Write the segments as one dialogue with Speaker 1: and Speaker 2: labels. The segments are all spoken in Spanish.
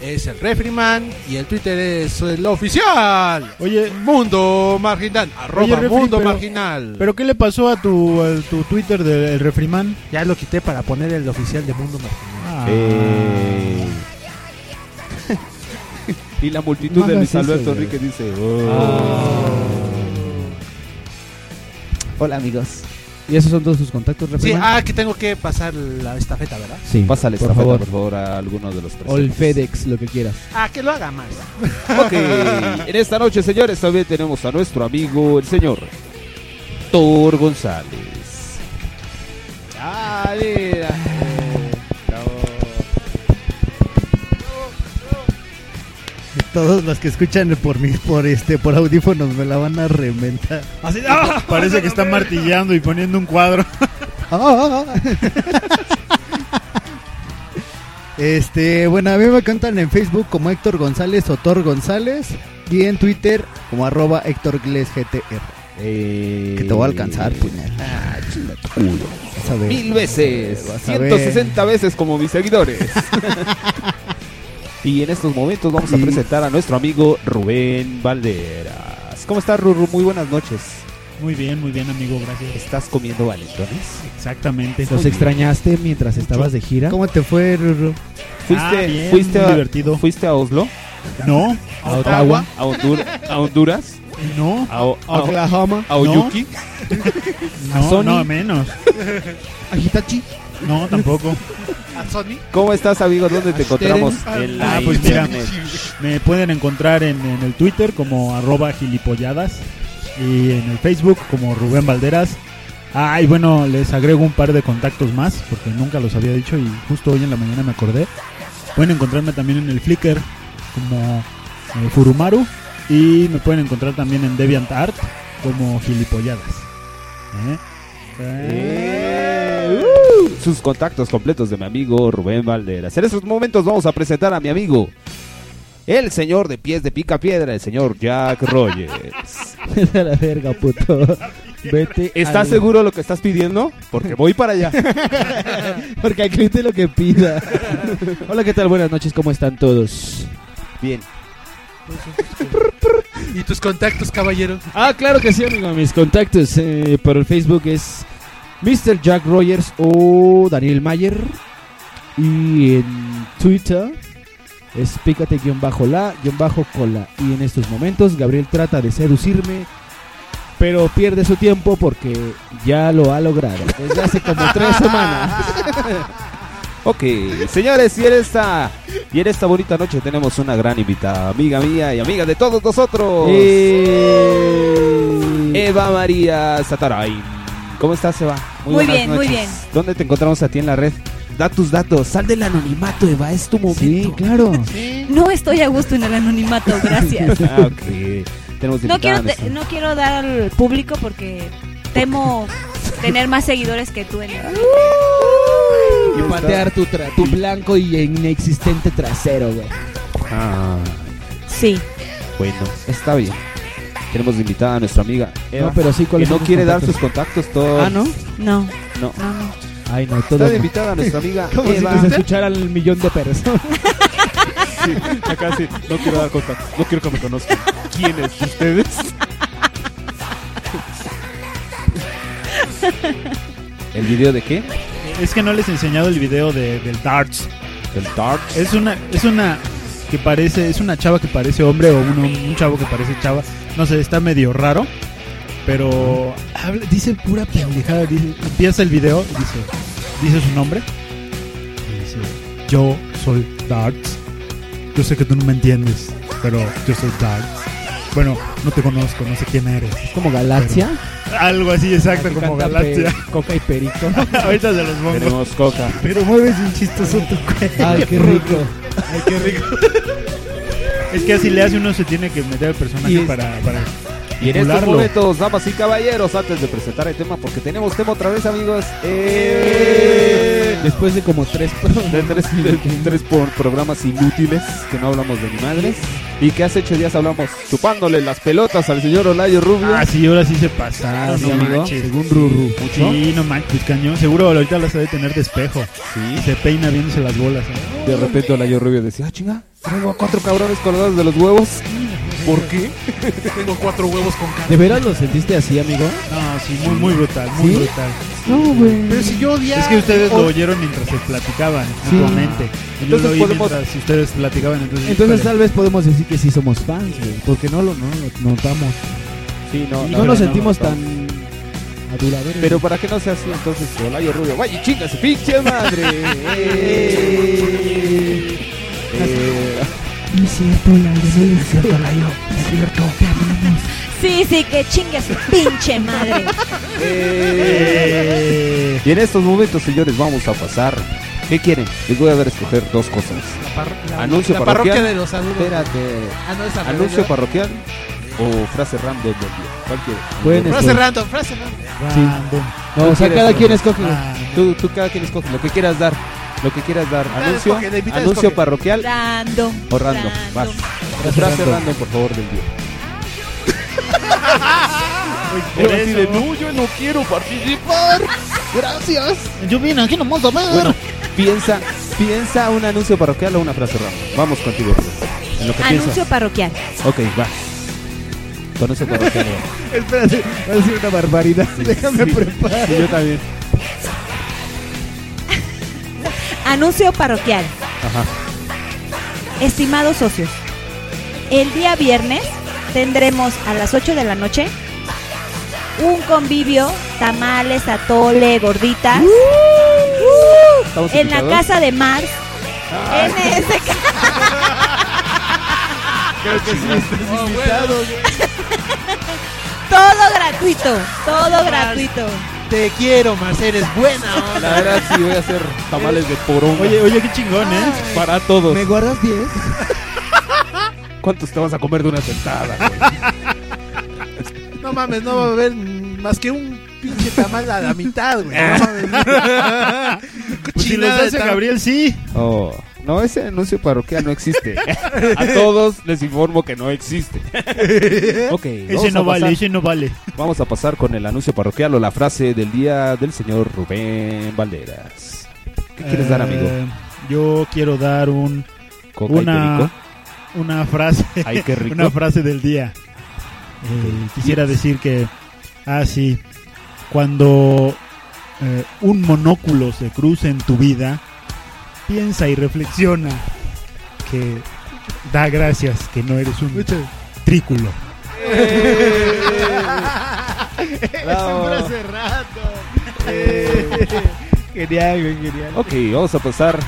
Speaker 1: Es el refriman y el Twitter es el oficial.
Speaker 2: Oye,
Speaker 1: Mundo marginal. Arroba
Speaker 2: Oye, Refri,
Speaker 1: mundo
Speaker 2: pero-
Speaker 1: marginal.
Speaker 2: ¿pero qué le pasó a tu, a tu Twitter del el Refriman?
Speaker 1: ya lo quité para poner el oficial de mundo marginal.
Speaker 2: Ah,
Speaker 3: Eh. y la multitud
Speaker 4: No
Speaker 3: de
Speaker 4: hagas
Speaker 3: Luis
Speaker 4: eso,
Speaker 3: Alberto
Speaker 4: güey.
Speaker 3: Enrique dice: oh.
Speaker 4: Hola, amigos. ¿Y esos son todos sus contactos, refri?
Speaker 1: Sí, ah, que tengo que pasar la estafeta, ¿verdad?
Speaker 4: Sí,
Speaker 3: Pásale
Speaker 4: por
Speaker 3: esta
Speaker 4: favor.
Speaker 3: por favor, a alguno de los tres.
Speaker 4: O el FedEx, lo que quieras.
Speaker 1: Ah, que lo haga más.
Speaker 3: Ok, en esta noche, señores, también tenemos a nuestro amigo, el señor Thor González. Ah, mira.
Speaker 5: Todos los que escuchan por mi, por este, por audífonos me la van a reventar.
Speaker 1: ah.
Speaker 2: Parece que está martillando y poniendo un cuadro.
Speaker 5: Ah. Este, bueno, a mí me cantan en Facebook como Héctor González o Tor González y en Twitter como arroba Héctor Gles GTR.
Speaker 3: Eh,
Speaker 5: Que te voy a alcanzar, puñal.
Speaker 4: Ah,
Speaker 3: culo.
Speaker 5: Vas a ver.
Speaker 3: Mil veces,
Speaker 5: Vas a ver.
Speaker 3: 160 veces como mis seguidores. Y en estos momentos vamos a
Speaker 6: Y-
Speaker 3: presentar a nuestro amigo Rubén Valderas. ¿Cómo estás, Ruru? Muy buenas noches.
Speaker 2: Muy bien, muy bien, amigo, gracias.
Speaker 3: ¿Estás comiendo valentones?
Speaker 2: Exactamente.
Speaker 4: ¿Los extrañaste mientras estabas de gira?
Speaker 5: ¿Cómo te fue, Ruru?
Speaker 3: ¿Fuiste,
Speaker 2: Ah, bien,
Speaker 3: fuiste,
Speaker 2: muy
Speaker 3: a,
Speaker 2: divertido.
Speaker 3: ¿Fuiste a Oslo?
Speaker 2: No,
Speaker 4: ¿A Ottawa?
Speaker 3: ¿A, Hondur- a Honduras?
Speaker 2: no,
Speaker 3: ¿A, O- a,
Speaker 4: ¿A Oklahoma?
Speaker 3: a Oyuki?
Speaker 4: ¿A
Speaker 2: no,
Speaker 4: Sony?
Speaker 2: no, menos.
Speaker 4: ¿A Hitachi?
Speaker 2: No, tampoco.
Speaker 7: ¿A Sony?
Speaker 3: ¿Cómo estás, amigo? ¿Dónde te
Speaker 4: Ashton.
Speaker 3: encontramos? En la
Speaker 2: Ah, pues mira.
Speaker 3: internet.
Speaker 2: Me pueden encontrar en, en el Twitter como arroba gilipolladas y en el Facebook como Rubén Valderas. Ah, y bueno, les agrego un par de contactos más porque nunca los había dicho y justo hoy en la mañana me acordé. Pueden encontrarme también en el Flickr como eh, Furumaru y me pueden encontrar también en DeviantArt como gilipolladas. ¿Eh?
Speaker 3: Eh, uh, sus contactos completos de mi amigo Rubén Valderas. En estos momentos vamos a presentar a mi amigo, el señor de pies de pica piedra, el señor Jack Rogers.
Speaker 4: Vete a la verga, puto. Vete.
Speaker 3: ¿Estás
Speaker 4: a la-
Speaker 3: seguro de lo que estás pidiendo? Porque voy para allá.
Speaker 4: Porque al cliente lo que pida. Hola, ¿qué tal? Buenas noches, ¿cómo están todos?
Speaker 3: Bien.
Speaker 7: ¿Y tus contactos, caballero?
Speaker 4: Ah, claro que sí, amigo. Mis contactos eh, por el Facebook es Mr. Jack Rogers o Daniel Mayer. Y en Twitter es pícate-la-cola. Y en estos momentos Gabriel trata de seducirme, pero pierde su tiempo porque ya lo ha logrado. Desde hace como tres semanas.
Speaker 3: Ok, señores, y en esta, y en esta bonita noche tenemos una gran invitada, amiga mía y amiga de todos nosotros.
Speaker 4: Eh,
Speaker 3: Eva María Sataray. ¿Cómo estás, Eva?
Speaker 8: Muy
Speaker 3: buenas
Speaker 8: bien, muy bien.
Speaker 3: ¿Dónde te encontramos a ti en la red? Da tus datos, sal del anonimato, Eva, es tu momento.
Speaker 4: sí, claro.
Speaker 8: No estoy a gusto en el anonimato, gracias.
Speaker 3: Ah, ok. Tenemos
Speaker 8: No
Speaker 3: invitada
Speaker 8: quiero,
Speaker 3: a
Speaker 8: te-
Speaker 3: nuestra-
Speaker 8: no quiero dar al público porque temo tener más seguidores que tú en el-
Speaker 4: Y patear tu, tra- tu blanco y inexistente trasero, güey.
Speaker 3: Ah,
Speaker 8: Sí.
Speaker 3: bueno, está bien. Tenemos invitada a nuestra amiga Eva,
Speaker 4: No, pero sí,
Speaker 3: que
Speaker 4: ¿cuáles
Speaker 3: no
Speaker 4: son tus
Speaker 3: quiere dar sus
Speaker 4: contactos?
Speaker 3: contactos todos.
Speaker 4: Ah, ¿no?
Speaker 8: No,
Speaker 3: No.
Speaker 8: no, no.
Speaker 4: Ay, no, todo
Speaker 3: Está
Speaker 4: no.
Speaker 3: invitada a nuestra amiga
Speaker 4: Como
Speaker 3: Eva.
Speaker 4: si nos escucharan el millón de personas.
Speaker 9: Acá sí, no quiero dar contacto, no quiero que me conozcan. ¿Quiénes ustedes?
Speaker 3: ¿El video de qué?
Speaker 2: Es que no les he enseñado el video de, del Darts.
Speaker 3: El Dark.
Speaker 2: Es una, es una que parece, es una chava que parece hombre o uno- un chavo que parece chava. No sé, está medio raro. Pero habla- dice pura pendejada. dice- empieza el video, y dice, dice su nombre. y dice, yo soy Darts. Yo sé que tú no me entiendes, pero yo soy Darts. Bueno, no te conozco, no sé quién eres.
Speaker 4: Como Galaxia.
Speaker 2: Algo así exacto como
Speaker 4: Canta
Speaker 2: Galaxia.
Speaker 4: Pe- Coca y Perico.
Speaker 2: Ahorita se los pongo.
Speaker 3: Tenemos coca.
Speaker 2: Pero mueves un chistoso tu cuello.
Speaker 4: Ay, qué rico.
Speaker 2: Ay, qué rico. es que así le hace uno se tiene que meter al personaje
Speaker 4: Y es-
Speaker 2: para, para
Speaker 3: Y en estos
Speaker 2: emularlo.
Speaker 3: momentos, damas y caballeros, antes de presentar el tema, porque tenemos tema otra vez, amigos. eh,
Speaker 4: Después de como tres
Speaker 3: de tres, de tres por- programas inútiles que no hablamos de ni madres y que hace ocho días hablamos chupándole las pelotas al señor Olayo Rubio.
Speaker 2: Ah, sí, ahora sí se pasaron,
Speaker 3: sí,
Speaker 2: no
Speaker 3: amigo.
Speaker 2: manches.
Speaker 4: Ah, según Ruru.
Speaker 2: Sí, no manches, pues, cañón. Seguro ahorita las ha de tener de espejo. Y
Speaker 3: Sí.
Speaker 2: se peina viéndose las bolas. ¿eh?
Speaker 3: De repente Olayo Rubio decía, ah, chinga, traigo a cuatro cabrones colgados de los huevos. ¿Por qué?
Speaker 7: Tengo cuatro huevos con
Speaker 4: ¿De
Speaker 7: carne.
Speaker 4: veras lo sentiste así, amigo?
Speaker 2: No, sí, muy, muy brutal, muy
Speaker 4: ¿Sí?
Speaker 2: brutal.
Speaker 4: No, güey.
Speaker 7: Pero si yo odiaba...
Speaker 2: Es que ustedes
Speaker 7: o-
Speaker 2: lo oyeron mientras se platicaban
Speaker 4: Sí.
Speaker 2: mutuamente. Y yo
Speaker 3: Entonces
Speaker 2: lo oí
Speaker 3: podemos-
Speaker 2: mientras ustedes platicaban. Entonces,
Speaker 4: Entonces
Speaker 2: híjole.
Speaker 4: tal vez podemos decir que sí somos fans, güey, porque no lo, no lo notamos.
Speaker 3: Sí, no,
Speaker 4: No nos
Speaker 2: no,
Speaker 4: sentimos tan aduladeros.
Speaker 3: Pero para que no sea así, entonces Olayo Rubio, vaya y chinga su pinche madre. Eh. Eh,
Speaker 8: Sí, sí, que chingue a su pinche madre.
Speaker 3: Eh. Y en estos momentos, señores, vamos a pasar. ¿Qué quieren? Les voy a dar a escoger dos cosas.
Speaker 7: Par- la-
Speaker 3: Anuncio
Speaker 7: la
Speaker 3: parroquial.
Speaker 7: parroquia de los saludos.
Speaker 3: Espérate.
Speaker 7: Ah, no, es al revés,
Speaker 3: ¿Anuncio
Speaker 7: ¿verdad?
Speaker 3: parroquial o frase random del día? ¿Cuál quieres?
Speaker 4: Pueden
Speaker 7: Frase
Speaker 4: escoger.
Speaker 7: random, frase random.
Speaker 2: Random.
Speaker 4: No, o sea,
Speaker 3: ¿Quieres?
Speaker 4: cada quien escoge.
Speaker 2: Ah,
Speaker 3: Tú, tú cada quien escoge lo que quieras dar. Lo que quieras dar.
Speaker 7: Dale,
Speaker 3: Anuncio,
Speaker 7: escoge, la invitada
Speaker 3: anuncio
Speaker 7: escoge.
Speaker 3: parroquial
Speaker 8: Random.
Speaker 3: o random. Vas. Frase random, por favor, del día.
Speaker 2: por eso.
Speaker 9: yo no quiero participar.
Speaker 2: Yo vine aquí nomás a ver.
Speaker 3: Bueno, piensa, Piensa un anuncio parroquial o una frase random. Vamos contigo, Rubén. En lo que
Speaker 8: Anuncio
Speaker 3: piensas.
Speaker 8: parroquial.
Speaker 3: Ok, va. Con eso parroquial. va.
Speaker 4: Espérate, va a decir una barbaridad. Déjame preparar.
Speaker 3: Sí, yo también.
Speaker 8: Anuncio parroquial.
Speaker 3: Ajá.
Speaker 8: Estimados socios, el día viernes tendremos a las 8 de la noche un convivio, tamales, atole, gorditas,
Speaker 3: Uh, ¿Estamos
Speaker 8: en la
Speaker 3: invitados? Ah.
Speaker 8: casa de Mars. NSK.
Speaker 3: Creo que sí, estás invitado.
Speaker 8: Todo gratuito, todo gratuito.
Speaker 7: Te quiero, Mars, eres buena.
Speaker 3: La verdad sí voy a hacer tamales de porón.
Speaker 2: Oye, oye, qué chingón, ¿eh?
Speaker 3: para todos.
Speaker 4: ¿Me guardas 10?
Speaker 3: ¿Cuántos te vas a comer de una sentada? güey?
Speaker 7: No mames, no va a haber más que un pinche tamal a la mitad, güey. No mames.
Speaker 2: Pues si les
Speaker 7: Cochinada de
Speaker 2: das a
Speaker 7: tam-
Speaker 2: Gabriel, sí.
Speaker 3: Oh, no, ese anuncio parroquial no existe. A todos les informo que no existe. Ok,
Speaker 2: ¿Eh? Ese
Speaker 3: vamos,
Speaker 2: no
Speaker 3: a
Speaker 2: vale,
Speaker 3: pasar,
Speaker 2: ese no vale.
Speaker 3: vamos a pasar con el anuncio parroquial o la frase del día del señor Rubén Valderas. ¿Qué quieres dar, amigo?
Speaker 2: Eh, Yo quiero dar un
Speaker 3: ¿Coca y
Speaker 2: una
Speaker 3: perico?
Speaker 2: una frase,
Speaker 3: Ay, qué rico.
Speaker 2: una frase del día. Eh, quisiera decir que ah sí, cuando eh, un monóculo se cruce en tu vida, piensa y reflexiona que da gracias que no eres un trículo.
Speaker 3: Bravo.
Speaker 4: Genial, güey, genial.
Speaker 3: Ok, vamos a pasar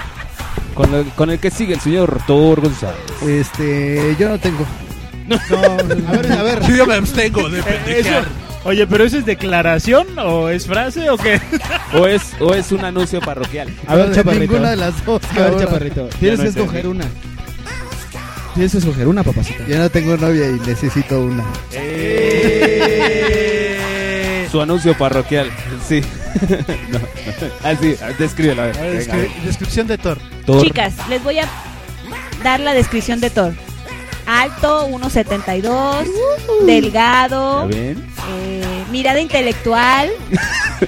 Speaker 3: con el, con el que sigue el señor Thor González.
Speaker 5: Este, yo no tengo.
Speaker 7: A ver, a ver. Yo ya me abstengo de pendejear.
Speaker 2: Eh, Oye, pero eso es declaración o es frase o qué?
Speaker 3: O es, o es un anuncio parroquial.
Speaker 4: A ver,
Speaker 5: No,
Speaker 4: chaparrito.
Speaker 5: Ninguna de las dos.
Speaker 4: A ver,
Speaker 5: cabrón.
Speaker 4: chaparrito. Tienes que escoger una. Tienes que escoger una, papacita.
Speaker 5: Yo no tengo novia y necesito una.
Speaker 3: Eh. Su anuncio parroquial, sí. No, no. Ah, sí, descríbelo. a ver,
Speaker 7: A
Speaker 2: Ah,
Speaker 7: ver,
Speaker 3: venga.
Speaker 7: descri- descripción de Thor.
Speaker 3: Thor.
Speaker 8: Chicas, les voy a dar la descripción de Thor. Alto, 1.72,
Speaker 3: ¿Ya
Speaker 8: delgado,
Speaker 3: ven?
Speaker 8: eh, mirada intelectual.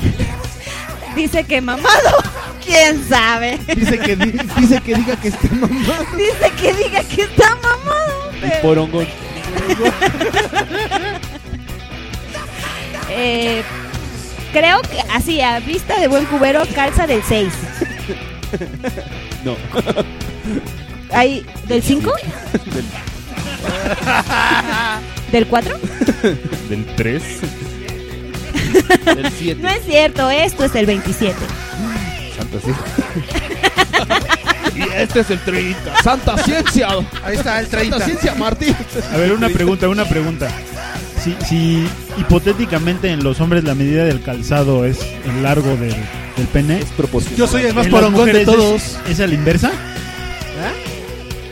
Speaker 8: Dice que mamado, quién sabe.
Speaker 4: Dice que, di- dice que diga que está mamá.
Speaker 8: Dice que diga que está mamado.
Speaker 3: Y
Speaker 8: pero-
Speaker 3: porongón.
Speaker 8: Eh, creo que así, a vista de buen cubero, calza del 6.
Speaker 3: No.
Speaker 8: Ahí, ¿Del 5? ¿Del 4?
Speaker 3: Del 3. Del 7.
Speaker 8: No es cierto, esto es el 27.
Speaker 3: Santo, sí. Y este es el 30. Santa ciencia.
Speaker 7: Ahí está el 30.
Speaker 4: ciencia, Martín.
Speaker 2: A ver, una pregunta, una pregunta. Si, si hipotéticamente en los hombres la medida del calzado es el largo del, del pene,
Speaker 3: Es proporcional.
Speaker 7: Yo soy el más
Speaker 2: ¿en las
Speaker 7: porongón de
Speaker 2: mujeres es-
Speaker 7: todos.
Speaker 2: ¿Es a la inversa?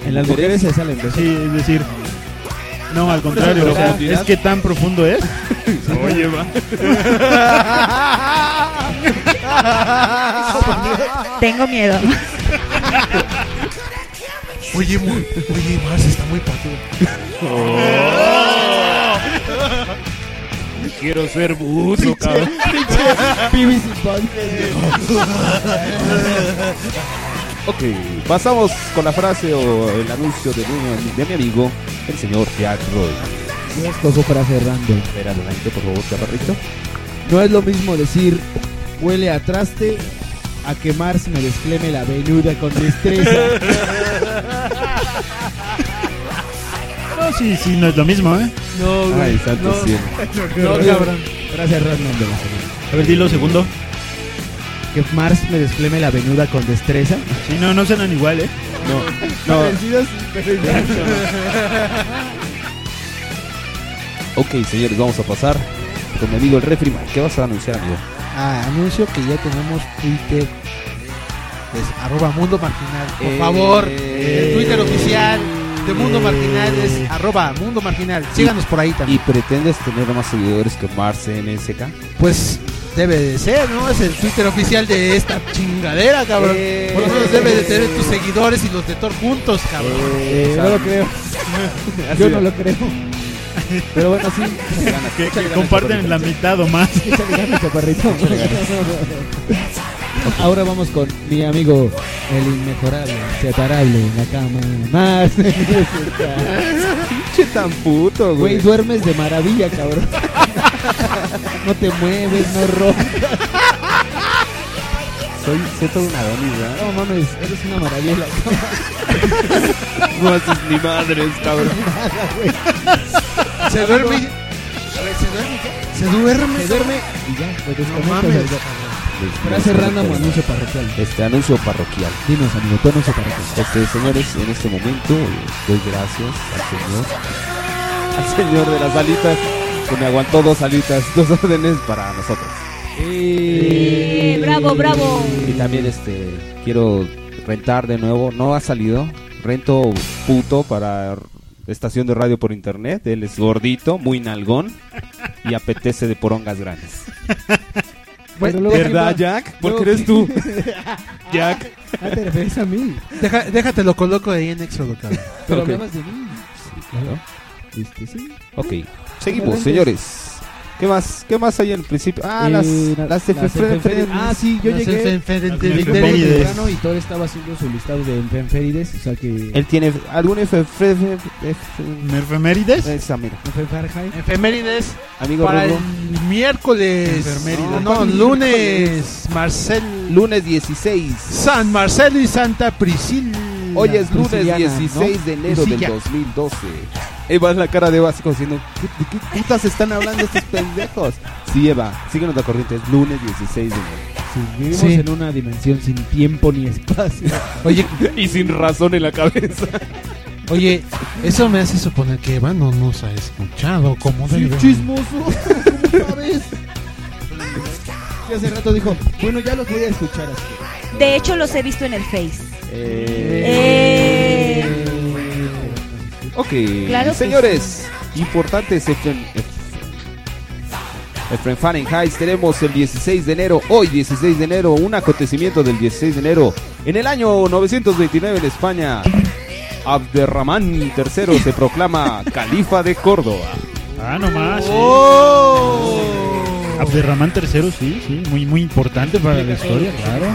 Speaker 4: En las mujeres se salen de
Speaker 2: Sí, es decir, no, al contrario, o sea, es que tan profundo es.
Speaker 3: Oye, va.
Speaker 8: Tengo miedo.
Speaker 7: Oye, muy, oye, Mars está muy pato.
Speaker 3: Oh. Quiero ser buzo, cabrón. ok, pasamos con la frase o el anuncio de mi, de mi amigo, el señor Jack Roy.
Speaker 4: Yo escojo frase random.
Speaker 3: Espera adelante, por favor, chaparrito.
Speaker 4: No es lo mismo decir huele a traste a que Mars me descleme la venuda con destreza.
Speaker 2: No, sí, sí, no es lo mismo, ¿eh?
Speaker 7: No, güey.
Speaker 3: Ay, santo
Speaker 7: no,
Speaker 3: cielo.
Speaker 7: no, cabrón.
Speaker 4: Frase random de la semana.
Speaker 2: A ver, dilo segundo.
Speaker 4: Que Mars me descleme la venuda con destreza.
Speaker 2: Sí, no, no suenan igual, ¿eh?
Speaker 3: No.
Speaker 4: Parecidas, pero igual.
Speaker 3: Ok, señores, vamos a pasar con mi amigo el refri. Man. ¿Qué vas a anunciar, amigo?
Speaker 5: Ah, anuncio que ya tenemos Twitter.
Speaker 7: Es arroba mundo marginal. Por
Speaker 3: Eh,
Speaker 7: favor,
Speaker 3: eh,
Speaker 7: el Twitter oficial de Mundo
Speaker 3: eh.
Speaker 7: Marginal es arroba mundo marginal. Síganos por ahí también.
Speaker 3: ¿Y pretendes tener más seguidores que Mars NSK?
Speaker 7: Pues debe de ser, ¿no? Es el Twitter oficial de esta chingadera, cabrón.
Speaker 3: Eh.
Speaker 7: Por lo menos debe de tener tus seguidores y los de Thor juntos, cabrón.
Speaker 4: Eh, no lo creo. Yo no lo creo. Pero bueno, sí.
Speaker 2: Que, que comparten la mitad o más.
Speaker 4: Échale ganas, chaparrito. Ahora vamos con mi amigo, el inmejorable, separable en la cama. Más. Che tan puto, güey. duermes de maravilla, cabrón. No te mueves, no roncas.
Speaker 3: Soy, soy todo una Adonis, ¿verdad?
Speaker 4: No mames, eres una maravilla. en la cama.
Speaker 3: No haces ni madres, cabrón.
Speaker 4: Nada, güey.
Speaker 7: Se duerme. y- A ver, se duerme. y- Se duerme.
Speaker 4: Se duerme y ya, lo desconectas.
Speaker 7: mames,
Speaker 4: del- Frase random o anuncio parroquial.
Speaker 3: Este anuncio parroquial.
Speaker 4: Dinos, amigo, tu anuncio parroquial.
Speaker 3: Este, señores, en este momento eh, doy gracias al Señor, al Señor de las alitas, que me aguantó dos alitas, dos órdenes para nosotros.
Speaker 8: Eh, bravo, bravo.
Speaker 3: Y también este quiero rentar de nuevo, no ha salido, rento puto para estación de radio por internet, él es gordito, muy nalgón y apetece de porongas grandes.
Speaker 4: Pero luego
Speaker 3: ¿Verdad,
Speaker 4: quién va-
Speaker 3: Jack? ¿Por qué
Speaker 4: luego
Speaker 3: eres tú? Jack.
Speaker 4: Ah, te refieres a mí.
Speaker 7: Deja- déjate lo coloco ahí en Éxodo, cabrón.
Speaker 4: Pero
Speaker 3: Ok.
Speaker 4: hablabas de mí.
Speaker 3: Claro.
Speaker 4: Este, sí.
Speaker 3: Ok, seguimos, señores. ¿Qué más? ¿Qué más hay en el principio? Ah,
Speaker 4: Eh,
Speaker 3: las,
Speaker 4: na-
Speaker 3: las de
Speaker 4: las
Speaker 3: Fefrefren.
Speaker 4: enfermedades. Ah, sí, yo
Speaker 7: Las
Speaker 4: llegué.
Speaker 7: enfermedades
Speaker 2: Las
Speaker 4: Llegué
Speaker 2: enfermedades.
Speaker 7: de-
Speaker 4: muy
Speaker 2: Efemérides.
Speaker 4: temprano y Thor estaba haciendo su listado de enfermerides, o sea que...
Speaker 3: Él tiene algún efefrefren. efefrefren-
Speaker 2: ¿Efemérides?
Speaker 3: Esa, mira.
Speaker 4: Fahrenheit.
Speaker 7: Efemérides
Speaker 3: Amigo
Speaker 7: para el
Speaker 3: Rorro,
Speaker 7: miércoles.
Speaker 2: Efemérides.
Speaker 7: No, lunes. Marcel.
Speaker 3: lunes 16.
Speaker 7: San Marcelo y Santa Priscila.
Speaker 3: Hoy es lunes
Speaker 4: Prisciliana,
Speaker 3: 16 de enero del
Speaker 7: Priscilla.
Speaker 3: 2012. Eva es la cara de Eva así como diciendo, ¿qué, ¿de qué putas están hablando estos pendejos? Sí, Eva, síguenos la corriente, es lunes 16 de enero.
Speaker 4: Sí, vivimos
Speaker 7: Sí.
Speaker 4: en una dimensión sin tiempo ni espacio.
Speaker 7: Oye,
Speaker 3: Y sin razón en la cabeza.
Speaker 7: oye, eso me hace suponer que Eva no nos ha escuchado como debe.
Speaker 4: Y hace rato dijo, bueno, ya los voy a escuchar así.
Speaker 8: De hecho, los he visto en el Face. Eh.
Speaker 3: Ok,
Speaker 8: Claro que
Speaker 3: señores, importantes Efren, Efren Fahrenheit, tenemos el 16 de enero, hoy 16 de enero, un acontecimiento del 16 de enero. En el año 929 en España, Abderramán III se proclama califa de Córdoba.
Speaker 2: Ah, nomás. sí. Oh. Abderramán III, sí, sí, muy, muy importante para la historia, claro.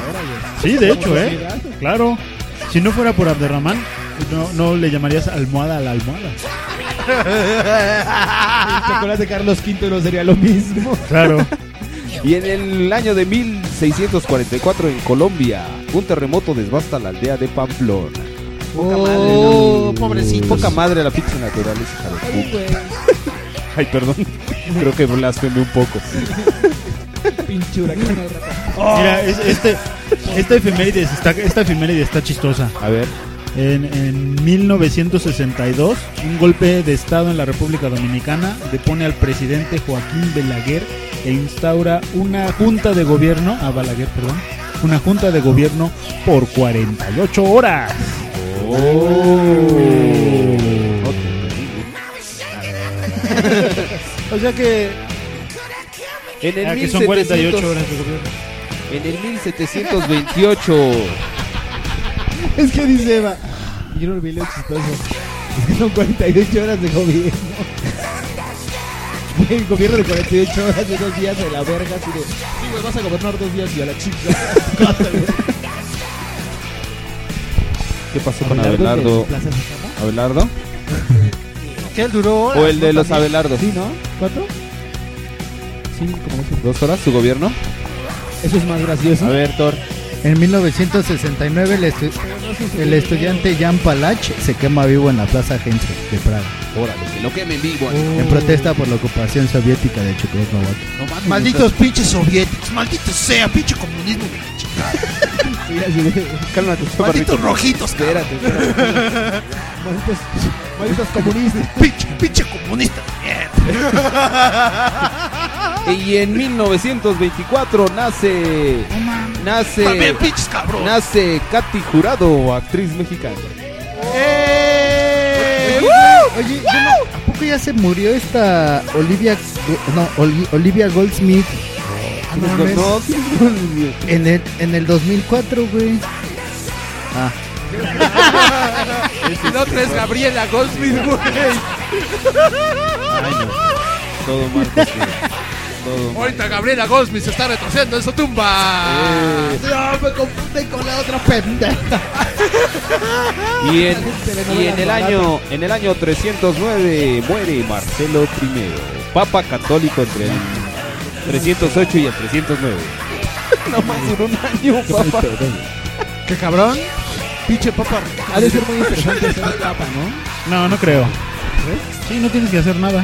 Speaker 2: Sí, de hecho, ¿eh? Claro. Si no fuera por Abderramán, no, no le llamarías almohada a la almohada.
Speaker 4: ¿Te acuerdas de Carlos V? No sería lo mismo.
Speaker 2: Claro.
Speaker 3: Y en el año de 1644 en Colombia, un terremoto desbasta la aldea de Pamplona. Poca madre,
Speaker 7: Oh, pobrecitos.
Speaker 3: Mm. Poca madre la pinche naturaleza, hija de puta. Ay, perdón. Creo que blasfeme un poco.
Speaker 4: Pinche huracán al rato.
Speaker 2: Mira, es- este, esta efeméride está, esta efeméride está chistosa.
Speaker 3: A ver.
Speaker 2: En, en 1962, un golpe de Estado en la República Dominicana depone al presidente Joaquín Belaguer e instaura una junta de gobierno, a Balaguer, perdón, una junta de gobierno por 48 horas.
Speaker 3: Oh.
Speaker 2: O sea que,
Speaker 3: En el,
Speaker 2: ah, que son 48
Speaker 3: 1700
Speaker 2: horas de gobierno.
Speaker 3: en el 1728.
Speaker 4: Es que dice Eva. Yo no olvidé lo chistoso. Es que son 48 horas de gobierno. Güey, El gobierno de 48 horas de dos días de la verga. Así de, sí, güey, vas a gobernar dos días y a la chica.
Speaker 3: ¿Qué pasó con Abelardo? ¿Abelardo?
Speaker 7: ¿Qué duró horas,
Speaker 3: ¿O el de
Speaker 7: no?
Speaker 3: los Abelardos?
Speaker 4: ¿Sí, no? ¿Cuatro? Sí, como que-
Speaker 3: ¿Dos horas su gobierno?
Speaker 4: Eso es más gracioso.
Speaker 3: A ver, Thor.
Speaker 5: En 1969 el, estu- el estudiante Jan Palach se quema vivo en la Plaza Gente de Praga
Speaker 3: Órale, que lo quemen vivo.
Speaker 5: en
Speaker 4: Oh.
Speaker 5: protesta por la ocupación soviética de Checoslovaquia.
Speaker 3: No mames.
Speaker 7: Malditos pinches soviéticos, maldito sea, pinche comunismo, de la chingada,
Speaker 4: Sí, así de-
Speaker 3: Cálmate, chaparrito.
Speaker 7: malditos rojitos, cabrón,
Speaker 3: Espérate, espérate.
Speaker 4: Malditos, malditos comunistas.
Speaker 7: pinche, pinche comunista.
Speaker 3: Y en 1924 nace. Nace.
Speaker 7: También pinches cabrón.
Speaker 3: Nace Katy Jurado, actriz mexicana.
Speaker 5: ¡Eh! Oye, yo no- ¿a poco ya se murió esta Olivia no, Oli- Olivia Goldsmith? Ah, No mames.
Speaker 3: No,
Speaker 5: En el, en el 2004, güey. Ah,
Speaker 7: La otra es Gabriela Goldsmith, güey.
Speaker 3: Todo mal. porque- todo.
Speaker 10: Ahorita Gabriela Goldsmith se está retrocediendo en su tumba.
Speaker 5: No, me confundí con la otra pendeja.
Speaker 3: Y en,
Speaker 5: telenovela
Speaker 3: y en el
Speaker 5: barata.
Speaker 3: año en el año 309 muere Marcelo I, Papa católico entre el 308 y el 309. No más en un año, papá.
Speaker 1: ¿Qué cabrón? Pinche papa.
Speaker 4: Ha de ser muy interesante ser papa,
Speaker 2: No, no creo. Sí, no tienes que hacer nada.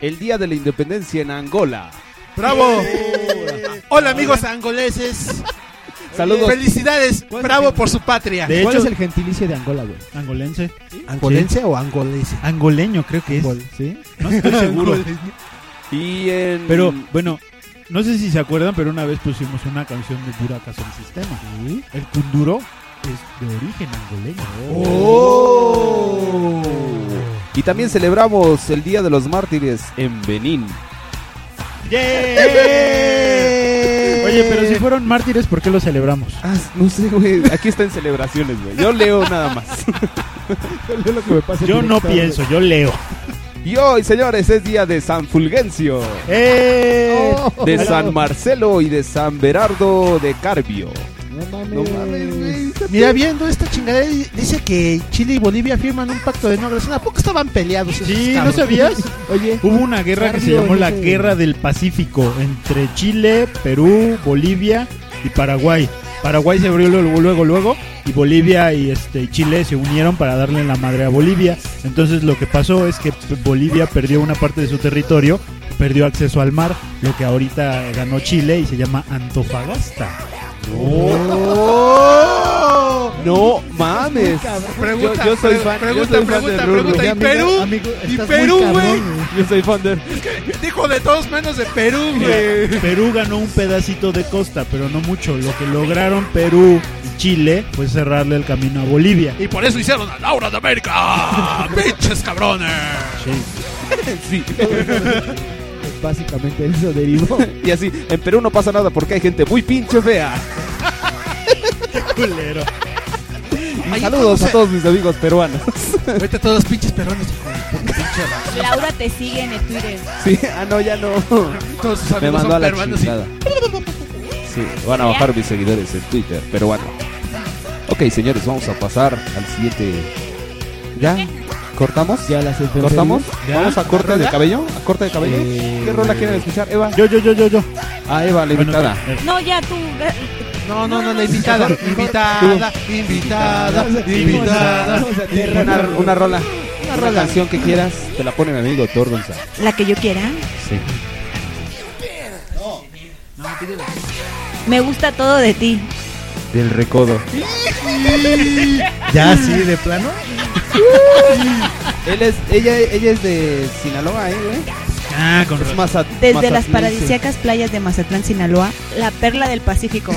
Speaker 3: el Día de la Independencia en Angola.
Speaker 1: ¡Bravo! Hola amigos angoleses.
Speaker 3: Saludos.
Speaker 1: Felicidades, bravo por su patria.
Speaker 2: De hecho-
Speaker 1: gentilicio de Angola, güey?
Speaker 2: Angolense.
Speaker 1: ¿Angolense o angolese?
Speaker 2: Angoleño, creo que es. Sí. No estoy seguro.
Speaker 3: Y eh, en...
Speaker 2: Pero bueno, no sé si se acuerdan, pero una vez pusimos una canción de Buracas en Sistema. El Kunduro es de origen angoleño.
Speaker 1: Oh.
Speaker 2: Oh.
Speaker 7: Oh.
Speaker 3: Y también celebramos el Día de los Mártires en Benín.
Speaker 2: Oye, pero si fueron mártires, ¿por qué lo celebramos?
Speaker 1: Ah,
Speaker 3: no sé, güey. Aquí está en celebraciones, güey. Yo leo nada más.
Speaker 2: Yo no pienso, yo leo.
Speaker 3: Y hoy, señores, es día de San Fulgencio,
Speaker 2: ¡Eh!
Speaker 3: de San Marcelo y de San Berardo de Carbio.
Speaker 1: No mames,
Speaker 3: No
Speaker 1: Mira, viendo esta chingadera, dice que Chile y Bolivia firman un pacto de no agresión. ¿A poco estaban peleados?
Speaker 2: Sí, ¿no sabías?
Speaker 1: Oye,
Speaker 2: Hubo una guerra que se
Speaker 1: Cardio,
Speaker 2: llamó
Speaker 1: yo
Speaker 2: la
Speaker 1: sé.
Speaker 2: Guerra del Pacífico entre Chile, Perú, Bolivia y Paraguay. Paraguay se abrió luego, luego, luego y Bolivia y este y Chile se unieron para darle la madre a Bolivia. Entonces lo que pasó es que P- Bolivia perdió una parte de su territorio, perdió acceso al mar, lo que ahorita ganó Chile y se llama Antofagasta.
Speaker 3: No mames.
Speaker 10: Pregunta,
Speaker 3: yo, yo soy
Speaker 10: pre-
Speaker 3: fan,
Speaker 10: pregunta,
Speaker 3: yo soy fan
Speaker 10: pregunta,
Speaker 3: de Ruru.
Speaker 10: pregunta. ¿Y
Speaker 3: Amigo,
Speaker 10: Perú?
Speaker 3: amigo,
Speaker 10: ¿Y
Speaker 3: estás
Speaker 10: Perú,
Speaker 3: muy
Speaker 10: güey?
Speaker 3: cabrón, Yo soy fan de
Speaker 10: Dijo de todos menos de Perú, güey.
Speaker 2: Mira, Perú ganó un pedacito de costa, pero no mucho. Lo que lograron Perú y Chile fue cerrarle el camino a Bolivia.
Speaker 10: Y por eso hicieron a Laura de América. ¡Pinches cabrones!
Speaker 3: Sí.
Speaker 4: Básicamente eso derivó.
Speaker 3: Y así, en Perú no pasa nada porque hay gente muy pinche fea.
Speaker 2: culero.
Speaker 3: Y saludos a todos mis amigos peruanos.
Speaker 1: Vete a todos pinches perones.
Speaker 8: Laura te sigue en el Twitter.
Speaker 3: Sí, ah, no, ya no.
Speaker 10: Todos sus
Speaker 3: Me
Speaker 10: amigos
Speaker 3: mandó
Speaker 10: son
Speaker 3: a la
Speaker 10: peruanos y-
Speaker 3: chingada. Sí, van a bajar mis seguidores en Twitter, pero bueno. Ok, señores, vamos a pasar al siguiente. ¿Ya? ¿Cortamos?
Speaker 4: ¿Ya las
Speaker 3: ¿Cortamos?
Speaker 4: ¿Ya?
Speaker 3: ¿Vamos a corte de
Speaker 4: ¿Rola? Eh,
Speaker 3: cabello? ¿A corte de cabello? ¿Qué rola quieren escuchar, Eva?
Speaker 2: Yo, yo, yo, yo, yo.
Speaker 3: Ah, Eva, la invitada.
Speaker 1: eh,
Speaker 8: No, ya tú.
Speaker 1: No, no, no, la invitada. Invitada, invitada, invitada.
Speaker 3: Una, una rola. Una
Speaker 1: rola.
Speaker 3: canción que quieras, te la pone mi amigo Thor González.
Speaker 8: La que yo quiera.
Speaker 3: Sí.
Speaker 8: Me gusta todo de ti.
Speaker 3: Del recodo.
Speaker 5: Ya, sí, de plano.
Speaker 8: Uh.
Speaker 3: Él es, ella, ella es de Sinaloa, ¿eh, güey?
Speaker 2: Ah, con
Speaker 3: es Mazat-
Speaker 8: Desde las
Speaker 3: mazatlecense.
Speaker 8: paradisíacas playas de Mazatlán, Sinaloa, la perla del Pacífico.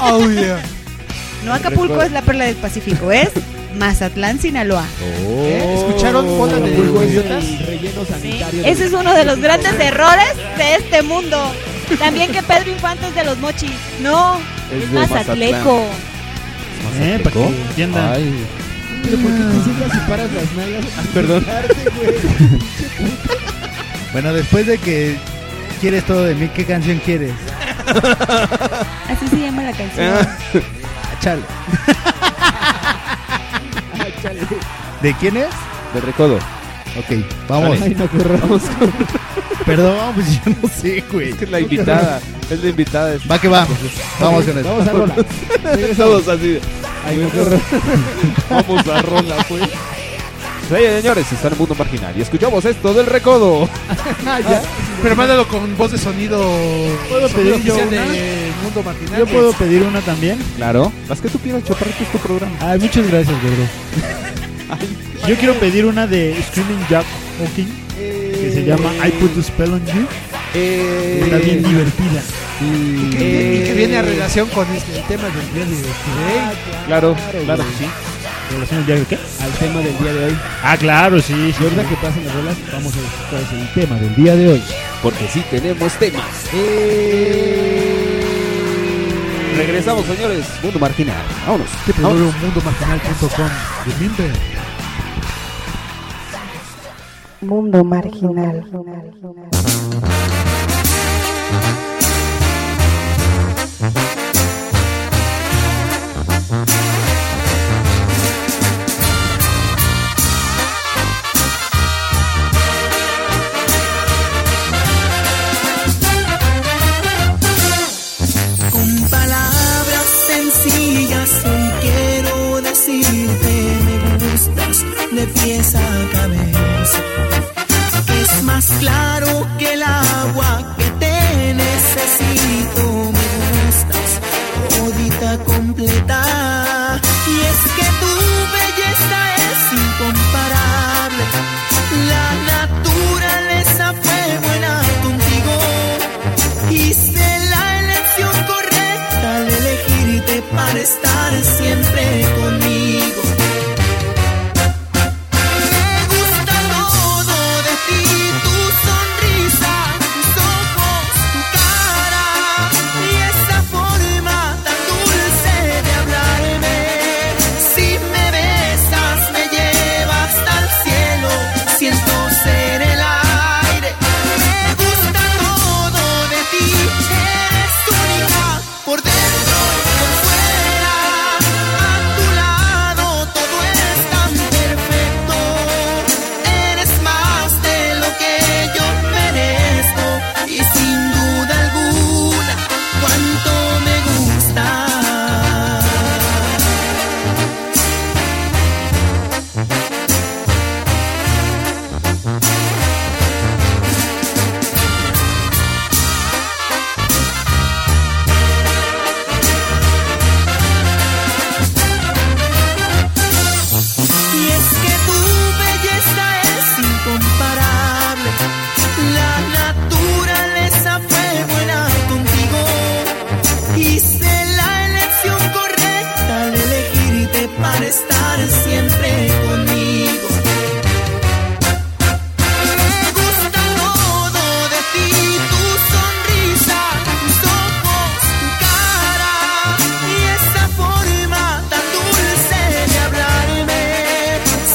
Speaker 1: Oh, yeah.
Speaker 8: No Acapulco es la perla del Pacífico, es Mazatlán, Sinaloa.
Speaker 1: ¿Eh? ¿Escucharon? Pola de idiotas.
Speaker 8: Ese es uno de los grandes errores de este mundo. También que Pedro Infante es de los mochis. No,
Speaker 3: Es
Speaker 8: es,
Speaker 3: de
Speaker 8: Mazatleco.
Speaker 2: Eh, para que entiendan.
Speaker 3: Ay.
Speaker 4: Pero ¿por qué
Speaker 5: Ah.
Speaker 4: te sigas y paras las nalgas?
Speaker 3: Perdón.
Speaker 5: Bueno, después de que quieres todo de mí, ¿qué canción quieres?
Speaker 8: Así se llama la canción.
Speaker 5: Ah, Chale. Ah. ¿De quién es?
Speaker 3: Del recodo.
Speaker 5: Ok, vamos.
Speaker 3: Dale.
Speaker 5: Vamos con- Perdón, pues yo no sé, güey.
Speaker 3: Es la invitada. Es la invitada. Es...
Speaker 5: Va que va. Vamos con eso.
Speaker 4: Vamos a rola.
Speaker 3: Todos así. Vamos a rola, pues. Oye, señores, está en el mundo marginal. Y escuchamos esto del recodo.
Speaker 1: Ah,
Speaker 10: Pero mándalo con voz de sonido.
Speaker 2: Ah, ¿Puedo
Speaker 10: sonido
Speaker 2: pedir yo
Speaker 10: oficial
Speaker 2: una?
Speaker 10: de Mundo Marginal.
Speaker 2: Yo puedo pedir una también.
Speaker 3: Claro. Las que tú quieras,
Speaker 11: este
Speaker 3: choparrito es tu programa.
Speaker 2: Ay, muchas gracias, gordo. Yo
Speaker 11: Eh.
Speaker 2: quiero pedir una de Screaming Jack Hawking que se llama I Put a Spell on You. Está bien divertida.
Speaker 4: Y que, y que viene a relación con este, el tema del día de ¿eh? hoy.
Speaker 3: Claro, claro
Speaker 4: güey.
Speaker 3: que sí.
Speaker 2: ¿Relación al día de qué?
Speaker 11: Al tema del día de hoy.
Speaker 2: Ah, claro, sí. sí,
Speaker 11: verdad
Speaker 2: sí.
Speaker 11: que pasan las rolas, vamos a ver cuál es el tema del día de hoy.
Speaker 3: Porque sí tenemos temas. Regresamos, señores. Mundo marginal. Vámonos. Vámonos.
Speaker 4: www.mundomarginal.com. Remember.
Speaker 12: Mundo marginal.
Speaker 13: Con palabras sencillas hoy quiero decirte me gustas de pies a cabeza. Es más claro que el agua que te necesito me gustas todita completa. Y es que tu belleza es incomparable. La naturaleza fue buena contigo. Hice la elección correcta al elegirte para estar siempre conmigo. Me gusta todo de ti, tu sonrisa, tus ojos, tu cara y esa forma tan dulce de hablarme. Si me besas, me llevas al cielo, siento ser el aire. Me gusta todo de ti, eres única por dentro y por fuera. A tu lado todo es tan perfecto. Eres más de lo que yo merezco y sin duda alguna cuánto me gusta. Y es que tu belleza es incomparable. La naturaleza fue buena contigo. Hice la elección correcta al elegirte para estar siempre conmigo. Me gusta todo de ti, tu sonrisa, tus ojos, tu cara y esa forma tan dulce de hablarme.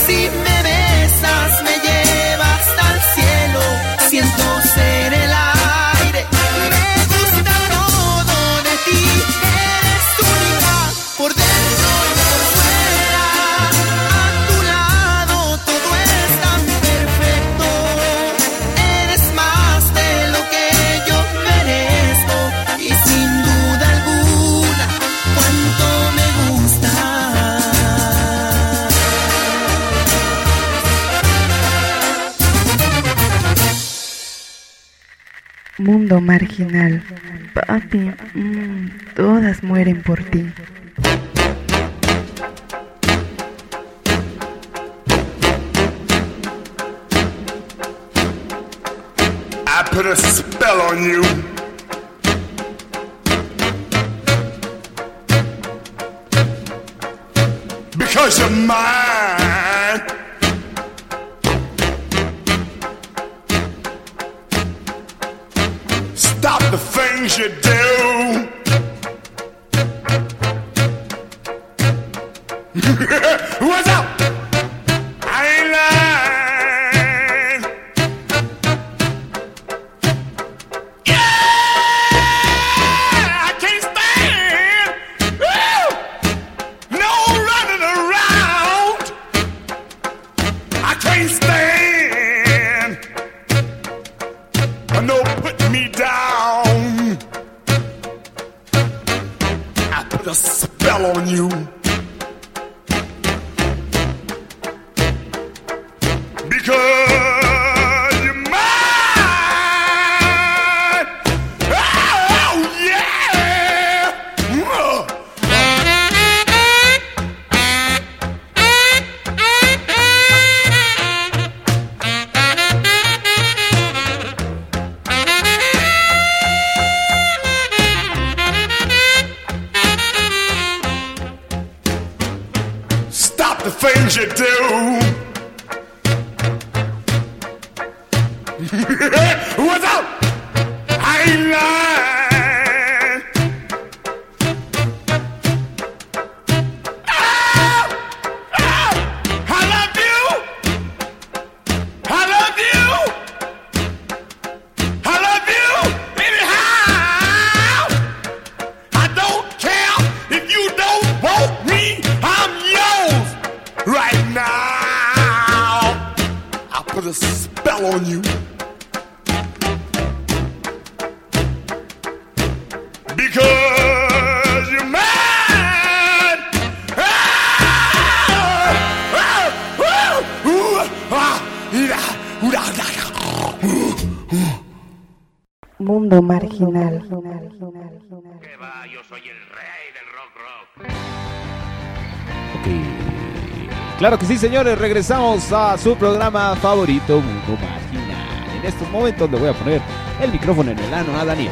Speaker 13: Si me besas, me llevas al cielo, siento ser el aire. Me gusta todo de ti, eres única por dentro y por fuera. A tu lado todo es tan perfecto. Eres más de lo que yo merezco y sin duda alguna cuánto me gusta.
Speaker 12: Mundo marginal. Papi, mm, todas mueren por ti.
Speaker 10: I put a spell on you. Because you're mine. Stop the things you do. What's up? I ain't lying. I can't stand Woo! no running around. I can't stand no put me down. I put a spell on you. Because you're mine. Oh, yeah!
Speaker 14: what you do. What's up? I ain't lying. Oh, oh, I love you. I love you. I love you. Baby, how? I don't care if you don't want me. I'm yours right now. I put a spell on you. Because you're mad. Ah! Ah! Ooh! Ah! Ooh! Ah! Ah!
Speaker 12: Mundo marginal.
Speaker 3: Claro que sí, señores, regresamos a su programa favorito, Mundo Marginal. En estos momentos le voy a poner el micrófono en el ano a Daniel.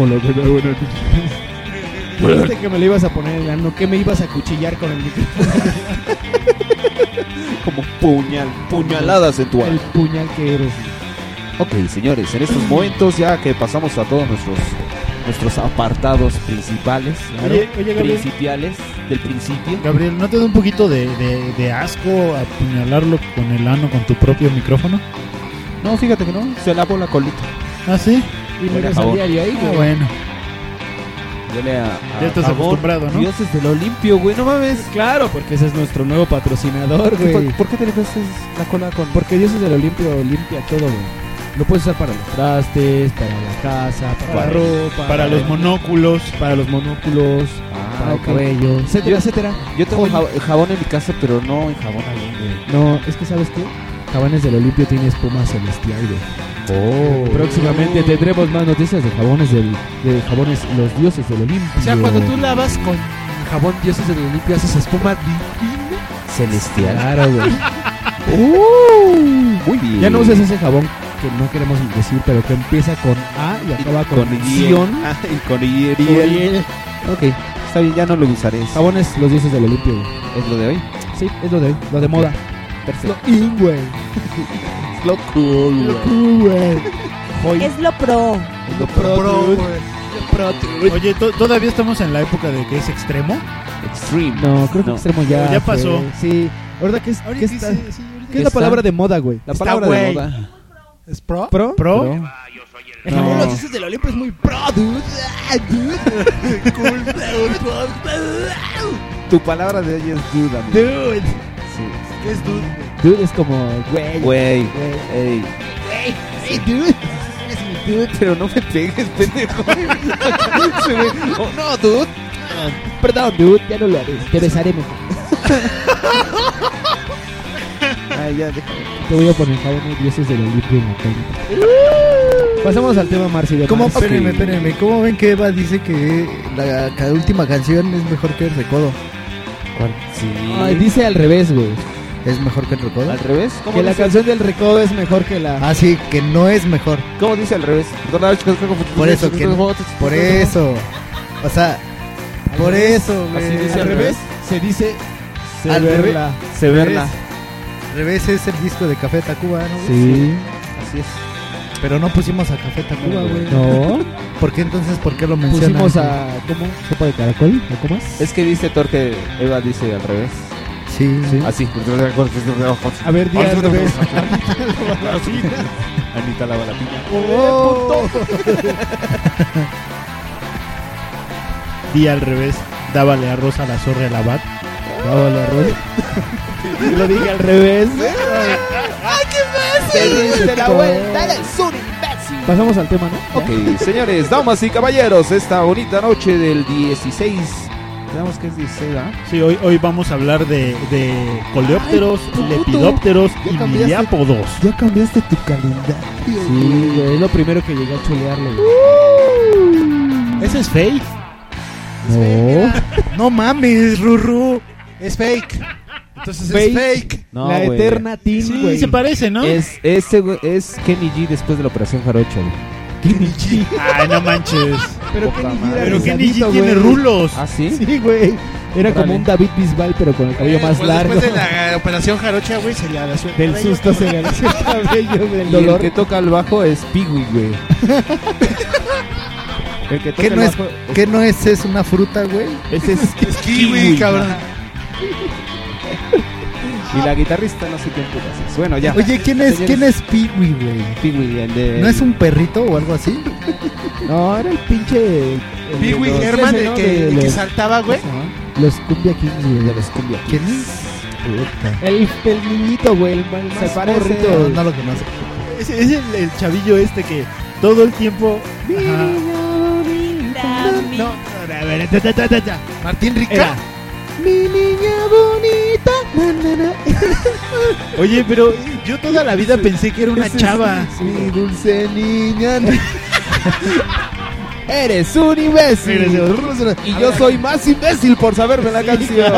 Speaker 4: Hola, buenas Dijiste que me lo ibas a poner en el ano, que me ibas a cuchillar con el micrófono.
Speaker 3: Como puñal, puñaladas en tu
Speaker 4: El
Speaker 3: ano.
Speaker 4: puñal que eres.
Speaker 3: Ok, señores, en estos momentos ya que pasamos a todos nuestros nuestros apartados principales, claro,
Speaker 2: Oye, oye, Gabriel.
Speaker 3: principiales del principio.
Speaker 2: Gabriel, ¿no te da un poquito de, de- de asco apuñalarlo con el ano con tu propio micrófono?
Speaker 3: No, fíjate que no, se lavó la colita.
Speaker 2: ¿Ah, sí?
Speaker 4: Y
Speaker 3: Por
Speaker 4: me
Speaker 3: favor.
Speaker 4: salía yo ahí,
Speaker 2: Ah,
Speaker 4: güey.
Speaker 2: bueno.
Speaker 3: Dele a,
Speaker 2: Ya estás acostumbrado, ¿no?
Speaker 3: Dioses del Olimpio, güey, no mames.
Speaker 4: Claro, porque ese es nuestro nuevo patrocinador, güey.
Speaker 3: ¿Por, por qué te le haces la cola con.?
Speaker 4: Porque Dioses del Olimpio limpia todo, güey. Lo puedes usar para los trastes, para la casa, para,
Speaker 2: Para-
Speaker 4: la ropa,
Speaker 2: para los monóculos.
Speaker 4: para los monóculos, para el
Speaker 3: Ah, ok.
Speaker 4: cabello, etcétera,
Speaker 3: Yo-
Speaker 4: etcétera.
Speaker 3: Yo tengo
Speaker 4: Joya.
Speaker 3: jab- jabón en mi casa, pero no en jabón ahí, güey.
Speaker 4: No, es que sabes qué? Jabones del Olimpio tiene espuma celestial,
Speaker 3: Oh.
Speaker 4: güey. Próximamente tendremos más noticias de jabones del, de jabones los dioses del Olimpio.
Speaker 10: O sea, cuando tú lavas con jabón dioses del Olimpio, haces espuma divina.
Speaker 3: celestial. Uh,
Speaker 4: Claro, güey.
Speaker 3: muy bien.
Speaker 4: Ya no uses ese jabón que no queremos decir, pero que empieza con A y acaba con,
Speaker 3: Con
Speaker 4: Sion.
Speaker 3: Ion. Ah, y con Iriel. Ok, está bien, ya no lo usaré.
Speaker 4: Jabones los dioses del Olimpio, güey.
Speaker 3: ¿Es lo de hoy?
Speaker 4: Sí, es lo de, lo de moda.
Speaker 3: Perfecto.
Speaker 4: Lo in, güey.
Speaker 3: Lo cool, güey.
Speaker 4: Uh, güey.
Speaker 2: Joy.
Speaker 8: Es lo pro.
Speaker 3: Lo
Speaker 2: pro,
Speaker 10: Pro,
Speaker 2: dude.
Speaker 10: güey.
Speaker 2: Oye, ¿to- ¿todavía estamos en la época de que es extremo?
Speaker 3: Extreme.
Speaker 4: No, creo que extremo ya.
Speaker 2: Ya
Speaker 4: fue.
Speaker 2: pasó.
Speaker 4: Sí. ¿Verdad que es,
Speaker 10: Ahorita
Speaker 4: que está-
Speaker 10: sí, sí, ahorita
Speaker 4: qué es la
Speaker 3: Está-
Speaker 4: palabra de moda, güey?
Speaker 3: La
Speaker 10: Está
Speaker 3: palabra de
Speaker 10: güey.
Speaker 3: moda.
Speaker 10: ¿Es pro?
Speaker 4: ¿Pro?
Speaker 2: ¿Pro?
Speaker 10: El jabón los dioses del Olimpio es muy pro, dude. Ah, dude. Cool, dude, pro, pro,
Speaker 3: Tu palabra de hoy es duda, amigo.
Speaker 10: dude.
Speaker 3: Sí.
Speaker 10: ¿Qué es dude? güey?
Speaker 4: Dude es como, güey.
Speaker 3: Güey, ey.
Speaker 10: Hey, hey, dude. Eres mi dude.
Speaker 3: Pero no me pegues, pendejo. Se ve- oh, no, dude.
Speaker 4: Perdón, dude, ya no lo haré. Te besaré mejor.
Speaker 3: Ay, ya, déjame.
Speaker 4: Te voy a poner jabón de dioses del Olimpio en la cara. Pasamos al tema Marci de
Speaker 5: ¿Cómo,
Speaker 4: Mars.
Speaker 5: espérenme,
Speaker 4: Sí.
Speaker 5: espérenme, ¿cómo ven que Eva dice que la, ca- última canción es mejor que el recodo?
Speaker 3: Sí.
Speaker 4: Ay, dice al revés, güey.
Speaker 5: ¿Es mejor que el recodo?
Speaker 3: ¿Al revés? ¿Cómo
Speaker 4: Que la
Speaker 3: dice?
Speaker 4: canción del recodo es mejor que la.
Speaker 5: Ah, sí, que no es mejor.
Speaker 3: ¿Cómo dice al revés?
Speaker 5: Por eso, que por eso. O sea, por eso, güey.
Speaker 3: Así dice
Speaker 4: al revés se dice se
Speaker 5: Al revés.
Speaker 4: verla.
Speaker 3: Se verla.
Speaker 5: Al revés es el disco de Café Tacuba, ¿no? güey?
Speaker 4: Sí.
Speaker 3: Así es.
Speaker 5: Pero no pusimos a Café Tacuba, güey.
Speaker 4: No.
Speaker 5: ¿Por qué entonces, por qué lo mencionan?
Speaker 4: Pusimos a. ¿Cómo? ¿Sopa de caracol? ¿O cómo es?
Speaker 3: Es que dice Torque, Eva dice al revés. Ah,
Speaker 5: Sí, sí.
Speaker 3: Así.
Speaker 4: A ver, di al revés.
Speaker 3: Anita lava la piña.
Speaker 2: Di al revés, dábale a Rosa la zorra al abad.
Speaker 4: Dábale arroz. Lo dije al revés.
Speaker 3: Te la vuelta del
Speaker 4: Pasamos al tema, ¿no?
Speaker 3: Ok, señores, damas y caballeros, esta bonita noche del 16. Digamos que es 16, ¿ah?
Speaker 2: Sí, hoy, hoy vamos a hablar de, de coleópteros, lepidópteros
Speaker 5: Ya
Speaker 2: y
Speaker 5: cambiaste.
Speaker 2: miriápodos.
Speaker 5: Ya cambiaste tu calendario.
Speaker 4: Sí, güey, es lo primero que llegué a chulearle. güey.
Speaker 2: Ese es fake.
Speaker 4: No.
Speaker 5: No mames, Ruru.
Speaker 10: Es fake. Entonces
Speaker 4: Fake.
Speaker 10: es fake.
Speaker 3: No,
Speaker 4: la
Speaker 3: güey.
Speaker 4: eterna Teen,
Speaker 2: Sí,
Speaker 4: güey.
Speaker 2: se parece, ¿no?
Speaker 3: Es, ese, güey, es Kenny G después de la operación Jarocho. güey.
Speaker 2: Ay, no manches.
Speaker 4: Pero
Speaker 3: Puta
Speaker 4: Kenny G
Speaker 3: madre.
Speaker 4: era
Speaker 2: Pero Kenny G
Speaker 4: rizadito,
Speaker 2: tiene
Speaker 4: güey.
Speaker 2: rulos.
Speaker 3: ¿Ah, sí?
Speaker 4: Sí, güey. Era como un David Bisbal, pero con el cabello más
Speaker 10: Pues
Speaker 4: largo.
Speaker 10: Después de la operación jarocha, güey, se le alació el
Speaker 4: Del
Speaker 10: cabello.
Speaker 4: susto se le alació el cabello
Speaker 3: Y
Speaker 4: del
Speaker 3: el
Speaker 4: dolor.
Speaker 3: que toca el bajo es Piwi, güey. El que toca
Speaker 5: ¿Qué
Speaker 3: el
Speaker 5: no es,
Speaker 3: bajo
Speaker 5: ¿qué no es, es una fruta, güey?
Speaker 3: Ese es,
Speaker 5: kiwi, Ah, cabrón.
Speaker 3: Y la guitarrista no sé quién putas es. Bueno, ya.
Speaker 5: Oye, ¿quién es,
Speaker 3: Señores,
Speaker 5: ¿quién es Piwi, güey?
Speaker 3: Piwi, el de...
Speaker 5: ¿No es un perrito o algo así?
Speaker 4: No, era el pinche.
Speaker 10: Pee-wee
Speaker 4: los-
Speaker 10: Herman,
Speaker 4: ese,
Speaker 10: el
Speaker 4: ¿no?
Speaker 10: que,
Speaker 4: De
Speaker 10: el que
Speaker 4: los-
Speaker 10: saltaba, güey.
Speaker 4: Los Cumbia Kings, güey. De los Cumbia Kings.
Speaker 5: ¿Quién es?
Speaker 4: El, el niñito, güey. El, el
Speaker 5: Se
Speaker 4: más
Speaker 5: parece.
Speaker 4: morrito.
Speaker 5: No, no lo conozco.
Speaker 2: Es, es el, el chavillo este que todo el tiempo.
Speaker 10: No,
Speaker 2: A ver, ta, ta, ta, ta, ta.
Speaker 10: Martín
Speaker 2: Era.
Speaker 10: Rica.
Speaker 4: Mi niña bonita. na, na, na.
Speaker 2: Oye, pero yo toda la vida pensé que era una chava.
Speaker 4: Mi dulce niña. Eres un imbécil.
Speaker 3: Y yo soy más imbécil por saberme la canción.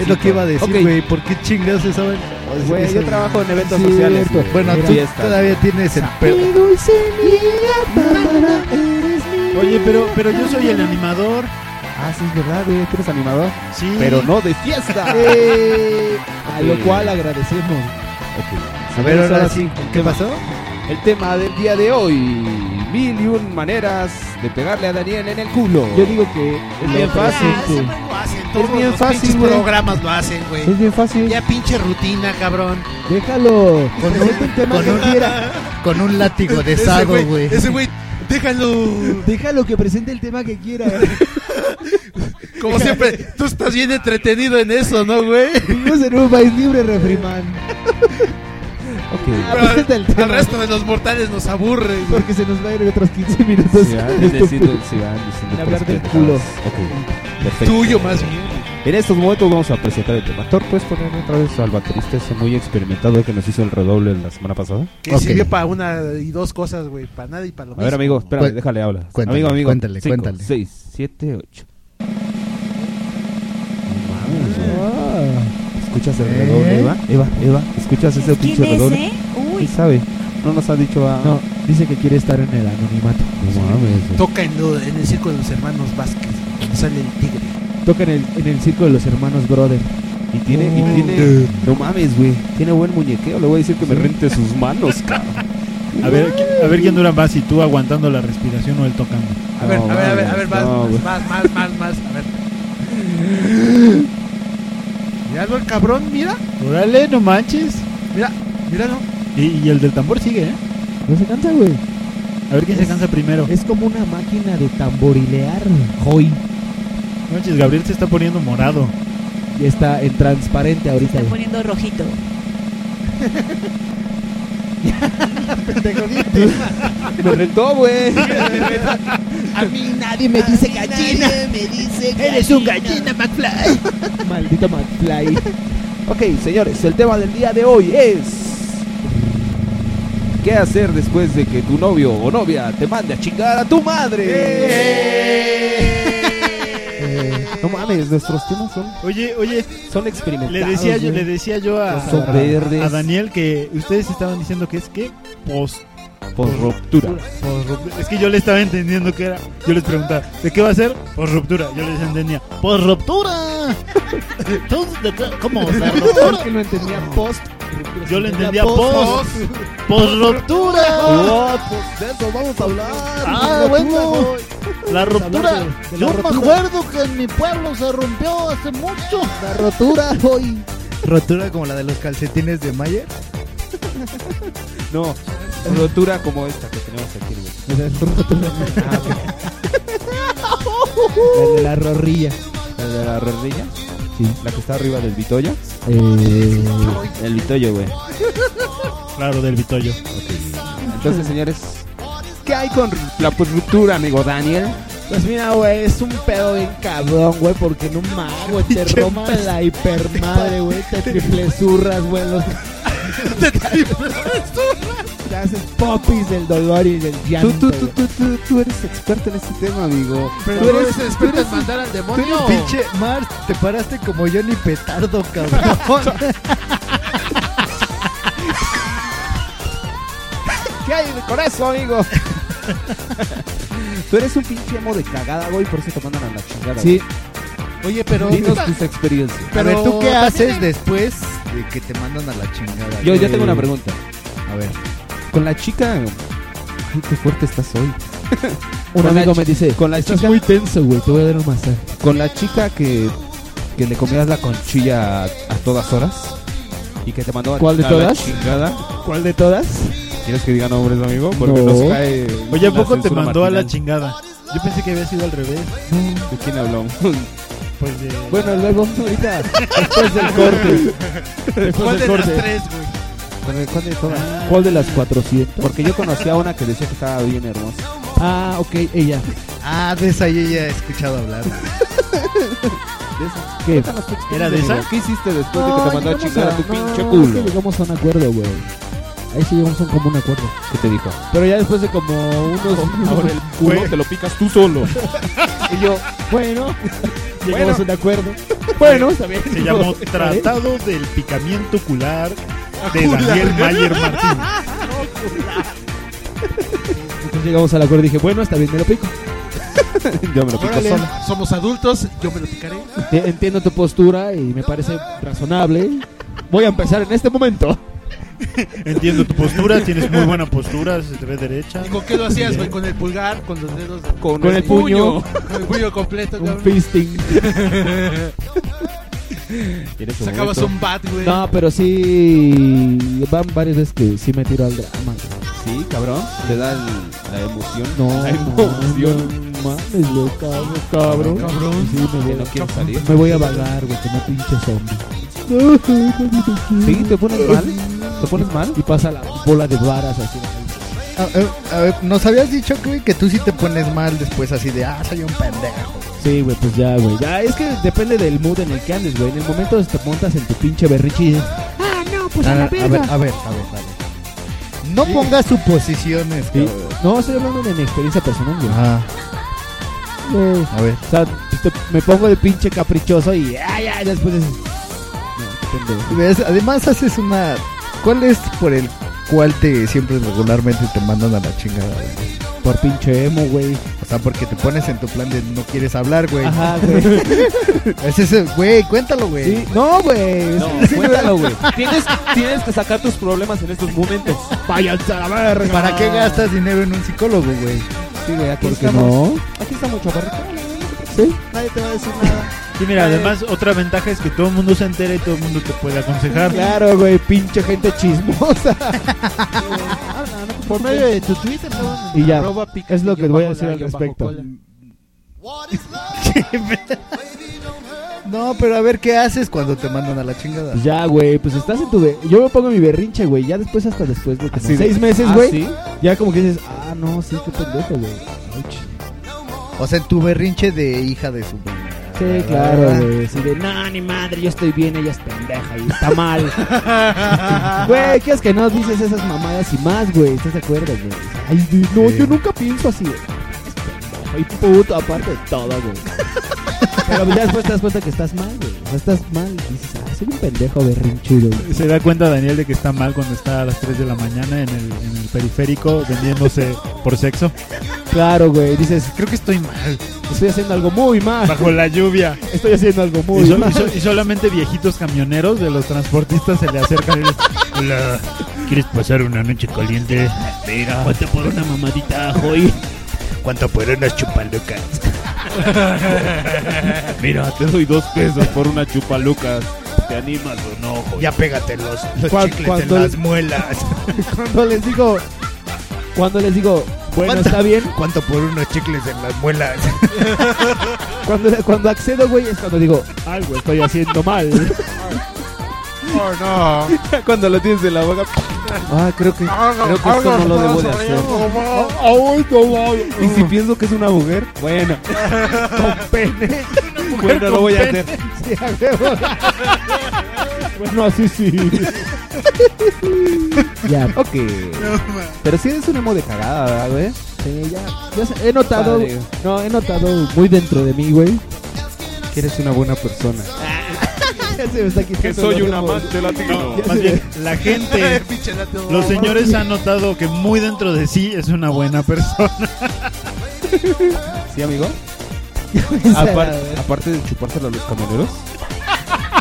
Speaker 5: Es lo que iba a decir,
Speaker 3: Ok.
Speaker 5: güey. ¿Por qué chingados se saben?
Speaker 3: Güey, yo trabajo en eventos
Speaker 5: Sí,
Speaker 3: sociales,
Speaker 5: cierto.
Speaker 3: güey.
Speaker 5: Bueno,
Speaker 3: Mira,
Speaker 5: tú
Speaker 3: fiestas.
Speaker 5: todavía tienes el perro.
Speaker 4: dulce niña.
Speaker 2: Oye, pero, pero yo soy el animador.
Speaker 3: Ah, sí, es verdad, güey. ¿Tú eres animador?
Speaker 2: Sí.
Speaker 3: Pero no de fiesta.
Speaker 4: Eh, a lo
Speaker 3: Ok.
Speaker 4: cual agradecemos.
Speaker 3: A ver, ahora sí, ¿qué pasó? El tema del día de hoy. Mil y un maneras de pegarle a Daniel en el culo.
Speaker 4: Yo digo que es bien fácil. güey.
Speaker 10: Todos
Speaker 3: bien
Speaker 10: los
Speaker 3: fácil,
Speaker 10: pinches
Speaker 3: güey.
Speaker 10: programas lo hacen, güey.
Speaker 4: Es bien fácil.
Speaker 10: Ya pinche rutina, cabrón.
Speaker 4: Déjalo.
Speaker 10: Con un,
Speaker 5: con un- Con un látigo de
Speaker 10: Ese
Speaker 5: sago,
Speaker 10: güey-
Speaker 5: güey.
Speaker 10: Ese güey, déjalo.
Speaker 4: Déjalo que presente el tema que quiera.
Speaker 10: Como siempre, tú estás bien entretenido en eso, ¿no, güey?
Speaker 4: Vivimos en un país libre, refriman.
Speaker 10: Pero al, al resto de los mortales nos aburre, güey.
Speaker 4: Porque se nos va a ir otros 15 minutos.
Speaker 3: Se van
Speaker 4: de esto.
Speaker 3: diciendo- se van diciendo
Speaker 4: De hablar
Speaker 3: puras
Speaker 4: del culo.
Speaker 3: pendejadas. Ok, perfecto.
Speaker 10: Tuyo más bien.
Speaker 3: En estos momentos vamos a presentar el tema. Thor, ¿puedes poner otra vez al baterista ese muy experimentado que nos hizo el redoble la semana pasada?
Speaker 10: Que sirvió para una y dos cosas, güey. Para nada y para lo
Speaker 3: A ver,
Speaker 10: mismo.
Speaker 3: amigo, espérame,
Speaker 10: Cu-
Speaker 3: déjale hablar.
Speaker 5: cuéntale,
Speaker 3: amigo, amigo.
Speaker 5: cuéntale,
Speaker 3: Cinco,
Speaker 5: cuéntale.
Speaker 3: Seis, siete, ocho.
Speaker 4: Ah.
Speaker 2: Ah.
Speaker 3: ¿Escuchas el
Speaker 4: ¿Eh?
Speaker 3: redoble, Eva? Eva, Eva, ¿escuchas ese
Speaker 8: ¿Quién
Speaker 3: pinche
Speaker 8: es,
Speaker 3: redoble?
Speaker 8: eh? Uy.
Speaker 3: ¿Quién sabe? No nos ha dicho ah, a...
Speaker 4: No, dice que quiere estar en el anonimato.
Speaker 10: Toca en, lo- en el circo de los hermanos Vázquez. donde Sale el tigre.
Speaker 4: Toca en el, en el circo de los hermanos Brother.
Speaker 3: Y tiene, y
Speaker 4: Oh.
Speaker 3: tiene... No mames, güey. Tiene buen muñequeo. Le voy a decir que me rente sus manos, cabrón.
Speaker 2: A ver, qui- a ver quién dura más, si tú aguantando la respiración o él tocando.
Speaker 10: A ver, a ver, a ver, a ver, más,
Speaker 2: No, güey.
Speaker 10: más, más, más, más, a ver. Míralo el cabrón, mira,
Speaker 2: Órale, no manches.
Speaker 10: mira, míralo.
Speaker 2: Y, y el del tambor sigue, ¿eh?
Speaker 4: No se cansa, güey.
Speaker 2: A ver quién se
Speaker 4: Es-
Speaker 2: cansa primero.
Speaker 4: Es como una máquina de tamborilear. Hoy.
Speaker 2: No manches, Gabriel se está poniendo morado.
Speaker 4: Y está en transparente ahorita.
Speaker 8: Está
Speaker 4: güey.
Speaker 8: poniendo rojito.
Speaker 3: Me rentó, güey.
Speaker 10: A mí nadie me dice gallina. me dice Eres un gallina, McFly.
Speaker 4: Maldito McFly.
Speaker 3: Ok, señores, el tema del día de hoy es... ¿Qué hacer después de que tu novio o novia te mande a chingar a tu madre? Eh, no mames, nuestros temas son...
Speaker 2: Oye, oye,
Speaker 3: Son experimentales.
Speaker 2: le decía yo,
Speaker 4: ¿eh?
Speaker 2: le decía yo a,
Speaker 3: Son
Speaker 2: a-
Speaker 3: verdes.
Speaker 2: a Daniel que ustedes estaban diciendo que es que post
Speaker 3: Por ruptura.
Speaker 2: post- ruptura. es que yo le estaba entendiendo que era. Yo les preguntaba, ¿de qué va a ser? Post ruptura. Yo les entendía, post ruptura. Entonces, ¿de qué- ¿cómo? ¿La ruptura?
Speaker 4: Porque lo entendía post.
Speaker 2: Yo le entendía post. Post
Speaker 4: Oh,
Speaker 2: ruptura.
Speaker 4: pues de eso vamos a hablar.
Speaker 2: Ah,
Speaker 4: Ruptura,
Speaker 2: bueno.
Speaker 4: güey.
Speaker 2: La
Speaker 4: Vamos a
Speaker 2: ruptura.
Speaker 4: hablar de-
Speaker 2: Yo
Speaker 4: de la
Speaker 2: me
Speaker 4: ruptura.
Speaker 2: acuerdo que en mi pueblo se rompió hace mucho.
Speaker 4: La rotura hoy.
Speaker 5: Rotura como la de los calcetines de Mayer.
Speaker 3: No, rotura como esta que tenemos aquí, güey.
Speaker 4: Esa es rotura.
Speaker 3: Ah, ok.
Speaker 4: La de la rorrilla.
Speaker 3: ¿La de la rodilla?
Speaker 4: Sí.
Speaker 3: ¿La que está arriba del Vitoya?
Speaker 4: Eh,
Speaker 3: El Vitoyo, güey.
Speaker 2: Claro, del Vitoyo.
Speaker 3: Entonces, señores, ¿qué hay con la ruptura, amigo Daniel?
Speaker 4: Pues mira, güey, es un pedo bien cabrón, güey, porque no mames, güey, te roban la hipermadre, güey, te triple zurras, güey, los... Te haces popis del dolor y del llanto,
Speaker 3: Tú, tú, tú,
Speaker 4: güey.
Speaker 3: tú, tú, tú eres experto en este tema, amigo.
Speaker 5: Pero
Speaker 3: tú
Speaker 5: no
Speaker 3: eres
Speaker 5: eres
Speaker 3: tú
Speaker 5: experto
Speaker 3: eres
Speaker 5: en
Speaker 10: Mandar al
Speaker 5: Tú eres
Speaker 10: demonio.
Speaker 5: pinche Mars, te paraste como Johnny Petardo, cabrón.
Speaker 3: ¿Qué hay con eso, amigo? Tú eres un pinche emo de cagada, güey, por eso te mandan a la chingada.
Speaker 4: Sí,
Speaker 3: güey.
Speaker 5: Oye, pero.
Speaker 3: Dinos tus experiencias.
Speaker 5: A ver, ¿tú qué
Speaker 3: Pero
Speaker 5: haces después de que te mandan a la chingada?
Speaker 3: Yo, yo
Speaker 5: güey?
Speaker 3: tengo
Speaker 4: Eh,
Speaker 3: una pregunta.
Speaker 5: A ver.
Speaker 3: Con la chica. Ay, qué fuerte estás hoy.
Speaker 4: Un
Speaker 3: Con
Speaker 4: amigo
Speaker 3: la
Speaker 4: me
Speaker 3: chi-
Speaker 4: dice,
Speaker 3: Con la
Speaker 4: estás
Speaker 3: chica,
Speaker 4: muy tenso, güey, te voy a dar un masaje.
Speaker 3: con la chica que, que le comías la conchilla a, a todas horas. Y que te mandó a
Speaker 4: ¿Cuál de
Speaker 3: a la
Speaker 4: todas?
Speaker 3: chingada.
Speaker 4: ¿Cuál de todas?
Speaker 3: ¿Quieres que diga nombres, amigo? Porque
Speaker 4: No.
Speaker 3: nos cae.
Speaker 2: Eh, Oye, ¿a
Speaker 3: la
Speaker 2: poco te
Speaker 3: censura
Speaker 2: mandó a la
Speaker 3: matinal.
Speaker 2: chingada? Yo pensé que había sido al revés.
Speaker 3: ¿De quién hablamos?
Speaker 2: Pues de.
Speaker 4: Mm. Bueno, luego, ahorita, después del corte. Después
Speaker 2: ¿Cuál
Speaker 4: del
Speaker 2: de
Speaker 4: corte.
Speaker 2: las tres, güey?
Speaker 3: ¿Cuál de, cuál de todas?
Speaker 4: ¿Cuál de las 400?
Speaker 3: Porque yo conocí a una que decía que estaba bien hermosa.
Speaker 4: Ah, ok, ella.
Speaker 5: Ah, de esa yo ya he escuchado hablar.
Speaker 4: ¿Qué?
Speaker 3: ¿Era de esa? ¿Qué hiciste después de que te mandó a
Speaker 4: llegamos
Speaker 3: chingar a tu pinche
Speaker 4: no,
Speaker 3: culo?
Speaker 4: Es que llegamos a un acuerdo, güey. Ahí sí llegamos a un común acuerdo.
Speaker 3: ¿Qué te dijo?
Speaker 4: Pero ya después de como unos.
Speaker 3: Ahora el culo te lo picas tú solo.
Speaker 4: Y yo, bueno,
Speaker 2: Bueno.
Speaker 4: llegamos a un acuerdo. Bueno, está bien. Ah,
Speaker 2: Se llamó Tratado del Picamiento Ocular de Daniel Mayer Martín.
Speaker 4: Entonces llegamos al acuerdo y dije, bueno, está bien, me lo pico.
Speaker 3: yo me lo
Speaker 4: pico
Speaker 10: Órale,
Speaker 4: solo.
Speaker 10: somos adultos, yo me lo picaré.
Speaker 4: Te- entiendo tu postura y me parece razonable. Voy a empezar en este momento.
Speaker 2: Entiendo tu postura, tienes muy buena postura, se te ve derecha.
Speaker 10: ¿Y con qué lo hacías, güey? Con el pulgar, con los dedos. de-
Speaker 4: Con el puño.
Speaker 10: Con el puño completo,
Speaker 4: Un
Speaker 10: cabrón.
Speaker 4: fisting.
Speaker 10: Sacabas un bat, güey.
Speaker 4: No, pero sí. Van varias veces que sí me tiro al drama.
Speaker 3: Sí, cabrón. Te da el- la emoción.
Speaker 4: No,
Speaker 3: la
Speaker 4: no,
Speaker 3: emoción.
Speaker 4: no mames, güey, cabrón, cabrón.
Speaker 3: Cabrón.
Speaker 4: Sí, me voy,
Speaker 3: Que no quiero salir.
Speaker 4: Me voy a vagar, güey, como pinche zombie.
Speaker 3: Sí, te pones mal. Te pones mal.
Speaker 4: Y pasa la bola de varas así.
Speaker 5: A- a- a ver, nos habías dicho, güey, que tú sí te pones mal después así de, ah, soy un pendejo.
Speaker 4: Sí, güey, pues ya, güey. Ya, es que depende del mood en el que andes, güey. En el momento te montas en tu pinche berrichi. Ah, no, pues
Speaker 5: Ah,
Speaker 4: a la
Speaker 5: a ver, a ver,
Speaker 4: verga.
Speaker 5: a ver, a ver. No pongas suposiciones,
Speaker 4: Sí.
Speaker 5: cabrón.
Speaker 4: No, estoy hablando de mi experiencia personal, güey. Güey.
Speaker 5: A ver.
Speaker 4: O sea, pues te- me pongo de pinche caprichoso y ay, ay, después es...
Speaker 5: ¿Ves? Además haces una... ¿Cuál es por el cual te siempre regularmente te mandan a la chingada? güey?
Speaker 4: Por pinche emo, güey.
Speaker 5: O sea, porque te pones en tu plan de no quieres hablar, güey.
Speaker 4: Ajá, güey.
Speaker 5: es ese, güey, cuéntalo, güey.
Speaker 4: Sí, No, güey.
Speaker 3: No, cuéntalo, güey. Tienes, tienes que sacar tus problemas en estos momentos.
Speaker 4: Váyanse a la verga.
Speaker 5: ¿Para qué gastas dinero en un psicólogo, güey?
Speaker 4: Sí, güey,
Speaker 5: aquí
Speaker 4: ¿Por qué no?
Speaker 3: Aquí está mucho chaparrito.
Speaker 4: Sí.
Speaker 10: Nadie te va a decir nada.
Speaker 2: Y mira, además otra ventaja es que todo el mundo se entera y todo el mundo te puede aconsejar.
Speaker 4: Claro, güey, pinche gente chismosa.
Speaker 2: Ah,
Speaker 4: Ah,
Speaker 10: Por medio de tu Twitter, ¿no?
Speaker 4: Y ya,
Speaker 10: Arroba pica-
Speaker 4: es lo que
Speaker 10: guión
Speaker 4: voy a
Speaker 10: bajo
Speaker 4: decir
Speaker 10: la,
Speaker 4: al
Speaker 10: guión bajo
Speaker 4: respecto.
Speaker 10: cola.
Speaker 5: No, pero a ver, ¿qué haces cuando te mandan a la chingada?
Speaker 4: Pues ya, güey, pues estás en tu... be- Yo me pongo mi berrinche, güey. Ya después, hasta después de como
Speaker 3: Así de-
Speaker 4: seis meses,
Speaker 3: Ah,
Speaker 4: güey.
Speaker 3: ¿sí?
Speaker 4: Ya como que dices, ah, no, sí, qué pendejo, güey. Ouch.
Speaker 5: O sea, en tu berrinche de hija de su...
Speaker 4: Sí, claro,
Speaker 5: Ah.
Speaker 4: güey. Así de, no, ni madre, yo estoy bien, ella es pendeja y está mal. Güey, ¿qué es que no dices esas mamadas y más, güey? ¿Estás de acuerdo, güey? Ay, güey, no,
Speaker 5: Sí.
Speaker 4: yo nunca pienso así. güey. Es pendejo y puto, aparte de todo, güey. Pero ya después te das cuenta que estás mal, güey. O sea, estás mal. y Dices, ah, soy un pendejo berrinchudo, güey.
Speaker 2: Se da cuenta Daniel de que está mal cuando está a las 3 de la mañana en el, en el periférico vendiéndose por sexo.
Speaker 4: Claro, güey. Dices,
Speaker 2: creo que estoy mal.
Speaker 4: Estoy haciendo algo muy mal.
Speaker 2: Bajo la lluvia.
Speaker 4: Estoy haciendo algo muy
Speaker 2: Y, sol-
Speaker 4: mal.
Speaker 2: y sol- y solamente viejitos camioneros de los transportistas se le acercan y les... Hola, ¿quieres pasar una noche caliente? Mira, ¿cuánto por una mamadita hoy? ¿Cuánto por unas chupalucas?
Speaker 9: Mira, te doy dos pesos por una chupalucas. ¿Te animas o no, joder?
Speaker 10: Ya pégate los,
Speaker 4: Cuan- cuando- cuando les digo, cuando les digo, bueno,
Speaker 10: ¿Cuánto-
Speaker 4: está bien.
Speaker 5: ¿Cuánto por unos chicles en las muelas?
Speaker 4: Cuando, cuando accedo, güey, es cuando digo, algo estoy haciendo mal.
Speaker 10: Oh, no.
Speaker 3: Cuando lo tienes en la boca.
Speaker 4: Ah, creo que,
Speaker 3: creo que esto no lo debo de hacer.
Speaker 2: Ah,
Speaker 3: Y si pienso que es una mujer, bueno,
Speaker 4: con pene.
Speaker 3: bueno, lo voy a hacer.
Speaker 4: Sí, a huevo. bueno, así sí. ya.
Speaker 3: Ok. Pero si eres un emo de cagada, ¿verdad, güey?
Speaker 4: Sí, ya. Ya sé, he notado,
Speaker 3: Padre.
Speaker 4: no, he notado muy dentro de mí, güey.
Speaker 3: Que eres una buena persona. Ah.
Speaker 4: Ya se me está quitando
Speaker 9: Que soy
Speaker 4: lo
Speaker 9: un
Speaker 4: mismo.
Speaker 9: amante latino.
Speaker 4: Ya
Speaker 2: Más
Speaker 4: se
Speaker 2: bien,
Speaker 4: me-
Speaker 2: la gente,
Speaker 10: Pinche dato.
Speaker 2: los señores han notado que muy dentro de sí es una buena persona.
Speaker 3: ¿Sí, amigo? Apar- aparte de chupársela a los camioneros.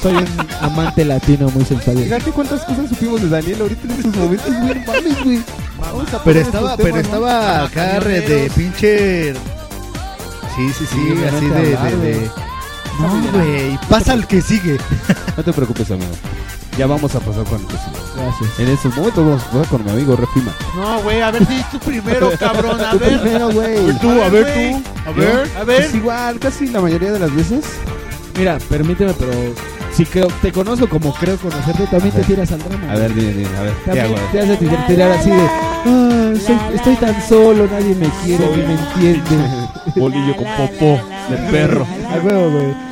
Speaker 4: Soy un amante latino muy sensual.
Speaker 3: Fíjate cuántas cosas supimos de Daniel ahorita en estos momentos, güey. no Mames, güey. Vamos a
Speaker 5: Pero
Speaker 3: poner
Speaker 5: estaba,
Speaker 3: estos temas,
Speaker 5: pero estaba
Speaker 3: ¿no?
Speaker 5: acá re- de pinche. Sí, sí, sí,
Speaker 3: Sí,
Speaker 5: así
Speaker 3: déjate
Speaker 5: de.
Speaker 3: hablar,
Speaker 5: de- de-
Speaker 3: güey.
Speaker 5: No, güey, pasa el que sigue.
Speaker 3: No te preocupes, amigo. Ya vamos a pasar con el que sigue. Gracias. En estos momentos vamos a pasar con mi amigo Refima.
Speaker 10: No, güey, a ver si tú primero, cabrón. A
Speaker 3: Tú
Speaker 10: ver.
Speaker 3: primero, güey.
Speaker 4: Tú, a ver, tú.
Speaker 10: A ver,
Speaker 4: Yo,
Speaker 10: a ver.
Speaker 4: Es Pues igual, casi la mayoría de las veces. Mira, permíteme, pero si creo- te conozco como creo conocerte, también te tiras al drama.
Speaker 3: A ver, dime, dime, a ver. ¿Qué
Speaker 4: También
Speaker 3: hago?
Speaker 4: te hace tirar, tirar así de, "Ah, soy- estoy tan solo, nadie me quiere,
Speaker 3: Soy-
Speaker 4: ni me entiende.
Speaker 3: Bolillo con popó de perro.
Speaker 4: A huevo, güey.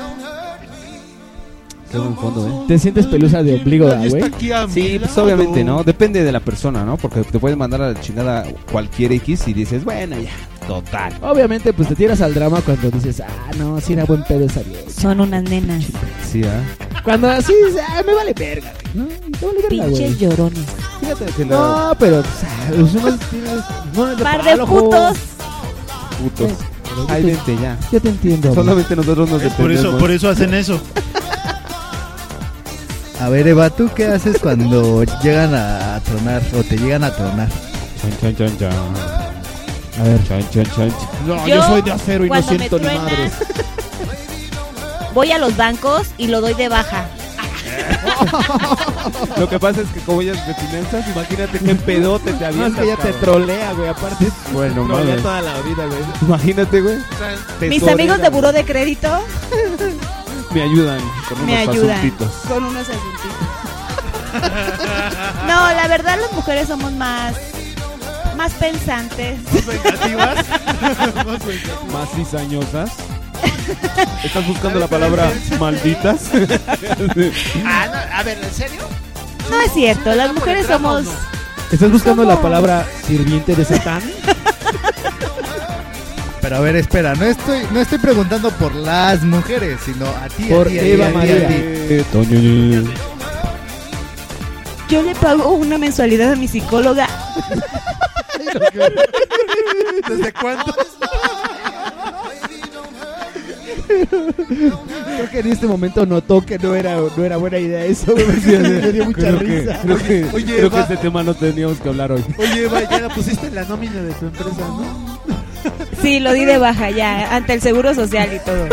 Speaker 3: Qué buen fondo, eh.
Speaker 4: Te sientes pelusa de ombligo, ¿da, güey.
Speaker 3: Sí, pues obviamente, ¿no? Depende de la persona, ¿no? Porque te pueden mandar a la chingada cualquier X y dices, bueno, ya, total.
Speaker 4: Obviamente, pues te tiras al drama cuando dices, ah, no, si era buen pedo esa vieja.
Speaker 8: Son unas nenas.
Speaker 3: Sí, ¿ah?
Speaker 4: Cuando así, dices, ah, me vale verga. No, te vale verga, güey.
Speaker 8: Pinches llorones.
Speaker 3: Fíjate que la-
Speaker 4: No, pero, pues, ah, los unos tienes...
Speaker 8: Par de putos.
Speaker 3: Putos. Ay, vente ya.
Speaker 4: pues, Yo te entiendo.
Speaker 3: Solamente nosotros nos
Speaker 2: Por
Speaker 3: defendemos.
Speaker 2: eso, por eso hacen eso.
Speaker 5: A ver, Eva, ¿tú qué haces cuando llegan a, a tronar o te llegan a tronar?
Speaker 3: Chan, chan, chan, chan. A ver, chan, chan, chan.
Speaker 4: No,
Speaker 8: yo soy de acero y no cuando me siento ni truenan- madres. Voy a los bancos y lo doy de baja.
Speaker 3: ¿ah? Lo que pasa es que como ellas de finanzas, imagínate qué pedote te avientas.
Speaker 4: que ella te
Speaker 3: cabrón.
Speaker 4: trolea, güey, aparte. es-
Speaker 3: Bueno,
Speaker 4: trolea
Speaker 3: mames.
Speaker 4: toda
Speaker 10: la vida, güey.
Speaker 3: Imagínate, güey.
Speaker 8: Mis
Speaker 3: Tesorera,
Speaker 8: amigos de
Speaker 3: güey.
Speaker 8: buró de crédito
Speaker 3: Me ayudan con
Speaker 8: me
Speaker 3: unos
Speaker 8: ayudan
Speaker 3: asuntitos.
Speaker 8: con unos asuntitos. No, la verdad las mujeres somos más más pensantes.
Speaker 3: Más cizañosas. ¿Estás buscando la palabra malditas?
Speaker 10: Ah, no, a ver, ¿en serio?
Speaker 8: No es cierto, las mujeres somos
Speaker 4: ¿Estás buscando la palabra sirviente de Satán?
Speaker 5: Pero a ver, espera, no estoy, no estoy preguntando por las mujeres, sino a ti, a
Speaker 4: Por
Speaker 5: ti, a ti,
Speaker 4: Eva
Speaker 5: a ti, a
Speaker 4: María.
Speaker 5: ti.
Speaker 3: Eh,
Speaker 8: Yo le pago una mensualidad a mi psicóloga.
Speaker 5: ¿Desde cuándo?
Speaker 4: Creo que en este momento notó que no era, no era buena idea eso, güey. Me dio mucha
Speaker 3: Creo que,
Speaker 4: risa.
Speaker 3: creo que,
Speaker 10: Oye,
Speaker 3: creo que
Speaker 10: Eva.
Speaker 3: este tema no teníamos que hablar hoy.
Speaker 10: Oye, Eva, ya la pusiste en la nómina de tu empresa, ¿no?
Speaker 8: Sí, lo di de baja ya, ante el seguro social y todo.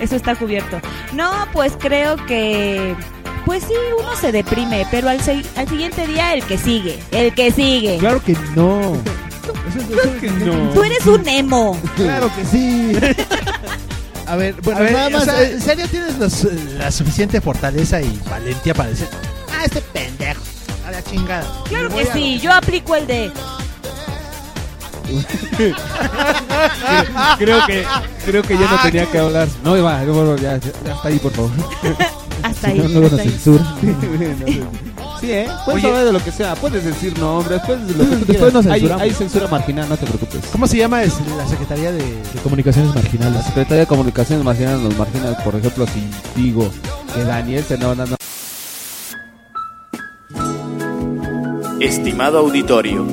Speaker 8: Eso está cubierto. No, pues creo que. Pues sí, uno se deprime, pero al, se- al siguiente día el que sigue. El que sigue.
Speaker 4: Claro que no.
Speaker 8: Tú eres un emo.
Speaker 4: Claro que sí.
Speaker 5: A ver, bueno,
Speaker 10: A ver,
Speaker 5: nada
Speaker 10: o
Speaker 5: más.
Speaker 10: sea,
Speaker 5: eh, ¿En serio tienes los, eh, la suficiente fortaleza y valentía para decir?
Speaker 10: Ah, este pendejo. A la chingada.
Speaker 8: Claro que sí, yo aplico el de.
Speaker 3: Creo que, creo que ya no
Speaker 8: Ah,
Speaker 3: tenía que hablar. No, Eva, no, no, ya, ya, hasta ahí, por favor.
Speaker 8: Hasta ahí.
Speaker 3: Si no,
Speaker 8: hasta
Speaker 3: luego nos
Speaker 8: ahí.
Speaker 3: censura. Sí, ¿eh? Puedes hablar de lo que sea. Puedes decir nombres, puedes decir lo que tú quieras.
Speaker 4: Después nos
Speaker 3: Hay,
Speaker 4: censuramos.
Speaker 3: hay censura marginal, no te preocupes.
Speaker 5: ¿Cómo se llama es la secretaría de.?
Speaker 4: Comunicaciones marginales.
Speaker 3: La Secretaría de Comunicaciones Marginal nos margina, por ejemplo, si digo que Daniel se no, no, no.
Speaker 15: Estimado auditorio,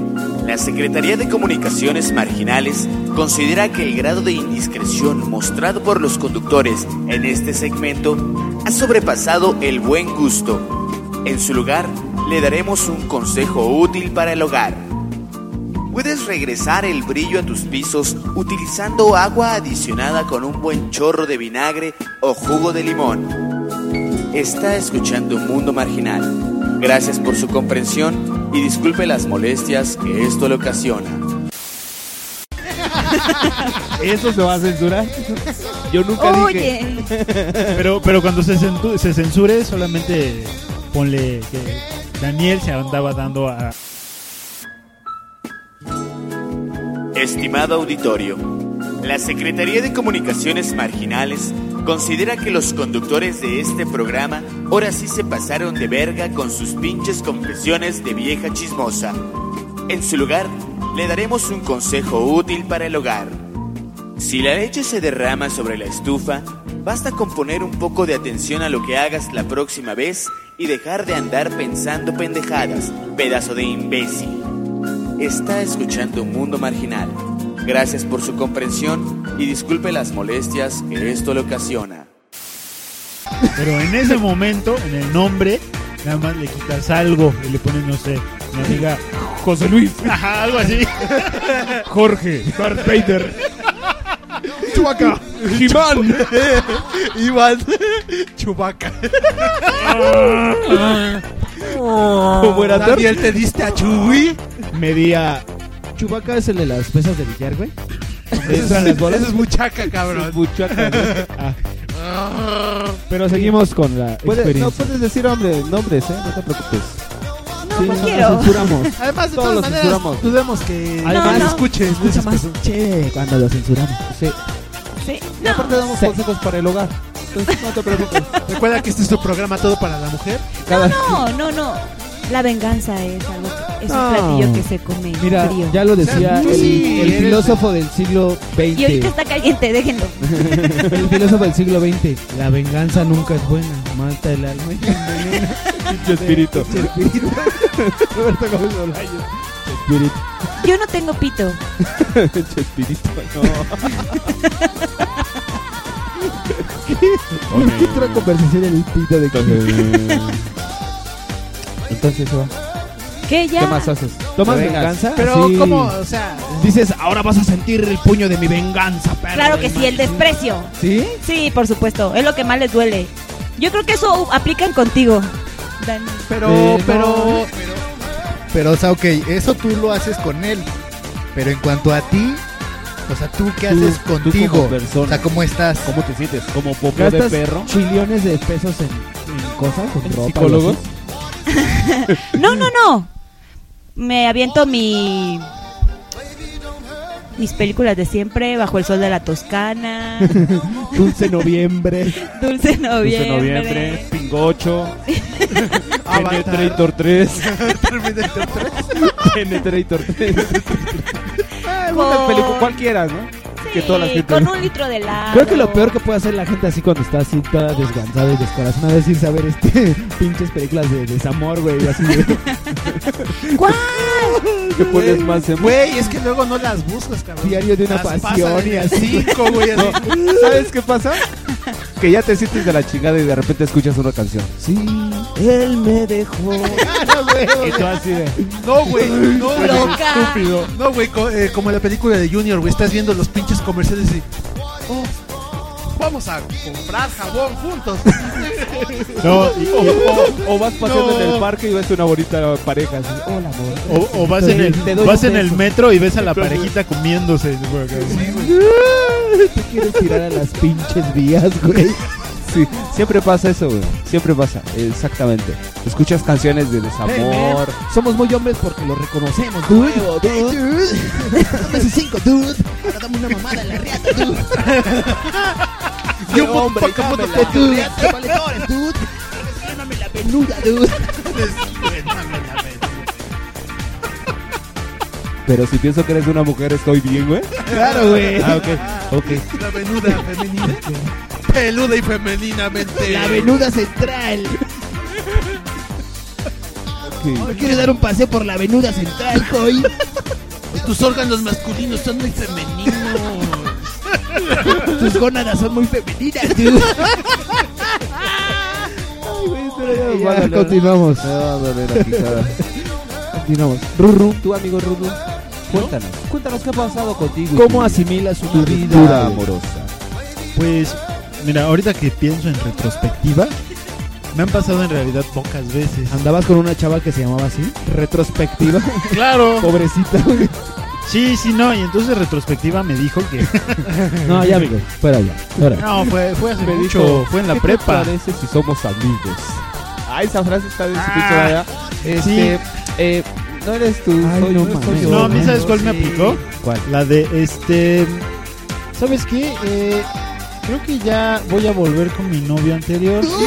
Speaker 15: la Secretaría de Comunicaciones Marginales considera que el grado de indiscreción mostrado por los conductores en este segmento ha sobrepasado el buen gusto. En su lugar, le daremos un consejo útil para el hogar. Puedes regresar el brillo a tus pisos utilizando agua adicionada con un buen chorro de vinagre o jugo de limón. Está escuchando Mundo Marginal. Gracias por su comprensión y disculpe las molestias que esto le ocasiona.
Speaker 3: ¿Eso se va a censurar? Yo nunca dije.
Speaker 8: Oye.
Speaker 2: Pero, pero cuando se, centu- se censure, solamente ponle que Daniel se andaba dando a.
Speaker 15: Estimado auditorio, la Secretaría de Comunicaciones Marginales considera que los conductores de este programa ahora sí se pasaron de verga con sus pinches confesiones de vieja chismosa. En su lugar, le daremos un consejo útil para el hogar. Si la leche se derrama sobre la estufa, basta con poner un poco de atención a lo que hagas la próxima vez y dejar de andar pensando pendejadas, pedazo de imbécil. Está escuchando Mundo Marginal. Gracias por su comprensión y disculpe las molestias que esto le ocasiona.
Speaker 2: Pero en ese momento, en el nombre, nada más le quitas algo y le pones, no sé, mi amiga José Luis. Ajá, algo así. Jorge. Darth Vader.
Speaker 1: Chubaca.
Speaker 3: Jimán.
Speaker 1: Iván. Chubaca.
Speaker 4: Como era
Speaker 1: Daniel, ¿te diste a Chuy?
Speaker 4: Medía. Chubaca es el de las pesas de billar, güey. Esas las bolas.
Speaker 1: Eso es muchaca, cabrón.
Speaker 4: Pero seguimos con la
Speaker 3: Puede-
Speaker 4: experiencia.
Speaker 3: no puedes decir hombre, nombres, ¿eh? No te preocupes.
Speaker 4: No, no quiero.
Speaker 3: censuramos.
Speaker 1: Además,
Speaker 3: Todos
Speaker 1: de todas
Speaker 3: lo
Speaker 1: maneras,
Speaker 3: censuramos.
Speaker 1: dudemos que...
Speaker 4: Además,
Speaker 1: escuche, escucha más.
Speaker 4: Che, cuando lo censuramos. Sí.
Speaker 8: Sí.
Speaker 4: Y aparte damos consejos para el hogar. Entonces no te preocupes.
Speaker 1: Recuerda que este es tu programa Todo para la Mujer.
Speaker 8: No, no, no. La venganza es algo, es
Speaker 4: No.
Speaker 1: Ah,
Speaker 8: un platillo que se come
Speaker 4: Mm. Mira,
Speaker 8: frío.
Speaker 4: ya lo decía
Speaker 8: Tú
Speaker 4: el,
Speaker 8: sí
Speaker 4: el
Speaker 8: eres-
Speaker 4: filósofo del siglo
Speaker 8: Y ahorita
Speaker 4: XX.
Speaker 8: está caliente, déjenlo.
Speaker 4: El filósofo del siglo XX. La venganza nunca es buena. Mata el alma y envenena.
Speaker 3: Pinche espíritu.
Speaker 4: Pinche espíritu. Roberto Gómez Bolaños.
Speaker 3: Espíritu.
Speaker 8: Yo no tengo pito.
Speaker 3: Pinche espíritu, no.
Speaker 4: ¿Qué otra conversación en el pito de Entonces, ¿qué va?
Speaker 8: ¿Qué ya?
Speaker 4: haces? ¿Tomas
Speaker 3: ¿Te vengas?
Speaker 4: venganza?
Speaker 1: Pero,
Speaker 4: Sí.
Speaker 1: ¿cómo? O sea,
Speaker 4: Dices, ahora vas a sentir el puño de mi venganza, perro.
Speaker 8: Claro que sí, el desprecio.
Speaker 4: ¿Sí?
Speaker 8: Sí, por supuesto. Es lo que más les duele. Yo creo que eso aplican contigo. Dani.
Speaker 4: Eh,
Speaker 1: pero, pero...
Speaker 5: Pero, o sea, ok, eso tú lo haces con él. Pero en cuanto a ti, o sea, ¿tú qué
Speaker 3: Tú-
Speaker 5: haces
Speaker 3: tú como
Speaker 5: contigo?
Speaker 3: persona.
Speaker 5: o sea, ¿cómo estás?
Speaker 3: ¿Cómo te sientes? ¿Como popo de
Speaker 4: ¿Gastas
Speaker 3: perro?
Speaker 4: chillones de pesos en, en cosas? ¿En ropa,
Speaker 3: psicólogos?
Speaker 4: algo así?
Speaker 8: No, no, no. Me aviento mi mis películas de siempre, Bajo el sol de la Toscana,
Speaker 4: Dulce noviembre.
Speaker 8: Dulce Noviembre.
Speaker 3: Dulce noviembre, Pingocho,
Speaker 8: Avatar.
Speaker 3: Penetrator 3,
Speaker 1: Terminator 3.
Speaker 3: Penetrator 3.
Speaker 8: Con-
Speaker 3: película cualquiera, ¿no? que todas las
Speaker 8: Sí,
Speaker 3: que te-
Speaker 8: con un litro de helado.
Speaker 4: Creo que lo peor que puede hacer la gente así cuando está así toda desganzada y descorazonada es irse a ver este pinches películas de desamor, güey, así de- que pones más en
Speaker 1: Güey, es que luego no las buscas, cabrón.
Speaker 4: Diario de una
Speaker 1: Las
Speaker 4: pasión
Speaker 1: pasan
Speaker 4: y
Speaker 1: en el
Speaker 4: así.
Speaker 1: cinco, güey, así.
Speaker 3: ¿Sabes qué pasa? Que ya te sientes de la chingada y de repente escuchas una canción. Sí, él me dejó.
Speaker 1: Ah, güey.
Speaker 3: Y tú así de.
Speaker 1: No, güey, no, güey.
Speaker 3: Loca.
Speaker 1: Estúpido. No, güey, co- eh, como la película de Junior, güey, estás viendo los pinches comerciales y... Oh, vamos a comprar jabón juntos.
Speaker 2: No,
Speaker 3: O, o vas paseando en el
Speaker 1: No.
Speaker 3: parque y ves una bonita pareja. así, Hola, amor.
Speaker 2: O, o vas en el,
Speaker 3: Te doy
Speaker 2: vas
Speaker 3: un
Speaker 2: en el
Speaker 3: beso.
Speaker 2: metro y ves a la
Speaker 3: Entonces-
Speaker 2: parejita comiéndose. güey, acá.
Speaker 4: Te quieres tirar a las pinches vías, güey.
Speaker 3: Sí, siempre pasa eso, güey. Siempre pasa, exactamente. Escuchas canciones de desamor.
Speaker 4: Somos muy hombres porque lo reconocemos, dude.
Speaker 1: Dame sus cinco, dude. Ahora dame una mamada en la riata, dude. Yo un poco puto
Speaker 16: dámela.
Speaker 1: te dude. Te valedores, dude. Dame la venuda, dude. Dame la venuda.
Speaker 3: Pero si pienso que eres una mujer, estoy bien, güey.
Speaker 1: Claro, güey.
Speaker 3: Ah, ok, ok.
Speaker 1: La venuda femenina. Peluda y femeninamente.
Speaker 4: La venuda
Speaker 1: central.
Speaker 3: ok.
Speaker 1: ¿Quieres dar un paseo por la venuda central, Coy? Tus órganos masculinos son muy femeninos. Tus gónadas son muy femeninas, dude.
Speaker 4: Ya,
Speaker 3: guárdalo, ¿no?
Speaker 4: continuamos.
Speaker 3: Me va a doler aquí, cara.
Speaker 4: continuamos. Ruru,
Speaker 3: Tú, amigo Rudo, cuéntanos. Cuéntanos qué ha pasado contigo. y
Speaker 4: ¿cómo
Speaker 3: tu-
Speaker 4: asimilas
Speaker 3: tu
Speaker 4: una vida?
Speaker 3: vida amorosa?
Speaker 2: Pues, mira, ahorita que pienso en retrospectiva, me han pasado en realidad pocas veces.
Speaker 4: ¿Andabas con una chava que se llamaba así? Retrospectiva.
Speaker 2: Claro.
Speaker 4: Pobrecita, güey.
Speaker 2: Sí, sí, no. Y entonces retrospectiva me dijo que...
Speaker 4: No, ya, amigo. Fuera ya. Fuera.
Speaker 2: No, fue, fue hace
Speaker 3: Me
Speaker 2: mucho,
Speaker 3: dijo,
Speaker 2: fue en la
Speaker 3: "¿Qué te
Speaker 2: prepa.
Speaker 3: parece si somos amigos? Ah, esa frase está de su
Speaker 2: Ah,
Speaker 3: pinche madre, ¿eh? Este,
Speaker 2: sí.
Speaker 3: eh, no eres tú, soy,
Speaker 2: no,
Speaker 3: no soy yo.
Speaker 2: no, a mí sabes cuál me
Speaker 3: Sí.
Speaker 2: aplicó?
Speaker 3: ¿Cuál?
Speaker 2: La de este. ¿Sabes qué? Eh, creo que ya voy a volver con mi novio anterior.
Speaker 1: Eso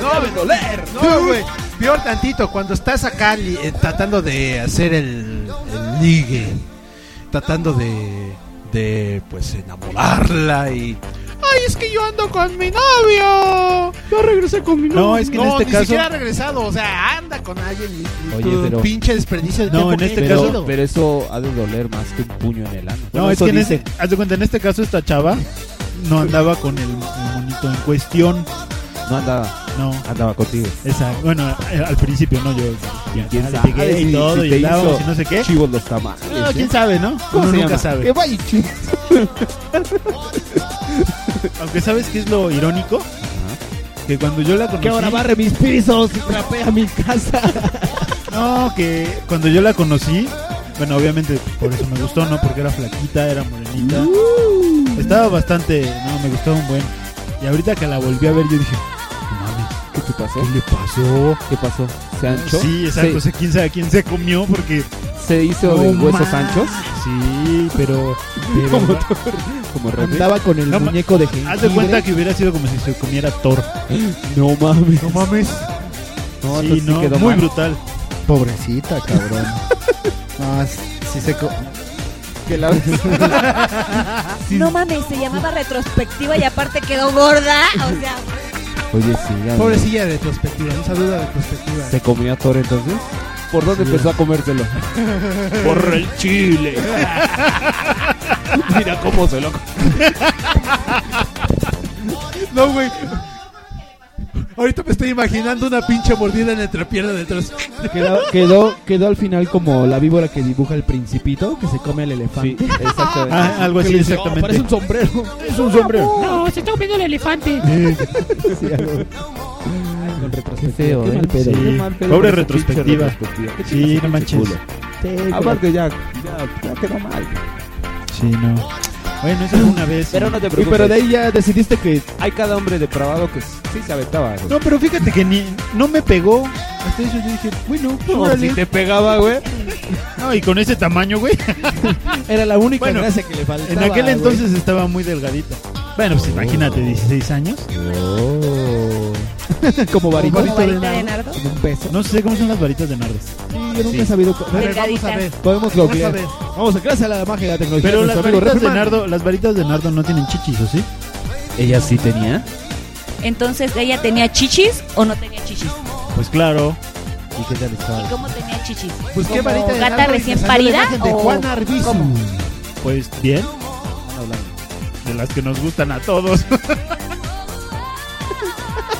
Speaker 1: no debe doler. No, güey. Peor tantito, cuando estás acá li- eh, tratando de hacer el, el ligue, tratando de, de pues enamorarla y... Ay, es que yo ando con mi novio. Yo regresé con mi novio.
Speaker 2: No, es que en este
Speaker 1: ni
Speaker 2: caso-
Speaker 1: siquiera ha regresado. O sea, anda con alguien. y- y
Speaker 3: Oye,
Speaker 1: tú,
Speaker 3: pero-
Speaker 1: Pinche desperdicio de tiempo que he
Speaker 3: pero,
Speaker 1: perdido.
Speaker 3: este pero eso ha de doler más que un puño en el ano.
Speaker 2: No,
Speaker 3: Bueno,
Speaker 2: es
Speaker 3: eso
Speaker 2: que en
Speaker 3: dice.
Speaker 2: este, haz de cuenta, en este caso esta chava no andaba con el, el monito en cuestión.
Speaker 3: No andaba.
Speaker 2: No.
Speaker 3: Andaba contigo.
Speaker 2: Esa, bueno, eh, al principio no, yo ya,
Speaker 3: ¿Quién
Speaker 2: le
Speaker 3: sabe
Speaker 2: pegué
Speaker 3: si-
Speaker 2: y todo,
Speaker 3: si
Speaker 2: y
Speaker 3: te
Speaker 2: andábamos
Speaker 3: hizo
Speaker 2: y no sé qué.
Speaker 3: chivos los tamales,
Speaker 2: No,
Speaker 3: eh?
Speaker 2: quién sabe, ¿no?
Speaker 3: ¿Cómo
Speaker 2: Uno
Speaker 3: se
Speaker 2: nunca
Speaker 3: llama?
Speaker 2: sabe.
Speaker 3: Que vaya
Speaker 2: Aunque sabes qué es lo irónico, que cuando yo la conocí,
Speaker 10: Que ahora barre mis pisos y rapea mi casa.
Speaker 2: no, que cuando yo la conocí, bueno, obviamente por eso me gustó, ¿no? Porque era flaquita, era morenita.
Speaker 3: Uh.
Speaker 2: Estaba bastante, no, me gustaba un buen. Y ahorita que la volví a ver, yo dije, "No mames,
Speaker 3: ¿qué te pasó?
Speaker 2: ¿Qué le pasó?
Speaker 3: ¿Qué pasó? ¿Se anchó?
Speaker 2: Sí, exacto,
Speaker 3: Se-
Speaker 2: se, quién sabe quién se comió porque...
Speaker 3: ¿Se hizo de huesos anchos?
Speaker 2: Sí, pero... pero-
Speaker 3: Como Thor, como Rocky. Andaba con el
Speaker 2: ma-
Speaker 3: muñeco de
Speaker 2: Haz de
Speaker 3: jengibre.
Speaker 2: cuenta que hubiera sido como si se comiera Thor.
Speaker 3: No mames.
Speaker 2: No mames. sí,
Speaker 5: No, entonces sí
Speaker 2: no,
Speaker 5: quedó
Speaker 2: muy
Speaker 5: mal.
Speaker 2: brutal.
Speaker 5: Pobrecita, cabrón. no, s- sí se... co-
Speaker 8: No mames, se llamaba retrospectiva y aparte quedó gorda. O sea,
Speaker 3: Oye, sí, ya.
Speaker 1: Pobrecilla de retrospectiva. Un saludo de retrospectiva.
Speaker 3: ¿Se comió a Thor entonces? ¿Por dónde empezó a comérselo?
Speaker 1: Por el
Speaker 3: chile. Mira cómo se lo
Speaker 1: No, güey. Ahorita me estoy imaginando una pinche mordida en la entrepierna del tras.
Speaker 4: Quedó, quedó, quedó al final como la víbora que dibuja el principito, que se come al elefante.
Speaker 3: Sí, exactamente.
Speaker 4: Ah,
Speaker 3: algo
Speaker 4: que
Speaker 3: así,
Speaker 4: le dice,
Speaker 3: exactamente.
Speaker 4: "Oh, parece un sombrero.
Speaker 3: Es un sombrero.
Speaker 13: No, se está comiendo el elefante.
Speaker 4: Con
Speaker 3: Qué feo,
Speaker 4: Qué
Speaker 3: ¿eh?
Speaker 4: mal pedo.
Speaker 3: Sí.
Speaker 4: Qué mal pedo
Speaker 3: Pobre
Speaker 4: esa
Speaker 3: retrospectiva.
Speaker 4: pinche retrospectiva.
Speaker 3: Qué
Speaker 2: Sí,
Speaker 3: pinche
Speaker 2: no manches.
Speaker 3: culo.
Speaker 4: Sí,
Speaker 3: Aparte ya, ya, ya quedó mal.
Speaker 2: Sí, no. Bueno, eso fue una vez.
Speaker 3: Pero no te
Speaker 4: Y
Speaker 3: preocupes.
Speaker 4: pero de ahí ya decidiste que
Speaker 3: Hay cada hombre depravado que sí se aventaba. güey.
Speaker 2: No, pero fíjate que ni, no me pegó. Hasta eso yo dije, bueno,
Speaker 1: pues,
Speaker 3: No,
Speaker 2: órale.
Speaker 3: si te pegaba, güey.
Speaker 2: No, y con ese tamaño, güey.
Speaker 4: Era la única
Speaker 2: Bueno,
Speaker 4: gracia que le faltaba.
Speaker 2: En aquel
Speaker 4: güey. Oh.
Speaker 2: entonces estaba muy delgadita. Bueno, pues imagínate, 16 años.
Speaker 4: como varita,
Speaker 2: Como varita
Speaker 4: de,
Speaker 2: de
Speaker 4: nardo. Como un peso.
Speaker 2: No sé cómo son las varitas de nardo.
Speaker 4: Yo nunca he sabido. cu- A ver, vamos a
Speaker 2: Delgaditas.
Speaker 4: ver. Podemos
Speaker 2: Vamos a
Speaker 4: googlear.
Speaker 2: ver.
Speaker 4: Vamos a gracias a la magia de la tecnología.
Speaker 2: Pero las
Speaker 4: nuestro amigo
Speaker 2: varitas de
Speaker 4: Refriman.
Speaker 2: nardo, las varitas de nardo no tienen chichis, ¿o sí?
Speaker 3: Ella sí tenía.
Speaker 8: entonces ella tenía chichis o no tenía chichis.
Speaker 2: Pues claro.
Speaker 4: ¿Y qué tal
Speaker 8: ¿Y cómo tenía chichis?
Speaker 1: Pues
Speaker 8: ¿Como
Speaker 1: qué varita de
Speaker 8: gata
Speaker 1: nardo y
Speaker 8: recién
Speaker 1: me salió la
Speaker 8: parida
Speaker 1: imagen de
Speaker 8: o
Speaker 1: Juana Arbizu.
Speaker 8: cómo?
Speaker 2: Pues bien. De las que nos gustan a todos.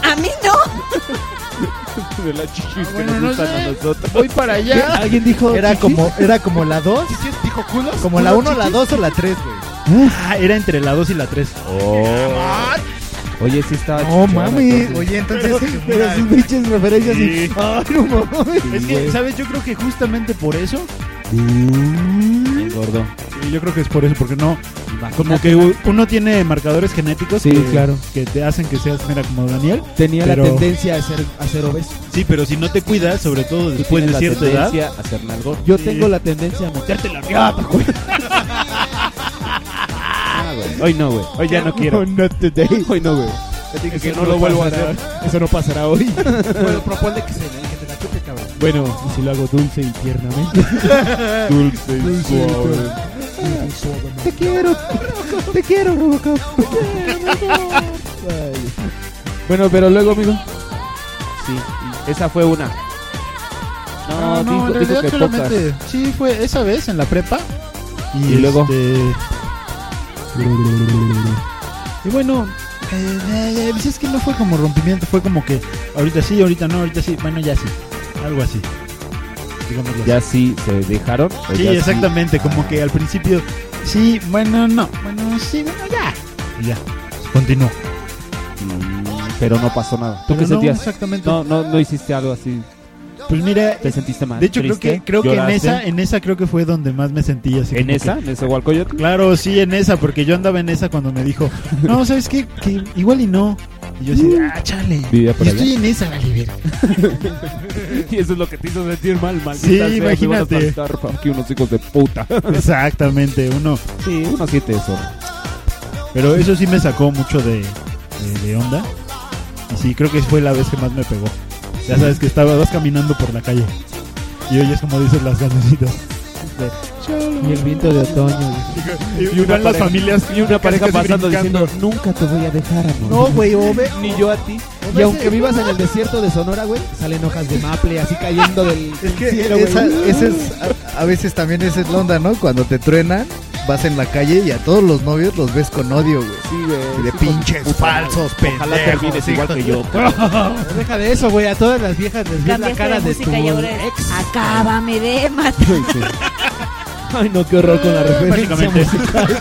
Speaker 8: A mí no.
Speaker 3: De las chichis que
Speaker 1: Ah, bueno, no
Speaker 3: nos gustan
Speaker 1: sé.
Speaker 3: a nosotros.
Speaker 1: Voy para
Speaker 5: ¿Qué?
Speaker 1: allá.
Speaker 5: ¿Alguien dijo era como Era como la 2.
Speaker 1: Dijo culos.
Speaker 5: Como la
Speaker 1: culos,
Speaker 5: 1, la
Speaker 1: chichis.
Speaker 5: 2 o la 3, güey.
Speaker 2: Ah, era entre la 2 y la 3.
Speaker 1: Oh.
Speaker 3: Oye, sí estaba
Speaker 5: No
Speaker 3: chichona,
Speaker 5: mames.
Speaker 3: entonces.
Speaker 5: Oye,
Speaker 2: entonces-
Speaker 5: Pero sus pinches referencias y...
Speaker 2: Sí.
Speaker 5: Ay, no mames.
Speaker 2: Es que, ¿sabes? Yo creo que justamente por eso.
Speaker 4: Mm.
Speaker 3: Gordo.
Speaker 2: Yo creo que es por eso, porque no. Como que u- uno tiene marcadores genéticos
Speaker 4: Sí,
Speaker 2: que,
Speaker 4: claro.
Speaker 2: que te hacen que seas, mira, como Daniel.
Speaker 4: Tenía
Speaker 2: pero-
Speaker 4: la tendencia a ser, a ser obeso.
Speaker 2: Sí, pero si no te cuidas, sobre todo
Speaker 4: Tú
Speaker 2: después de
Speaker 4: tienes la
Speaker 2: cierta edad.
Speaker 4: tendencia
Speaker 3: a ser nalgón.
Speaker 4: Yo
Speaker 2: Sí.
Speaker 4: tengo la tendencia a meterte la
Speaker 3: Ah, pues,
Speaker 4: riata, güey.
Speaker 3: Hoy no, Ah, güey. Hoy ya no quiero.
Speaker 4: No, not today.
Speaker 3: Hoy no, güey.
Speaker 4: Eso
Speaker 3: que no lo vuelvo a hacer.
Speaker 4: Eso no pasará hoy.
Speaker 1: Bueno, proponle que, se, que te la chupe, cabrón.
Speaker 4: Bueno, y si lo hago dulce y tiernamente.
Speaker 1: Dulce y suave.
Speaker 4: Te quiero. Te quiero, Robocop. Bueno, pero luego, amigo.
Speaker 3: Sí, y esa fue una. No, dijo,
Speaker 2: en
Speaker 3: dijo
Speaker 2: realidad
Speaker 3: que
Speaker 2: solamente-
Speaker 3: pocas.
Speaker 2: Sí, fue esa vez en la prepa.
Speaker 3: Y luego.
Speaker 2: este, Y bueno, eh, eh, pues es que no fue como rompimiento, fue como que ahorita sí, ahorita no, ahorita sí, bueno, ya sí. Algo así. Digámoslo
Speaker 3: Ya
Speaker 2: así.
Speaker 3: sí se dejaron. o
Speaker 2: Sí,
Speaker 3: ya
Speaker 2: exactamente, como que al principio, sí, bueno, no, bueno, sí, bueno, ya. Y ya, continuó.
Speaker 3: Mm, Pero no pasó nada. ¿Tú
Speaker 2: Pero
Speaker 3: qué
Speaker 2: no,
Speaker 3: sentías?
Speaker 2: exactamente.
Speaker 3: No, no, no hiciste algo así.
Speaker 2: Pues mira,
Speaker 3: ¿Te sentiste mal?
Speaker 2: De hecho, creo
Speaker 3: ¿Triste?
Speaker 2: que, creo que en
Speaker 3: ¿Lloraste?
Speaker 2: esa, en esa creo que fue donde más me sentí así.
Speaker 3: ¿En
Speaker 2: como
Speaker 3: esa?
Speaker 2: que-
Speaker 3: ¿En ese Hualcoyot?
Speaker 2: Claro, sí, en esa, porque yo andaba en esa cuando me dijo, no, ¿sabes qué? Que igual y no. Y yo así, de, ah, chale.
Speaker 3: Vivía por
Speaker 2: y
Speaker 3: allá.
Speaker 2: estoy en esa, vale, verga.
Speaker 3: Y eso es lo que te hizo sentir mal, maldita
Speaker 2: Sí,
Speaker 3: sea, me van a
Speaker 2: imagínate.
Speaker 3: faltar pa- Aquí unos hijos de puta.
Speaker 2: Exactamente, uno.
Speaker 3: Sí, uno siente eso.
Speaker 2: Pero eso sí me sacó mucho de, de- de onda. Y sí, creo que fue la vez que más me pegó. Ya sabes que estabas caminando por la calle. Y oyes como dices las cancioncitas.
Speaker 4: Y el viento de otoño.
Speaker 2: Y- y van las familias
Speaker 4: y una
Speaker 2: casi,
Speaker 4: pareja
Speaker 2: casi
Speaker 4: pasando
Speaker 2: brincando.
Speaker 4: diciendo, nunca te voy a dejar, amor.
Speaker 2: No, güey, o ve-
Speaker 4: Ni yo a ti.
Speaker 2: o
Speaker 4: Y
Speaker 2: ve
Speaker 4: aunque
Speaker 2: ese-
Speaker 4: vivas en el desierto de Sonora, güey, salen hojas de maple así cayendo del
Speaker 5: Es que
Speaker 4: cielo, güey.
Speaker 5: esa, esa es, a, a veces también esa es la onda, ¿no? Cuando te truenan, vas en la calle y a todos los novios los ves con odio, güey. Y de pinches falsos,
Speaker 4: Ojalá
Speaker 5: pendejos,
Speaker 4: termines igual
Speaker 5: hijos
Speaker 4: que
Speaker 5: de-
Speaker 4: yo,
Speaker 5: Pero
Speaker 4: Deja de eso, güey. A todas las viejas les ves la
Speaker 8: Cambiaste
Speaker 4: cara
Speaker 8: de
Speaker 4: de tu
Speaker 8: música y ahora es,
Speaker 4: ex.
Speaker 8: Acábame de matar.
Speaker 4: Ay, no, qué horror
Speaker 5: Eh,
Speaker 4: con la referencia
Speaker 3: Básicamente.
Speaker 4: musical.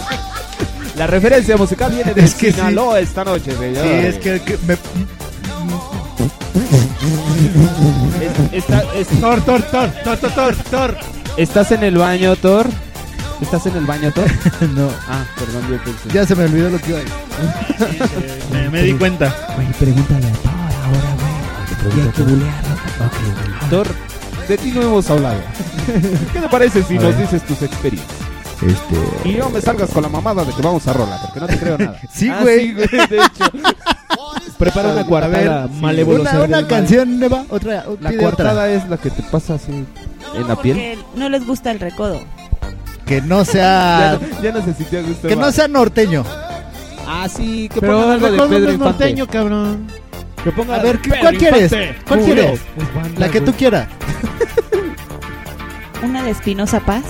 Speaker 3: La referencia musical viene de
Speaker 4: Es que sí.
Speaker 3: Sinaloa esta noche, señor.
Speaker 5: Sí, es que, que me...
Speaker 3: Está, es... Tor, Tor, Tor, Tor, Tor, Tor, ¿Estás en el baño, Thor? ¿Estás en el baño, Thor? no. Ah, perdón, yo pensé.
Speaker 5: Ya se me olvidó lo que iba a decir.
Speaker 2: Me, me di cuenta.
Speaker 4: Güey, pregúntale a Thor ahora, güey. Y hay que bulearlo.
Speaker 3: Thor, de ti no hemos hablado. ¿Qué te parece si
Speaker 6: A
Speaker 3: nos
Speaker 6: ver.
Speaker 3: dices tus experiencias?
Speaker 6: Este.
Speaker 3: Y no me salgas con la mamada de que vamos a rola, porque no te creo nada.
Speaker 5: Sí,
Speaker 3: Ah,
Speaker 5: güey.
Speaker 3: de hecho.
Speaker 4: Prepara una
Speaker 5: A
Speaker 4: cuartada
Speaker 5: ver,
Speaker 4: malévolo.
Speaker 5: Una,
Speaker 4: ser
Speaker 5: una
Speaker 4: del mal.
Speaker 5: canción nueva, otra.
Speaker 3: La
Speaker 5: pide
Speaker 3: cuartada
Speaker 5: otra.
Speaker 3: es la que te pasa así en la piel.
Speaker 8: Porque no les gusta el recodo.
Speaker 5: Que no
Speaker 3: Ya
Speaker 5: sea.
Speaker 3: no- ya no se sintió a gusto.
Speaker 5: que no
Speaker 3: va.
Speaker 5: sea norteño.
Speaker 3: Ah, sí, que
Speaker 4: Pero
Speaker 3: pongan algo de
Speaker 4: recuerdo
Speaker 3: Pedro
Speaker 4: no es
Speaker 3: Infante.
Speaker 4: norteño, cabrón. Que ponga
Speaker 5: A ver, ¿qué-
Speaker 4: Pedro
Speaker 5: ¿cuál quieres?
Speaker 4: Infante.
Speaker 5: ¿Cuál
Speaker 4: Julio.
Speaker 5: quieres?
Speaker 4: Pues banda,
Speaker 5: La que tú
Speaker 4: güey.
Speaker 5: quieras.
Speaker 8: Una de Espinosa Paz.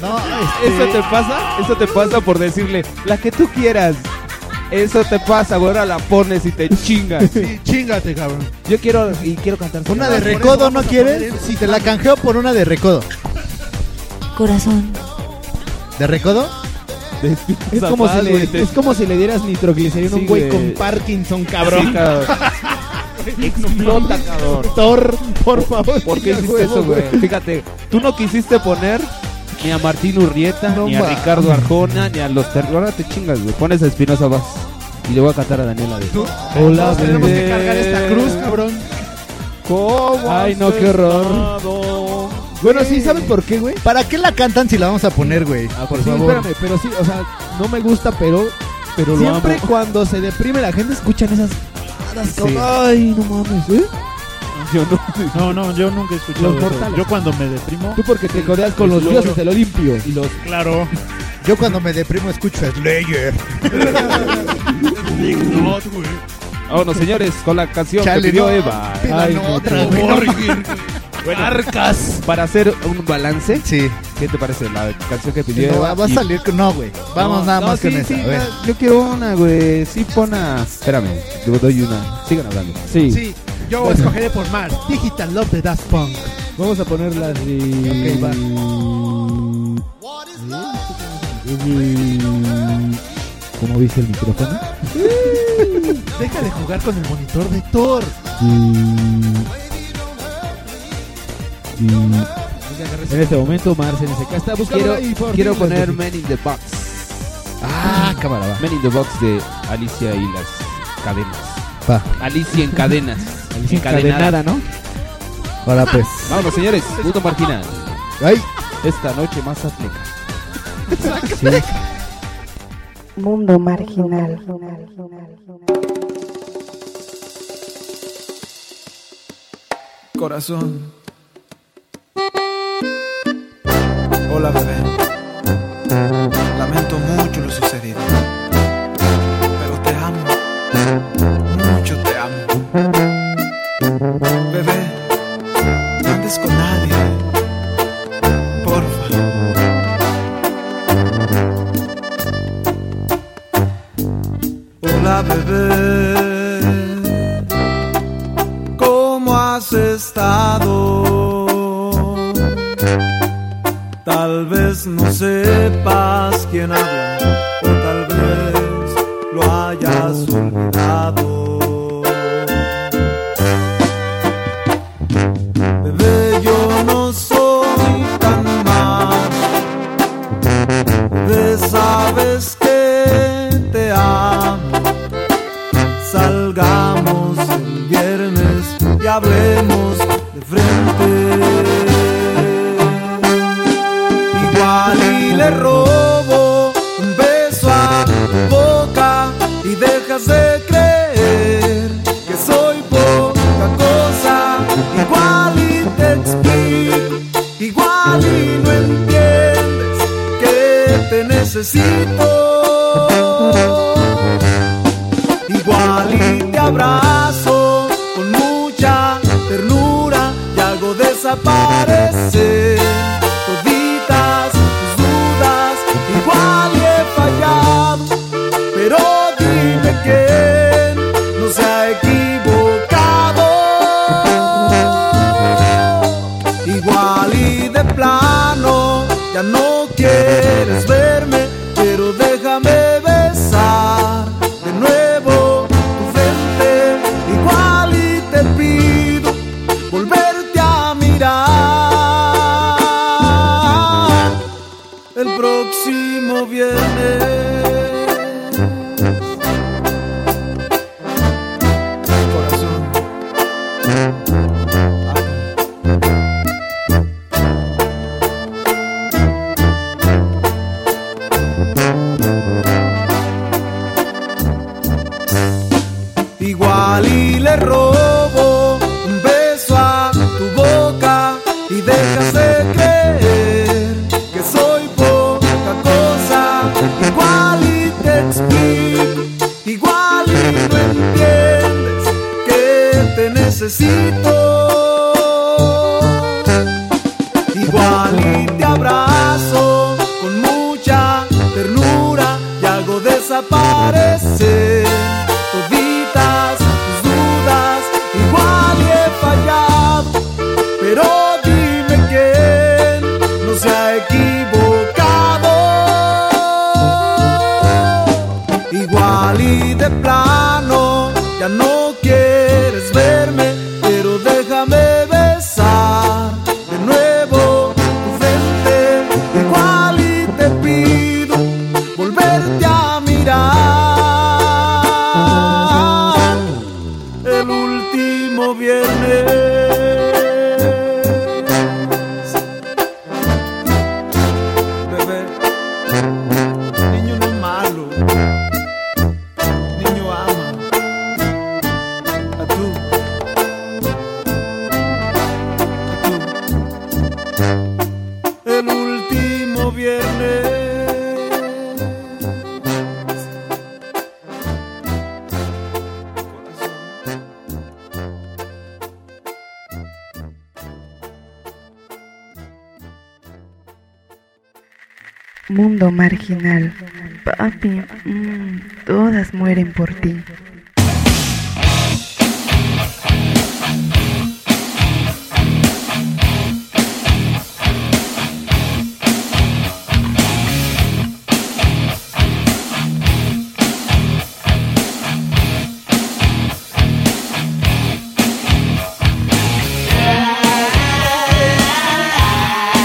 Speaker 5: No, este-
Speaker 3: ¿Eso te pasa? Eso te pasa por decirle la que tú quieras. Eso te pasa, güey, ahora la pones y te chingas.
Speaker 1: Chingate, cabrón.
Speaker 3: Yo quiero y quiero cantar.
Speaker 5: Una de recodo, ¿no quieres? Si te la canjeo por una de recodo.
Speaker 8: Corazón.
Speaker 5: ¿De recodo?
Speaker 4: Es como, si le, es como si le dieras nitroglicerina a
Speaker 5: Sí,
Speaker 4: un güey
Speaker 5: güey.
Speaker 4: con Parkinson, cabrón.
Speaker 5: Sí, cabrón.
Speaker 3: Explota, cabrón.
Speaker 4: Thor, por favor.
Speaker 3: ¿Por qué
Speaker 4: diga
Speaker 3: hiciste
Speaker 4: huevo,
Speaker 3: eso, güey? Fíjate, tú no quisiste poner ni a Martín Urrieta, ni a
Speaker 4: ma-
Speaker 3: Ricardo Arjona, ni a los ter- Ahora te chingas, güey. Pones a Espinosa Vaz. Y le voy a cantar a Daniela de.
Speaker 4: Hola,
Speaker 3: Todos
Speaker 4: bebé.
Speaker 3: tenemos que cargar esta cruz,
Speaker 4: Eh,
Speaker 3: cabrón. ¿Cómo
Speaker 4: Ay,
Speaker 3: has
Speaker 4: no, qué horror.
Speaker 3: estado?
Speaker 4: Bueno, sí, ¿saben por qué, güey?
Speaker 5: ¿Para qué la cantan si la vamos a poner, güey? por
Speaker 4: pues Sí, espérame, pero sí, o sea, no me gusta, pero, pero
Speaker 5: lo
Speaker 4: Siempre
Speaker 5: amo.
Speaker 4: cuando se deprime la gente escuchan esas mamadas, cabrón. Ay, no mames, ¿eh?
Speaker 3: Yo no.
Speaker 2: No, no, yo nunca he escuchado
Speaker 4: Los
Speaker 2: eso.
Speaker 4: mortales.
Speaker 2: Yo cuando me deprimo.
Speaker 4: Tú porque te codeas con los
Speaker 2: Yo-
Speaker 4: dioses del Olimpio.
Speaker 2: Y los claro.
Speaker 5: Yo cuando me deprimo escucho Slayer.
Speaker 3: Vámonos, señores, con la canción
Speaker 5: Chale,
Speaker 3: que pidió
Speaker 5: no,
Speaker 3: Eva.
Speaker 5: pidan otra,
Speaker 3: no.
Speaker 5: güey.
Speaker 3: Bueno, Para hacer un balance. Sí. ¿Qué te parece la canción que pidió
Speaker 5: No,
Speaker 3: Eva?
Speaker 5: va, va a
Speaker 3: Y-
Speaker 5: salir con. No, güey. Vamos
Speaker 3: No,
Speaker 5: nada
Speaker 3: no,
Speaker 5: más
Speaker 3: sí,
Speaker 5: con esa.
Speaker 3: sí,
Speaker 5: a ver.
Speaker 3: no, Yo quiero una, güey. Sí, pon a... Espérame, te doy una. Sigan hablando. Sí.
Speaker 1: Sí, yo escogeré por más. Digital Love de Daft Punk.
Speaker 4: Vamos a poner la de. ¿Cómo dice el micrófono?
Speaker 1: Deja de jugar con el monitor de Thor.
Speaker 4: En este momento, Marcel acá está buscando.
Speaker 3: Quiero, quiero poner Men in the Box. Ah, cámara, va. Men in the Box de Alicia y las cadenas.
Speaker 5: Va.
Speaker 3: Alicia en cadenas.
Speaker 4: Alicia encadenada, ¿no?
Speaker 5: Ahora pues.
Speaker 3: Vámonos, señores. Punto marginal.
Speaker 5: Ay.
Speaker 3: Esta noche más atleca.
Speaker 12: Mundo marginal.
Speaker 13: Corazón. Hola, bebé. Lamento mucho lo sucedido. Pero te amo. Mucho te amo. Bebé, no andes con nadie. Porfa. Hola, bebé. ¿Cómo has estado? Tal vez no sepas quién habla, o tal vez lo hayas olvidado. Bebé, yo no soy tan mal. Bebé, sabes que te amo. Salgamos el viernes y hablemos de frente. Igual y le robo un beso a tu boca y dejas de necesito. Igual y te abrazo con mucha ternura y hago desaparecer toditas tus dudas. Igual y he fallado, pero dime que no se ha equivocado. Igual y de plano ya no quieres verme, pero déjame besar de nuevo tu frente. Igual y te pido volverte a mirar el próximo viernes. Corazón. Igual y le robo un beso a tu boca y dejas de creer que soy poca cosa. Igual y te explico, igual y no entiendes que te necesito. Igual y te abrazo con mucha ternura y hago desaparecer toditas tus dudas. Igual y he fallado, pero dime que no se ha equivocado. Igual y de plano ya no quieres verme, pero déjame besar de nuevo tu frente. Igual y te pido volverte a mirar el último viernes. Bebé, niño no es malo, niño ama a tú. El último viernes.
Speaker 12: Mundo marginal. Papi, mm, todas mueren por ti.
Speaker 17: Thank
Speaker 10: 아,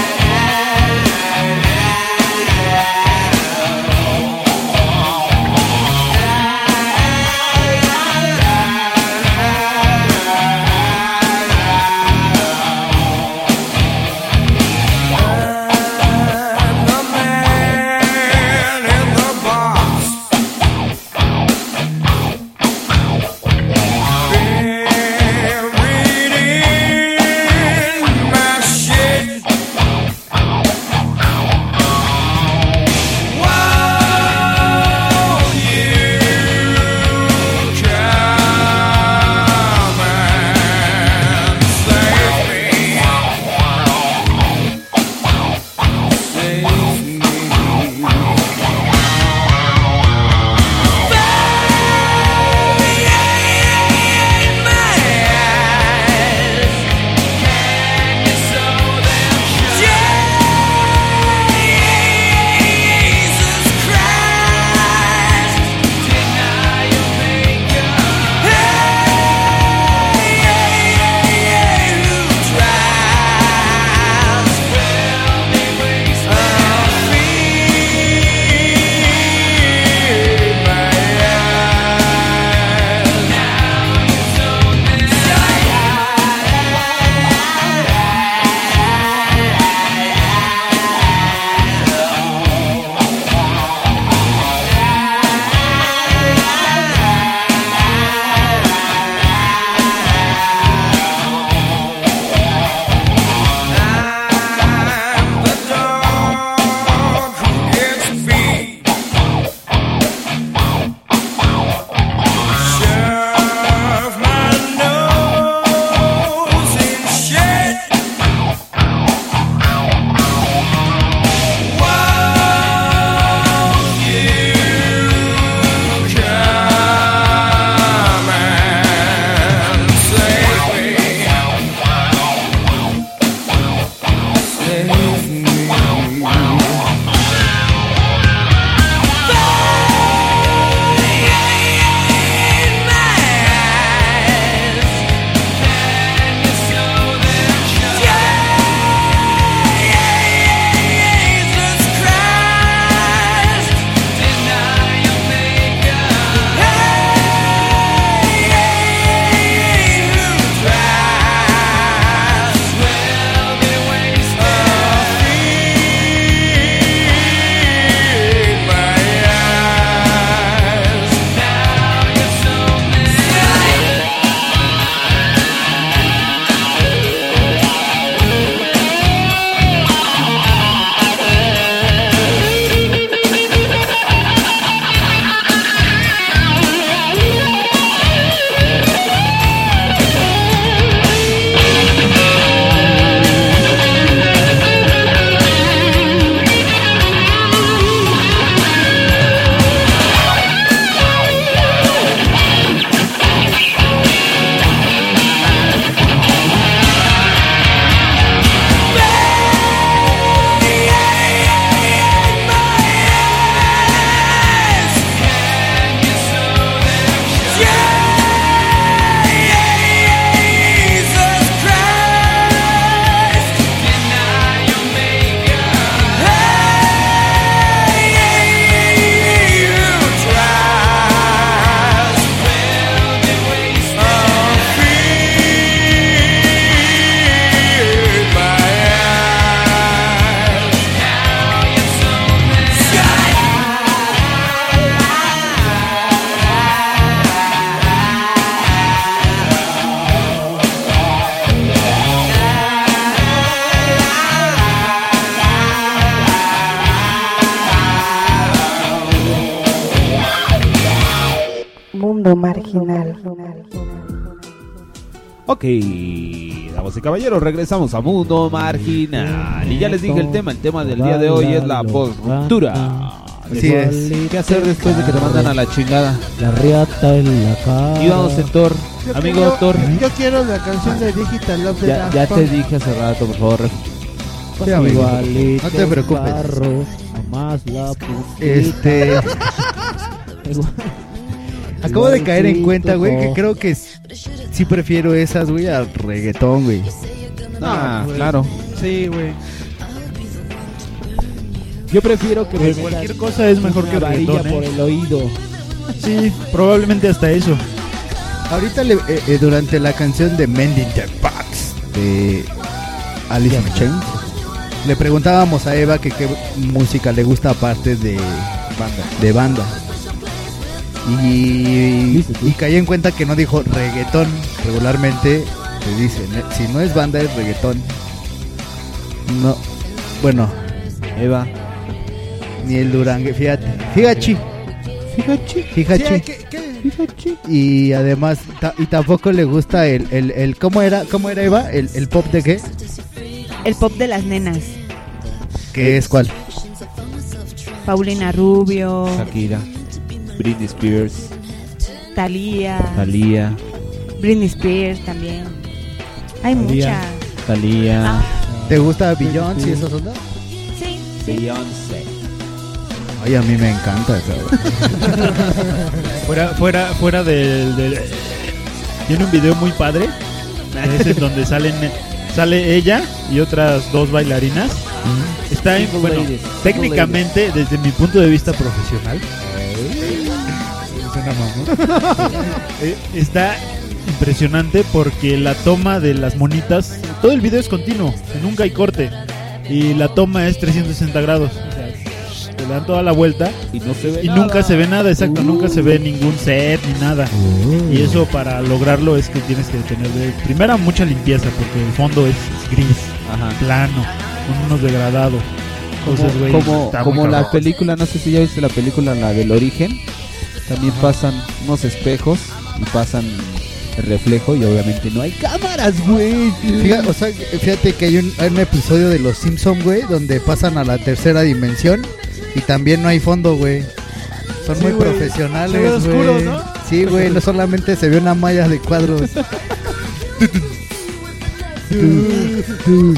Speaker 12: Mundo marginal.
Speaker 3: Ok, damas y caballeros, regresamos a Mundo Marginal. Y ya les dije el tema, el tema del día de hoy es la postura.
Speaker 4: Así es.
Speaker 3: ¿Qué hacer después de que te mandan a la chingada?
Speaker 4: La riata en la cara.
Speaker 3: Y vamos en Thor.
Speaker 10: Yo
Speaker 3: Amigo
Speaker 10: quiero-
Speaker 3: Thor,
Speaker 10: Yo quiero la canción de Digital Love de
Speaker 3: ya,
Speaker 10: Daft
Speaker 3: ya te
Speaker 10: Punk.
Speaker 3: dije hace rato, por favor. ref.
Speaker 4: Sí, amigo. No te preocupes.
Speaker 5: más la
Speaker 4: Este-
Speaker 5: este. Acabo de caer en cuenta, güey, que creo que s- sí prefiero esas, güey, al reggaetón, güey.
Speaker 3: Ah, claro.
Speaker 1: Sí, güey.
Speaker 4: Yo prefiero que
Speaker 2: Pues cualquier cosa es mejor que
Speaker 4: varilla
Speaker 2: reggaetón, ¿eh?
Speaker 4: por el oído.
Speaker 2: Sí, probablemente hasta eso.
Speaker 5: Ahorita le- eh, eh, durante la canción de Mending the Box de Alice in Chains, le preguntábamos a Eva que qué música le gusta aparte de banda. De banda. Y, y caí en cuenta que no dijo reggaetón. Regularmente te dicen, eh, si no es banda es reggaetón. No, bueno.
Speaker 3: Eva.
Speaker 5: Ni el Durangue, fíjate. Fíjate. Fíjate. Fíjate. Y además, ta- y tampoco le gusta el, el, el- ¿cómo era? ¿Cómo era Eva? ¿El, el pop de qué?
Speaker 8: El pop de las nenas.
Speaker 5: ¿Qué es cuál?
Speaker 8: Paulina Rubio,
Speaker 3: Shakira, Britney Spears,
Speaker 8: Thalía,
Speaker 3: Thalía,
Speaker 8: Britney Spears también. Hay muchas.
Speaker 3: Thalía,
Speaker 5: ¿Te gusta Beyoncé y esas ondas?
Speaker 8: Sí.
Speaker 3: Beyoncé.
Speaker 5: Ay, a mí me encanta esa.
Speaker 2: Fuera, fuera, fuera del, del- Tiene un video muy padre. Es en donde salen, sale ella y otras dos bailarinas. Está en,
Speaker 1: Single
Speaker 2: bueno,
Speaker 1: ladies,
Speaker 2: técnicamente, desde mi punto de vista profesional,
Speaker 1: Suena mamón.
Speaker 2: eh, está impresionante porque la toma de las monitas, todo el video es continuo, nunca hay corte. Y la toma es 360 grados. O sea, te dan toda la vuelta
Speaker 3: y no se ve
Speaker 2: y
Speaker 3: nada.
Speaker 2: nunca se ve nada, exacto, nunca se ve ningún set ni nada. Y eso para lograrlo es que tienes que tener de primera mucha limpieza porque el fondo es gris, plano, con unos degradados. Entonces, güey,
Speaker 3: Como, como,
Speaker 2: está muy
Speaker 3: como la
Speaker 2: cabrón.
Speaker 3: película, no sé si ya viste la película, la del origen. También pasan unos espejos y pasan el reflejo y obviamente no hay
Speaker 5: cámaras, güey. Fíjate, o sea, fíjate que hay un, hay un episodio de Los Simpson, güey, donde pasan a la tercera dimensión y también no hay fondo, güey. Son
Speaker 1: Sí,
Speaker 5: muy
Speaker 1: güey. Se ve
Speaker 5: profesionales,
Speaker 1: oscuro,
Speaker 5: güey.
Speaker 1: ¿no?
Speaker 5: Sí, güey, no solamente se ve una malla de cuadros. dude.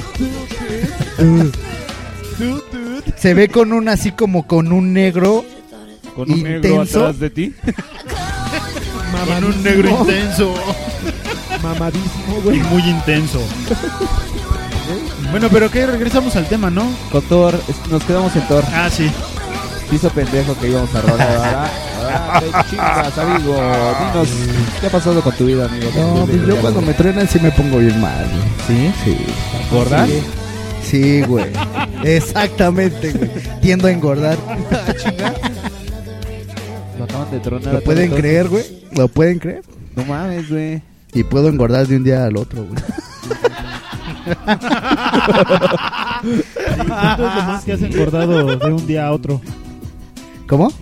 Speaker 5: Se ve con un así como con un negro
Speaker 3: ¿Con un negro
Speaker 5: intenso.
Speaker 3: atrás de ti?
Speaker 5: Con un negro intenso.
Speaker 2: Mamadísimo, güey. Muy intenso. Bueno, pero que regresamos al tema, ¿no?
Speaker 3: Cotor, es- nos quedamos en Thor.
Speaker 2: Ah, sí.
Speaker 3: Hizo pendejo que íbamos a rodar. Ah, te chingas, amigo. Dinos, ¿qué ha pasado con tu vida, amigo?
Speaker 5: No, pues yo cuando me truenan sí me pongo bien mal.
Speaker 3: ¿Sí?
Speaker 5: Sí.
Speaker 3: ¿Engordas?
Speaker 5: Sí, güey. Exactamente, güey. Tiendo a engordar.
Speaker 10: Ah,
Speaker 3: Lo acaban de tronar.
Speaker 5: ¿Lo pueden creer, güey? ¿Lo pueden creer?
Speaker 3: No mames, güey.
Speaker 5: Y puedo engordar de un día al otro, güey.
Speaker 2: ¿Cuánto es lo más que has engordado de un día a otro?
Speaker 5: ¿Cómo?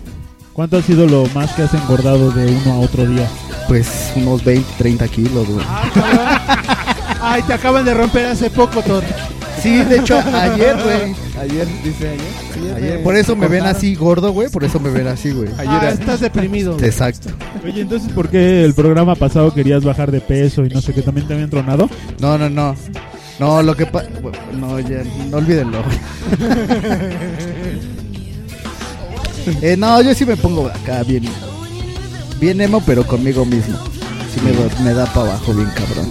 Speaker 2: ¿Cuánto ha sido lo más que has engordado de uno a otro día?
Speaker 5: Pues unos 20, 30 kilos, güey.
Speaker 1: Ay, te acaban de romper hace poco, Thor.
Speaker 5: Sí, de hecho, ayer, güey.
Speaker 3: Ayer, dice ayer.
Speaker 5: Ayer, por eso me ven así gordo, güey. Por eso me ven así, güey.
Speaker 1: Ah, estás deprimido. güey.
Speaker 5: Exacto.
Speaker 2: Oye, entonces, ¿por qué el programa pasado querías bajar de peso y no sé qué? ¿También te habían tronado?
Speaker 5: No, no, no. No, lo que pasa. No, ya, no olvídenlo. Eh, no, yo sí me pongo acá bien. Bien emo, pero conmigo mismo. Sí me, do- me da para abajo bien cabrón.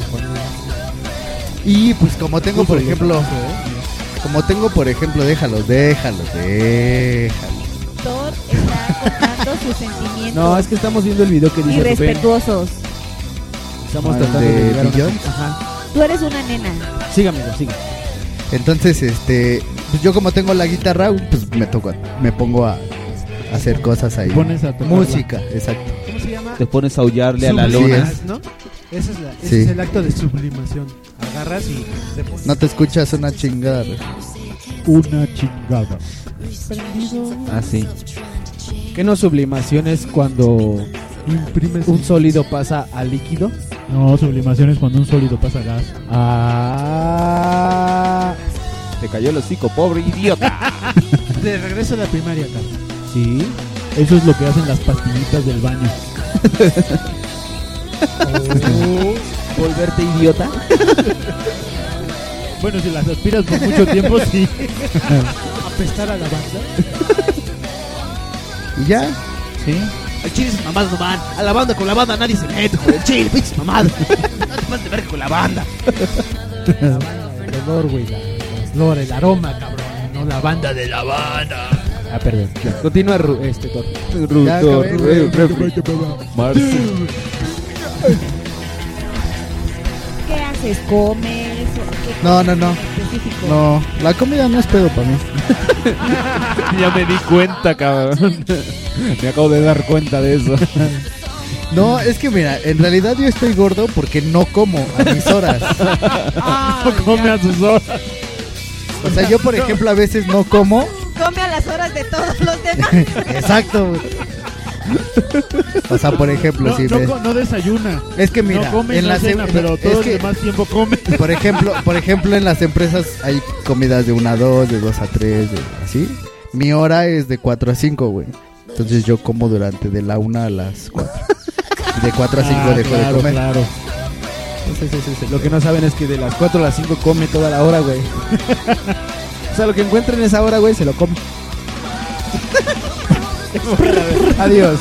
Speaker 5: Y pues como tengo, por ejemplo. Como tengo, por ejemplo, déjalo, déjalo, déjalo.
Speaker 8: Thor está tocando sus sentimientos
Speaker 4: No, es que estamos viendo el video que dice
Speaker 8: irrespetuosos.
Speaker 4: Estamos
Speaker 5: Ah,
Speaker 4: tratando
Speaker 5: ¿el de
Speaker 4: de llegar a una-
Speaker 5: Billions?
Speaker 4: Ajá.
Speaker 8: Tú eres una nena.
Speaker 4: Sígame, siga.
Speaker 5: Entonces, este, pues yo como tengo la guitarra, pues me toco, me pongo a hacer cosas ahí.
Speaker 2: Pones a tocarla.
Speaker 5: música, exacto.
Speaker 1: ¿Cómo se llama?
Speaker 3: Te pones a aullarle a la
Speaker 5: Sublimas,
Speaker 3: luna.
Speaker 5: Sí,
Speaker 1: ¿No? Ese es, la- ese
Speaker 5: Sí.
Speaker 1: es el acto de sublimación. Agarras y te pones.
Speaker 5: No te escuchas una chingada. güey.
Speaker 2: Una chingada.
Speaker 4: Ah, sí. ¿Qué no sublimación es cuando un sólido pasa a líquido?
Speaker 2: No, sublimación es cuando un sólido pasa gas.
Speaker 4: Ah.
Speaker 3: Te cayó el hocico, pobre idiota.
Speaker 1: De regreso a la primaria, Carlos.
Speaker 4: Sí.
Speaker 2: Eso es lo que hacen las pastillitas del baño.
Speaker 5: Oh,
Speaker 4: ¿Volverte idiota?
Speaker 2: bueno, si las aspiras por mucho tiempo, sí.
Speaker 1: Apestar a la banda.
Speaker 5: ¿Y ya?
Speaker 2: Sí.
Speaker 10: El chile esas mamadas no van. A la banda con la banda nadie se mete, joder. El chile, pinches mamadas. No te pases de verga con la banda.
Speaker 1: El olor, güey. la- El olor, el aroma, cabrón. No la banda de la banda.
Speaker 4: Ah, perdón. Continúa Ru- este Thor.
Speaker 1: Ya acabé, güey.
Speaker 3: Marcel.
Speaker 8: ¿Qué haces? ¿Comes?
Speaker 5: No, no, no. No, la comida no es pedo para mí.
Speaker 3: ya me di cuenta, cabrón. me acabo de dar cuenta de eso.
Speaker 5: No, es que mira, en realidad yo estoy gordo porque no como a mis horas.
Speaker 2: no come a sus horas.
Speaker 5: O sea, yo por ejemplo a veces no como.
Speaker 8: Come a las horas de todos los demás.
Speaker 5: Exacto. güey. O sea, por ejemplo,
Speaker 2: No,
Speaker 5: si
Speaker 2: no
Speaker 5: me-
Speaker 2: co- no desayuna.
Speaker 5: Es que mira,
Speaker 2: no come y
Speaker 5: en
Speaker 2: no
Speaker 5: la
Speaker 2: cena,
Speaker 5: sem-
Speaker 2: pero
Speaker 5: es
Speaker 2: todo
Speaker 5: que-
Speaker 2: el demás tiempo come.
Speaker 5: Por ejemplo, por ejemplo, en las empresas hay comidas de 1 a 2, de 2 a 3, de, así. Mi hora es de 4 a 5, güey. Entonces yo como durante de la 1 a las 4. De 4 a 5
Speaker 4: Ah,
Speaker 5: dejo de
Speaker 4: claro,
Speaker 5: comer.
Speaker 4: claro. Lo que no saben es que de las 4 a las 5 come toda la hora, güey. o sea, lo que encuentren en esa hora, güey, se lo come. Adiós.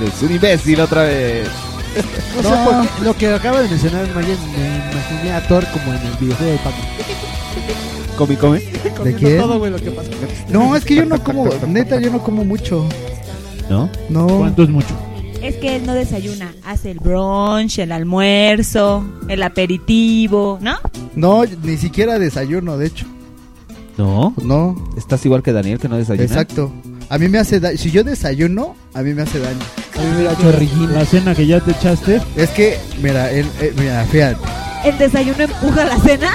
Speaker 3: Eres un imbécil otra vez.
Speaker 1: No, sé por qué, Lo que acaba de mencionar Mayen, me imaginé a Thor como en el videojuego de Paco.
Speaker 3: ¿Come, come?
Speaker 5: ¿De quién?
Speaker 1: Todo, güey, lo que pasa.
Speaker 5: No, es que yo no como, neta, yo no como mucho.
Speaker 3: ¿No?
Speaker 5: No.
Speaker 2: ¿Cuánto es mucho?
Speaker 8: Es que él no desayuna. Hace el brunch, el almuerzo, el aperitivo, ¿no?
Speaker 5: No, ni siquiera desayuno, de hecho.
Speaker 3: No.
Speaker 5: No.
Speaker 3: Estás igual que Daniel, que no desayuna.
Speaker 5: Exacto. A mí me hace daño. Si yo desayuno, a mí me hace daño. A mí me da
Speaker 2: La cena que ya te echaste.
Speaker 5: Es que, mira, el- eh, mira, fíjate.
Speaker 8: El desayuno empuja la cena.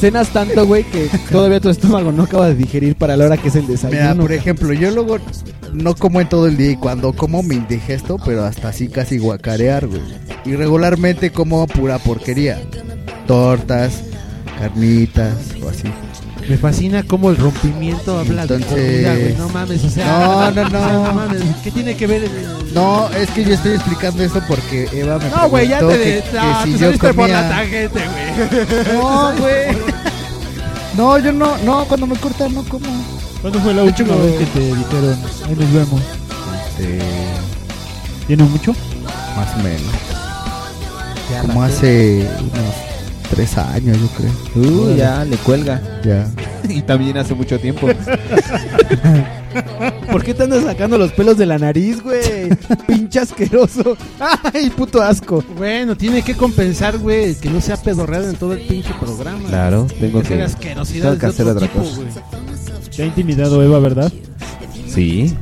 Speaker 4: Cenas tanto, güey, que todavía tu estómago no acaba de digerir para la hora que es el desayuno.
Speaker 5: Mira, por ejemplo, yo luego no como en todo el día y cuando como me indigesto, pero hasta así casi guacarear, güey. Y regularmente como pura porquería. Tortas, carnitas o así.
Speaker 4: Me fascina cómo el rompimiento habla de comida, güey. No mames, o sea.
Speaker 5: No, no, no.
Speaker 4: o sea, mames, ¿Qué tiene que ver? el-
Speaker 5: No, es que yo estoy explicando eso porque Eva me
Speaker 10: No, güey, ya
Speaker 5: preguntó
Speaker 10: te,
Speaker 5: que, que
Speaker 10: no,
Speaker 5: si
Speaker 10: te
Speaker 5: yo
Speaker 10: saliste por la
Speaker 5: comía-
Speaker 10: tangente, güey.
Speaker 5: No, güey. No, yo no, no, cuando me cortan no como.
Speaker 2: ¿Cuándo fue la
Speaker 5: De hecho,
Speaker 2: última
Speaker 5: no.
Speaker 2: vez que te dijeron, ahí nos vemos?
Speaker 3: Eh,
Speaker 5: ¿Tienes mucho? Más o menos.
Speaker 4: Ya
Speaker 5: Como
Speaker 4: la
Speaker 5: hace unos tres años, yo creo.
Speaker 3: Uh, ya, le cuelga.
Speaker 5: Ya.
Speaker 3: y también hace mucho tiempo.
Speaker 4: ¿Por qué te andas sacando los pelos de la nariz, güey? Pinche asqueroso. Ay, puto asco.
Speaker 1: Bueno, tiene que compensar, güey, que no sea pedorreado en todo el pinche programa.
Speaker 3: Claro, tengo que-
Speaker 1: hacer asquerosidades
Speaker 3: tengo que
Speaker 1: de
Speaker 3: hacer
Speaker 1: otro
Speaker 3: otra
Speaker 1: tipo,
Speaker 3: cosa.
Speaker 1: güey.
Speaker 2: Te ha intimidado Eva, ¿verdad?
Speaker 3: Sí.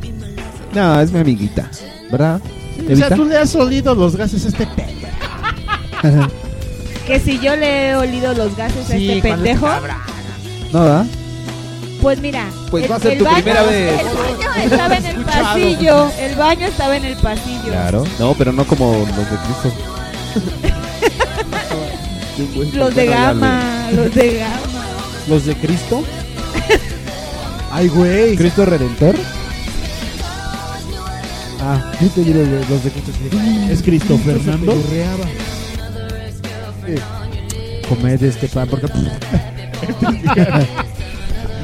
Speaker 3: No, es mi amiguita. ¿Verdad?
Speaker 1: O sea,
Speaker 3: ¿Evita?
Speaker 1: tú le has olido los gases a este pendejo.
Speaker 8: Que si yo le he olido los gases
Speaker 1: Sí,
Speaker 8: a este
Speaker 1: ¿cuál es tu
Speaker 8: pendejo,
Speaker 3: No, ¿verdad?
Speaker 8: pues mira.
Speaker 3: Pues
Speaker 8: el,
Speaker 3: va a ser
Speaker 8: el
Speaker 3: tu
Speaker 8: baño-
Speaker 3: primera vez.
Speaker 8: El baño estaba en el pasillo. El baño estaba en el pasillo.
Speaker 3: Claro. No, pero no como los de Cristo.
Speaker 8: Los de gama, los de gama.
Speaker 4: ¿Los de Cristo? Ay, güey. ¿Cristo Redentor? Ah, yo te digo güey, los de Cristo. sí.
Speaker 2: ¿Es Cristo
Speaker 4: Se
Speaker 2: Fernando?
Speaker 4: pedorreaba. Comed este pan porque...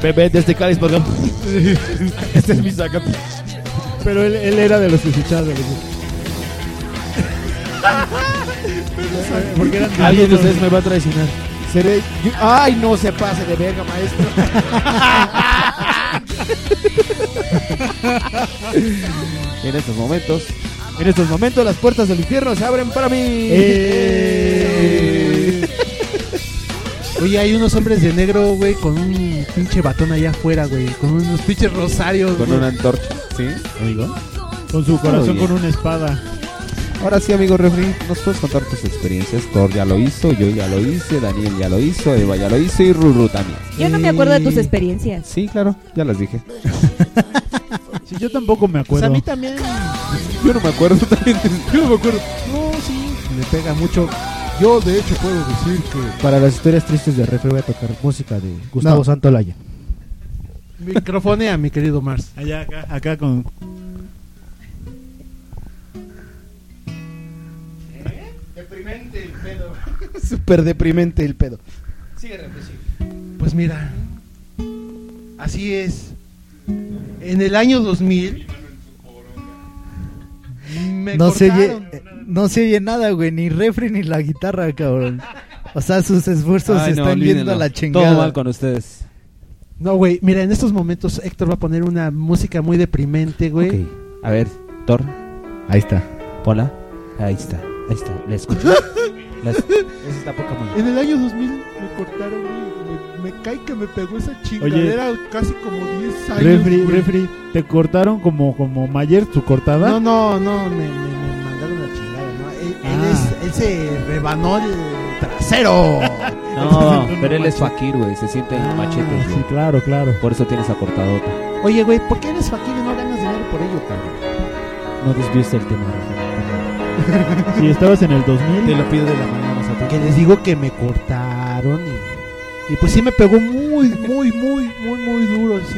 Speaker 1: Bebé de este cáliz porque...
Speaker 2: Este es mi saca. Pero él, él era de los escuchados.
Speaker 4: Porque
Speaker 2: eran de
Speaker 4: Alguien de
Speaker 2: otro-
Speaker 4: ustedes me va a traicionar. Seré... yo- Ay, no se pase de verga, maestro.
Speaker 3: En estos momentos.
Speaker 4: En estos momentos las puertas del infierno se abren para mí.
Speaker 5: Eh.
Speaker 1: Oye, hay unos hombres de negro, güey, con un pinche batón allá afuera, güey. Con unos pinches rosarios,
Speaker 3: Con
Speaker 1: güey.
Speaker 3: una antorcha. ¿Sí? Amigo.
Speaker 2: Con su corazón
Speaker 3: bien.
Speaker 2: con una espada.
Speaker 3: Ahora sí, amigo Refri, nos puedes contar tus experiencias. Thor ya lo hizo, yo ya lo hice, Daniel ya lo hizo, Eva ya lo hizo y Ruru también.
Speaker 8: Yo no me acuerdo de tus experiencias.
Speaker 3: Sí, claro, ya las dije.
Speaker 2: Sí, yo tampoco me
Speaker 10: Pues
Speaker 3: acuerdo.
Speaker 1: a mí también.
Speaker 3: Yo no me acuerdo también. Yo no me acuerdo.
Speaker 1: No, sí.
Speaker 4: Me pega mucho. Yo, de hecho, puedo decir que. Para las historias tristes de Refri voy a tocar música de Gustavo
Speaker 1: No.
Speaker 4: Santolaya.
Speaker 1: Microfonea, mi querido Mars.
Speaker 2: Allá, acá, acá con.
Speaker 1: ¿Eh? Deprimente el pedo.
Speaker 4: Súper deprimente el pedo.
Speaker 1: Sigue reflexivo. Pues mira, así es. En el año 2000 me
Speaker 5: No se, oye,
Speaker 1: cortaron.
Speaker 5: eh, no se oye nada, güey, ni refri ni la guitarra, cabrón. O sea, sus esfuerzos se
Speaker 3: Ay, no,
Speaker 5: están viendo
Speaker 3: olvídenlo.
Speaker 5: a la chingada.
Speaker 3: Todo mal con ustedes.
Speaker 1: No, güey, mira, en estos momentos Héctor va a poner una música muy deprimente, güey.
Speaker 3: A ver, Thor.
Speaker 5: Ahí está.
Speaker 3: Hola. Ahí está, ahí está. La escucho. La es- Esa está poca madre.
Speaker 1: En el año 2000 me cortaron, güey. Me, me cae que me pegó esa chingadera casi como 10 años.
Speaker 2: Refri,
Speaker 1: güey.
Speaker 2: refri, te cortaron como, como Mayer, tu cortada.
Speaker 1: No, no, no, me, me- me mandaron la chingada, ¿no? Él, él es- él se rebanó el trasero.
Speaker 3: No, pero él es Fakir, güey. Se siente
Speaker 1: Ah,
Speaker 3: en machete. Sí,
Speaker 2: Ah, claro, claro.
Speaker 3: Por eso tienes acortadota.
Speaker 1: Oye, güey, ¿por qué eres faquillo y no ganas dinero por ello, cabrón?
Speaker 3: No desvíes el tema,
Speaker 2: Si
Speaker 1: Pues
Speaker 2: estabas en el 2000.
Speaker 1: Te lo pido de la mano más Que les digo que me cortaron y, y pues sí me pegó muy, muy, muy, muy, muy duro, sí,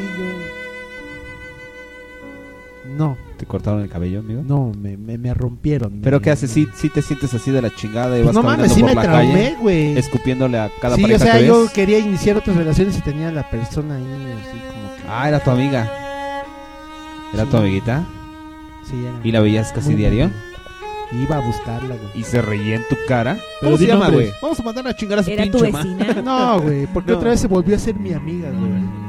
Speaker 1: yo. No.
Speaker 3: ¿Te cortaron el cabello, amigo?
Speaker 1: No, me, me, me rompieron.
Speaker 3: ¿Pero qué haces? ¿Sí, sí te sientes así de la chingada y
Speaker 1: Pues
Speaker 3: vas
Speaker 1: no
Speaker 3: caminando
Speaker 1: mames, sí
Speaker 3: por
Speaker 1: me
Speaker 3: la
Speaker 1: traumé,
Speaker 3: calle?
Speaker 1: güey.
Speaker 3: Escupiéndole a cada
Speaker 1: sí, o
Speaker 3: pareja
Speaker 1: sea,
Speaker 3: que
Speaker 1: yo
Speaker 3: ves.
Speaker 1: quería iniciar otras relaciones y tenía a la persona ahí, así como que.
Speaker 3: Ah, era tu amiga. ¿Era
Speaker 1: Sí.
Speaker 3: tu amiguita?
Speaker 1: Sí, era.
Speaker 3: ¿Y la veías casi
Speaker 1: Muy
Speaker 3: diario?
Speaker 1: Iba a buscarla, güey.
Speaker 3: ¿Y se reía en tu cara?
Speaker 1: Pero
Speaker 3: ¿Cómo se
Speaker 1: di
Speaker 3: llama,
Speaker 1: nombres.
Speaker 3: güey? Vamos a mandar a chingar a su
Speaker 1: ¿Era
Speaker 3: pinche
Speaker 1: tu
Speaker 3: madre.
Speaker 1: vecina? No, güey, porque
Speaker 3: No.
Speaker 1: otra vez se volvió a ser mi amiga, güey.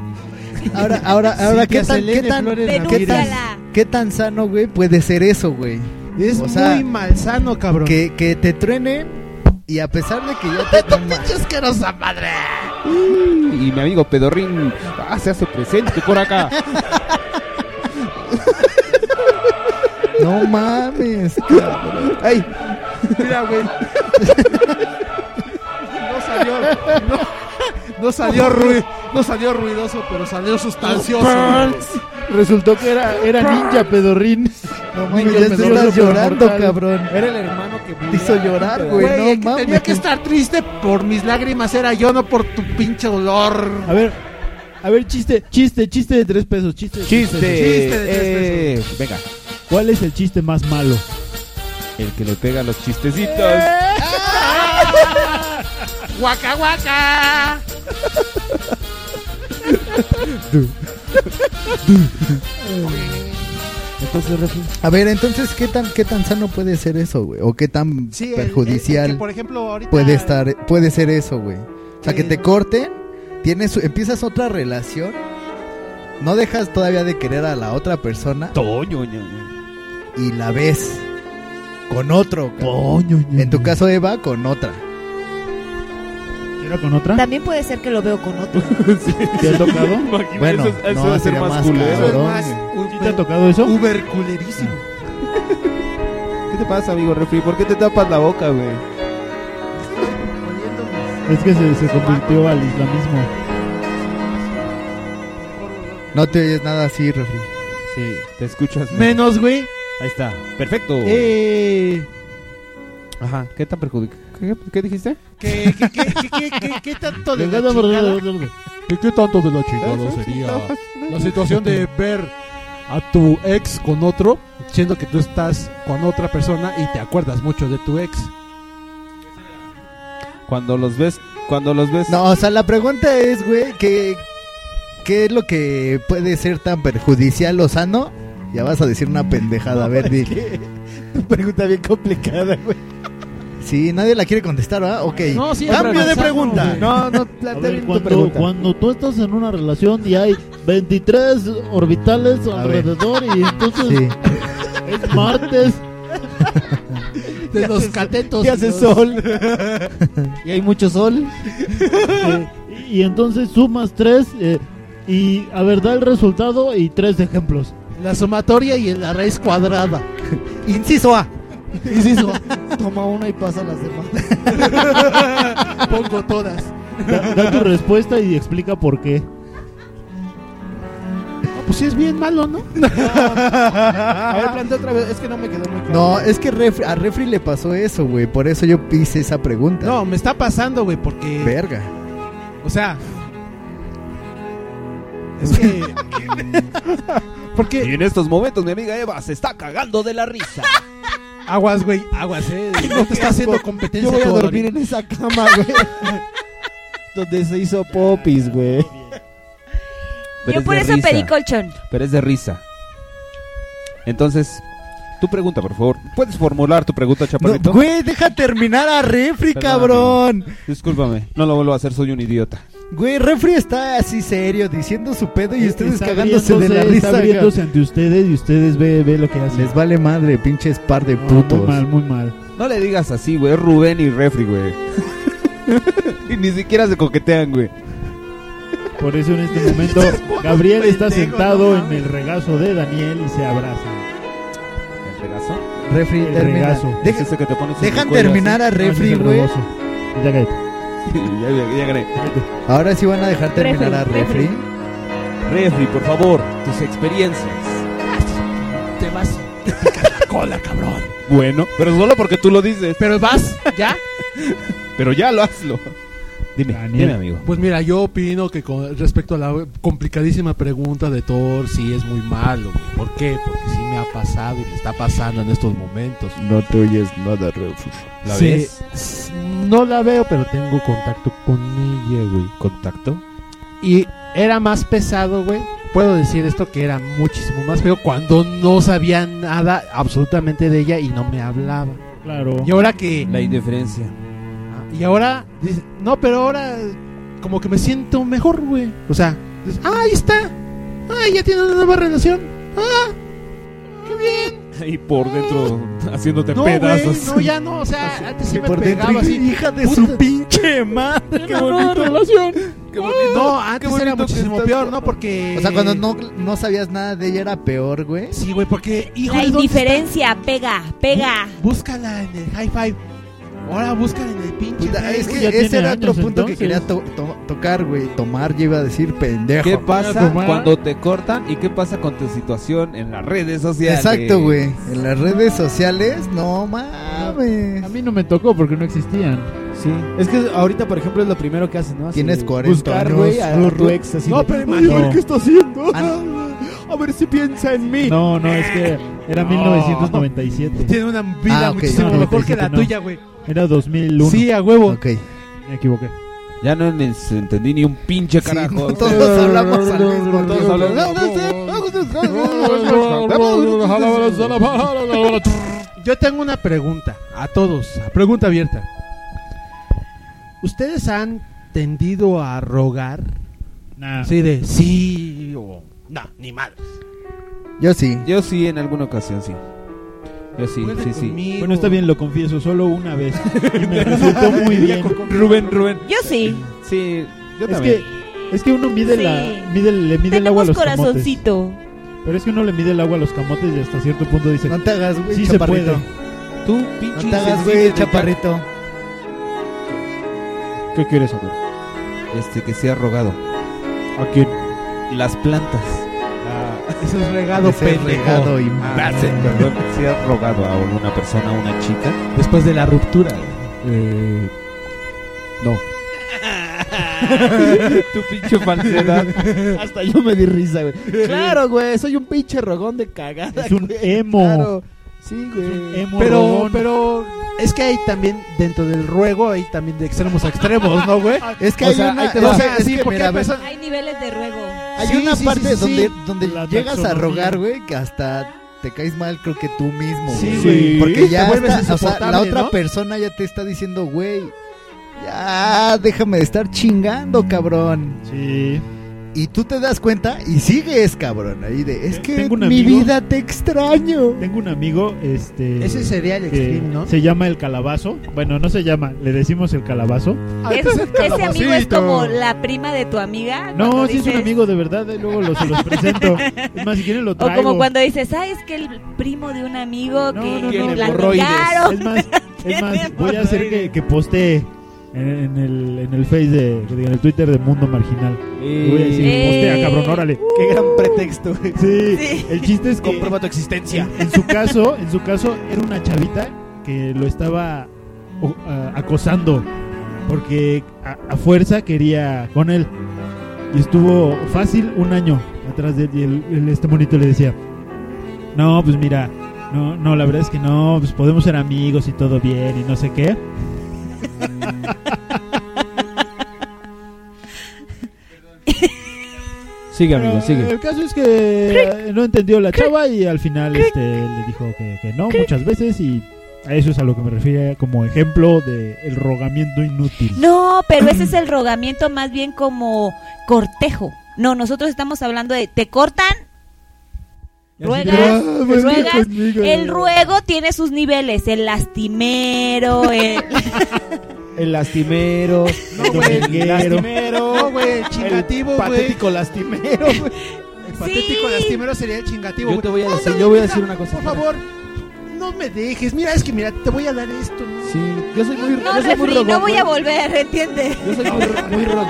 Speaker 5: Ahora, ahora, ahora,
Speaker 1: Cintia
Speaker 5: ¿qué, tan,
Speaker 1: Selene
Speaker 5: qué, tan,
Speaker 1: Flores
Speaker 5: qué, tan,
Speaker 1: Ramírez.
Speaker 5: qué tan sano, güey, puede ser eso, güey?
Speaker 1: Es muy malsano, cabrón.
Speaker 5: Que, que te truene y a pesar de que ya te... ¡Tu pinche
Speaker 1: asquerosa madre!
Speaker 3: Y mi amigo Pedorrín ah, se hace presente por acá.
Speaker 5: No mames, cabrón. Ay,
Speaker 1: Mira, güey. No salió. No, no salió ruido. No salió ruidoso, pero salió sustancioso.
Speaker 2: Resultó que era, era ninja pedorrín.
Speaker 5: No mames, ya te estás llorando, cabrón.
Speaker 1: Era el hermano que
Speaker 5: Te hizo llorar, güey, no
Speaker 1: el que
Speaker 5: mames.
Speaker 1: Tenía que estar triste por mis lágrimas, era yo, no por tu pinche dolor.
Speaker 2: A ver,
Speaker 18: A ver, chiste, chiste, chiste de tres pesos, chiste. de tres
Speaker 3: Chiste.
Speaker 18: pesos.
Speaker 3: Eh, Venga,
Speaker 18: ¿Cuál es el chiste más malo?
Speaker 3: el que le pega los chistecitos.
Speaker 19: Guaca, guaca.
Speaker 10: Entonces,
Speaker 5: A ver, entonces, ¿qué tan, qué tan sano puede ser eso, güey? ¿O qué tan
Speaker 1: Sí, el- el-
Speaker 5: perjudicial
Speaker 1: el que, por ejemplo, ahorita-
Speaker 5: puede, estar, puede ser eso, güey? O sea,
Speaker 1: Sí.
Speaker 5: que te corten, tienes, empiezas otra relación, no dejas todavía de querer a la otra persona.
Speaker 3: Toño,
Speaker 5: Y la ves con otro, cabrón. En tu caso, Eva, con otra.
Speaker 18: ¿Era con otra?
Speaker 8: También puede ser que lo veo con otro.
Speaker 5: ¿Te ha tocado?
Speaker 3: Imagínate,
Speaker 5: Bueno,
Speaker 3: eso- eso
Speaker 5: no,
Speaker 3: va a ser
Speaker 5: sería
Speaker 3: más
Speaker 5: más
Speaker 3: culero.
Speaker 5: cabrón,
Speaker 3: Eso es
Speaker 5: güey.
Speaker 18: ¿Te ha tocado eso?
Speaker 1: Uber culerísimo.
Speaker 3: ¿Qué te pasa, amigo refri? ¿Por qué te tapas la boca, güey?
Speaker 18: Es que se, se convirtió al islamismo.
Speaker 5: No te oyes nada así, refri.
Speaker 3: Sí, te escuchas
Speaker 1: Menos, güey. Eh.
Speaker 3: Ahí está, perfecto. Ajá, ¿qué tan perjudica? ¿Qué, qué dijiste?
Speaker 1: ¿Qué, qué, qué, qué, qué, qué, qué tanto de la
Speaker 3: Venga, vamos,
Speaker 1: chingada?
Speaker 13: ¿Qué, qué tanto de la chingada sería la situación de
Speaker 1: ver a tu ex con otro, siendo que tú estás con otra persona y te acuerdas mucho de tu ex?
Speaker 3: Cuando los ves, cuando los ves.
Speaker 5: No, o sea, la pregunta es, güey, que ¿qué es lo que puede ser tan perjudicial o sano? Ya vas a decir una pendejada, a ver, dile.
Speaker 4: Pregunta bien complicada, güey.
Speaker 5: Sí, nadie la quiere contestar, ¿ah? Ok.
Speaker 4: No, sí,
Speaker 5: Cambio de
Speaker 4: sano,
Speaker 5: pregunta.
Speaker 4: güey.
Speaker 5: No, no,
Speaker 4: A
Speaker 5: plantea
Speaker 4: ver,
Speaker 5: bien tu
Speaker 2: Cuando,
Speaker 5: pregunta.
Speaker 2: cuando tú estás en una relación y hay 23 orbitales alrededor y entonces
Speaker 5: Sí.
Speaker 2: es martes.
Speaker 4: De los catetos. Y hace sol.
Speaker 2: y hay mucho sol. Eh, y entonces sumas 3 y a ver, da el resultado y tres ejemplos.
Speaker 4: La sumatoria y la raíz cuadrada.
Speaker 5: Inciso A.
Speaker 4: Inciso A. Toma una y pasa las demás. Pongo todas.
Speaker 2: Da, da tu respuesta y explica por qué.
Speaker 4: Pues sí es bien malo, ¿no?
Speaker 1: A
Speaker 4: ver, plantea otra vez. Es que no me quedó muy claro.
Speaker 5: No, es que Refri- a Refri le pasó eso, güey. Por eso yo hice esa pregunta.
Speaker 1: No, me está pasando, güey, porque.
Speaker 5: Verga.
Speaker 1: O sea. Es que. mm,
Speaker 3: Y en estos momentos, mi amiga Eva se está cagando de la risa.
Speaker 1: Aguas, güey, aguas, eh. No te está haciendo
Speaker 3: Yo
Speaker 1: competencia.
Speaker 3: voy a
Speaker 1: tu
Speaker 3: dormir
Speaker 1: Dorin.
Speaker 3: en
Speaker 10: esa cama, güey. Donde se hizo popis, güey.
Speaker 8: Yo por eso pedí colchón.
Speaker 3: Pero es de risa. Entonces, tu pregunta, por favor. ¿Puedes formular tu pregunta, chaparrito?
Speaker 5: Güey, deja terminar a Refri,
Speaker 3: Perdón,
Speaker 5: cabrón.
Speaker 3: amigo. Discúlpame, no lo vuelvo a hacer, soy un idiota.
Speaker 5: Güey, Refri está así serio, diciendo su pedo y ustedes
Speaker 2: Está
Speaker 5: cagándose de
Speaker 2: riéndose,
Speaker 5: la
Speaker 2: está
Speaker 5: risa.
Speaker 2: riéndose
Speaker 5: ante ustedes y ustedes ve, lo que hacen. Les vale madre, pinches par de putos.
Speaker 2: muy mal,
Speaker 5: muy mal.
Speaker 3: No le digas así, güey. Es Rubén y Refri, güey. y ni siquiera se coquetean, güey.
Speaker 2: Por eso en este momento Gabriel está sentado en el regazo de Daniel y se abrazan.
Speaker 3: ¿El regazo?
Speaker 5: Refri,
Speaker 2: El
Speaker 5: termina.
Speaker 2: regazo.
Speaker 5: Deja-
Speaker 3: Ese que te pones en
Speaker 5: dejan
Speaker 3: el cuello
Speaker 5: terminar
Speaker 3: así.
Speaker 5: a Refri,
Speaker 3: No, ese es el
Speaker 5: güey.
Speaker 3: rebozo. ya, ya, ya gané.
Speaker 5: Ahora sí van a dejar terminar a
Speaker 3: Refri.
Speaker 5: Refri.
Speaker 3: Refri, por favor, tus experiencias.
Speaker 4: Te vas.
Speaker 3: Cola, cabrón. Bueno, pero solo porque tú lo dices.
Speaker 1: Pero vas, ya.
Speaker 3: Pero ya lo hazlo. Dime, dime, amigo.
Speaker 1: Pues mira, yo opino que con respecto a la complicadísima pregunta de Thor, sí es muy malo, güey. ¿Por qué? Porque sí me ha pasado y me está pasando en estos momentos.
Speaker 20: No te oyes nada, Refri.
Speaker 1: Sí, s- No la veo, pero tengo contacto con ella, güey.
Speaker 3: ¿Contacto?
Speaker 1: Y era más pesado, güey. Puedo decir esto que era muchísimo más feo cuando no sabía nada absolutamente de ella y no me hablaba.
Speaker 2: Claro.
Speaker 1: Y ahora que.
Speaker 3: La indiferencia.
Speaker 1: Y ahora. dice, no, pero ahora. Como que me siento mejor, güey. O sea. dices, "Ah, ahí está. Ah, ya tiene una nueva relación. Ah, qué bien.
Speaker 3: Y por dentro haciéndote
Speaker 1: No, güey,
Speaker 3: pedazos.
Speaker 1: no, ya no. O sea, antes sí me
Speaker 3: Por dentro,
Speaker 1: pegaba así.
Speaker 3: hija
Speaker 1: de su pinche madre.
Speaker 3: Qué bonito. relación.
Speaker 1: no,
Speaker 5: qué
Speaker 1: antes
Speaker 5: bonito
Speaker 1: era
Speaker 5: que
Speaker 1: muchísimo
Speaker 5: estás
Speaker 1: peor, ¿no? Porque.
Speaker 5: O sea, cuando no, no sabías nada de ella era peor, güey.
Speaker 1: Sí, güey, porque
Speaker 8: La indiferencia pega, pega.
Speaker 1: Búscala en el high five. Ahora búscala en el pinche.
Speaker 5: Es que ese era otro punto que quería to- to- tocar, güey. Tomar, yo iba a decir pendejo.
Speaker 3: ¿Qué pasa cuando te cortan y qué pasa con tu situación en las redes sociales?
Speaker 5: Exacto, güey. En las redes sociales, no mames.
Speaker 2: A mí no me tocó porque no existían.
Speaker 4: Sí. Es que ahorita, por ejemplo, es lo primero que haces, ¿no? Así,
Speaker 5: Tienes 40
Speaker 4: Buscar,
Speaker 5: años,
Speaker 4: güey, a,
Speaker 5: no,
Speaker 4: a tu ex así.
Speaker 5: no,
Speaker 4: de, Ah,
Speaker 5: pero
Speaker 4: "Uy,
Speaker 5: imagínate
Speaker 4: güey,
Speaker 5: qué
Speaker 4: está haciendo? A ver si piensa en mí.
Speaker 2: No, no, es que era
Speaker 4: No.
Speaker 2: 1997.
Speaker 1: Tiene una vida
Speaker 2: Ah, ok.
Speaker 1: muchísimo
Speaker 2: No,
Speaker 1: mejor que
Speaker 2: 97
Speaker 1: la
Speaker 2: no.
Speaker 1: tuya, güey.
Speaker 2: Era 2001.
Speaker 1: Sí, a huevo.
Speaker 5: Ok.
Speaker 2: Me equivoqué.
Speaker 3: Ya no en- entendí ni un pinche carajo.
Speaker 5: todos hablamos al mismo
Speaker 3: Todos hablamos.
Speaker 1: Yo tengo una pregunta a todos, a pregunta abierta. ¿Ustedes han tendido a rogar? Sí, de sí o no, ni madre.
Speaker 5: Yo sí.
Speaker 3: Yo sí, en alguna ocasión, sí. Yo sí, sí, sí.
Speaker 2: Bueno, está bien, lo confieso, solo una vez. Y me resultó muy bien.
Speaker 3: Rubén, Rubén.
Speaker 8: Yo sí.
Speaker 3: Sí, yo
Speaker 2: es
Speaker 3: también.
Speaker 2: que, es que uno mide,
Speaker 8: Sí.
Speaker 2: la, mide- le mide el agua a
Speaker 8: Tenemos
Speaker 2: los camotes.
Speaker 8: corazoncito.
Speaker 2: Pero es que uno le mide el agua a los camotes y hasta cierto punto dice:
Speaker 5: No te hagas, güey,
Speaker 2: Sí se
Speaker 5: chaparrito.
Speaker 2: puede.
Speaker 3: Tú,
Speaker 5: No te hagas, güey, chaparrito.
Speaker 2: ¿Qué quieres saber?
Speaker 3: Este, que sea rogado.
Speaker 2: ¿A quién?
Speaker 3: Las plantas.
Speaker 1: Eso Ah, es regado,
Speaker 3: Ese es
Speaker 1: pendejo.
Speaker 3: regado,
Speaker 1: Ah,
Speaker 3: imbécil. Perdón, que sea rogado a una persona, a una chica.
Speaker 4: Después de la ruptura. Eh, no.
Speaker 3: tu pinche falsedad.
Speaker 10: Hasta yo me di risa, güey. Claro, güey, soy un pinche rogón de cagada.
Speaker 2: Es un
Speaker 10: güey,
Speaker 2: emo.
Speaker 10: claro. Sí, güey.
Speaker 1: pero, pero es que hay también dentro del ruego hay también de extremos a extremos, ¿no, güey?
Speaker 5: Es que
Speaker 1: Ah, O
Speaker 5: hay
Speaker 1: sea,
Speaker 5: una-
Speaker 1: ahí te
Speaker 5: es
Speaker 1: va.
Speaker 5: que-
Speaker 1: O sea,
Speaker 5: es
Speaker 1: sí,
Speaker 5: que
Speaker 1: porque
Speaker 5: mira,
Speaker 1: hay personas-
Speaker 8: Hay niveles de ruego.
Speaker 5: Hay
Speaker 8: Sí,
Speaker 5: una
Speaker 8: sí,
Speaker 5: parte
Speaker 8: sí, sí.
Speaker 5: donde, donde
Speaker 8: La
Speaker 5: llegas a
Speaker 8: taxonomía.
Speaker 5: rogar, güey, que hasta te caes mal, creo que tú mismo.
Speaker 1: Sí,
Speaker 5: güey.
Speaker 1: güey.
Speaker 5: Porque ya
Speaker 1: Te vuelves
Speaker 5: hasta- o sea, la
Speaker 1: insoportable,
Speaker 5: otra
Speaker 1: ¿no?
Speaker 5: persona ya te está diciendo, güey, ya déjame de estar chingando, cabrón.
Speaker 2: Sí.
Speaker 5: Y tú te das cuenta y sigues, cabrón. Ahí de, es que
Speaker 2: Tengo un
Speaker 5: mi
Speaker 2: amigo-
Speaker 5: vida te extraño.
Speaker 2: Tengo un amigo, este.
Speaker 1: Ese sería el
Speaker 2: que
Speaker 1: extreme, ¿no?
Speaker 2: Se llama el calabazo. Bueno, no se llama, le decimos el calabazo.
Speaker 8: Es- Ah, ese amigo es como la prima de tu amiga.
Speaker 2: No,
Speaker 8: cuando
Speaker 2: sí es un
Speaker 8: dices-
Speaker 2: amigo de verdad, eh, luego los, se los presento. Es más, si quieren lo
Speaker 8: O
Speaker 2: traigo.
Speaker 8: como cuando dices, ah, es que el primo de un amigo que
Speaker 2: no,
Speaker 8: me
Speaker 2: no,
Speaker 8: platicaron.
Speaker 2: Es más, es más, voy a hacer que, que postee en, en el, en el Face de, en el Twitter de Mundo Marginal. Le Voy a decir,
Speaker 1: Eh.
Speaker 2: postea, cabrón, órale.
Speaker 1: Qué gran pretexto, güey.
Speaker 2: Sí, el chiste es que
Speaker 1: Comprueba tu existencia.
Speaker 2: en su caso, en su caso era una chavita que lo estaba o- a- acosando porque a, a fuerza quería con él y estuvo fácil un año atrás de él y el- el- este monito le decía no pues mira no no la verdad es que no pues podemos ser amigos y todo bien y no sé qué
Speaker 4: Sigue, amigo,
Speaker 2: Pero
Speaker 4: sigue.
Speaker 2: El caso es que eh, no entendió la chava y al final este, le dijo que, que no muchas veces y a eso es a lo que me refiero como ejemplo de el rogamiento inútil.
Speaker 8: No, pero ese es el rogamiento más bien como cortejo. No, nosotros estamos hablando de te cortan, ruegas,
Speaker 2: Ah, bueno,
Speaker 8: ruegas.
Speaker 2: conmigo.
Speaker 8: El ruego tiene sus niveles, el lastimero, el
Speaker 4: El lastimero. el
Speaker 1: güey,
Speaker 4: dominguero.
Speaker 1: No, güey, chingativo, güey.
Speaker 4: patético lastimero,
Speaker 1: güey. El patético lastimero sería el chingativo,
Speaker 4: Yo
Speaker 1: güey.
Speaker 4: te voy a
Speaker 1: No,
Speaker 4: decir-
Speaker 1: no,
Speaker 4: yo voy a
Speaker 1: mira,
Speaker 4: decir una cosa,
Speaker 1: Por
Speaker 4: mira.
Speaker 1: favor, no me dejes. Mira, es que mira, te voy a dar esto. ¿no?
Speaker 4: Sí, yo soy muy.
Speaker 8: No,
Speaker 4: yo soy muy
Speaker 8: refri,
Speaker 4: rogón,
Speaker 8: no voy
Speaker 4: güey.
Speaker 8: a volver, ¿entiendes?
Speaker 4: Yo soy muy, muy rogón,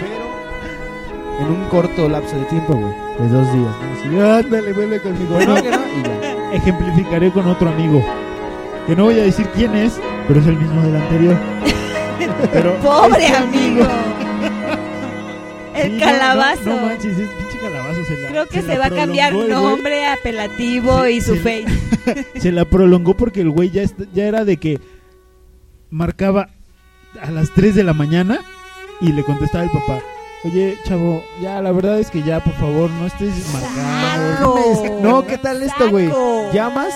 Speaker 4: pero en un corto lapso de tiempo, güey. De dos días. ¿no? Así, ándale, vuelve conmigo.
Speaker 2: Bueno,
Speaker 4: No, que no, y ya.
Speaker 2: Ejemplificaré con otro amigo que no voy a decir quién es, pero es el mismo del anterior. Pero
Speaker 8: Pobre
Speaker 2: este
Speaker 8: amigo. El
Speaker 2: Sí, no,
Speaker 8: calabazo.
Speaker 2: No, no manches, es pinche calabazo. Se la,
Speaker 8: Creo que se
Speaker 2: la
Speaker 8: va a cambiar
Speaker 2: prolongó el güey.
Speaker 8: nombre, apelativo y su face.
Speaker 2: Se la prolongó porque el güey ya, est- ya era de que marcaba a las 3 de la mañana y le contestaba el papá. Oye, chavo, ya la verdad es que ya, por favor, no estés marcado.
Speaker 4: No, ¿qué tal esto, güey? Llamas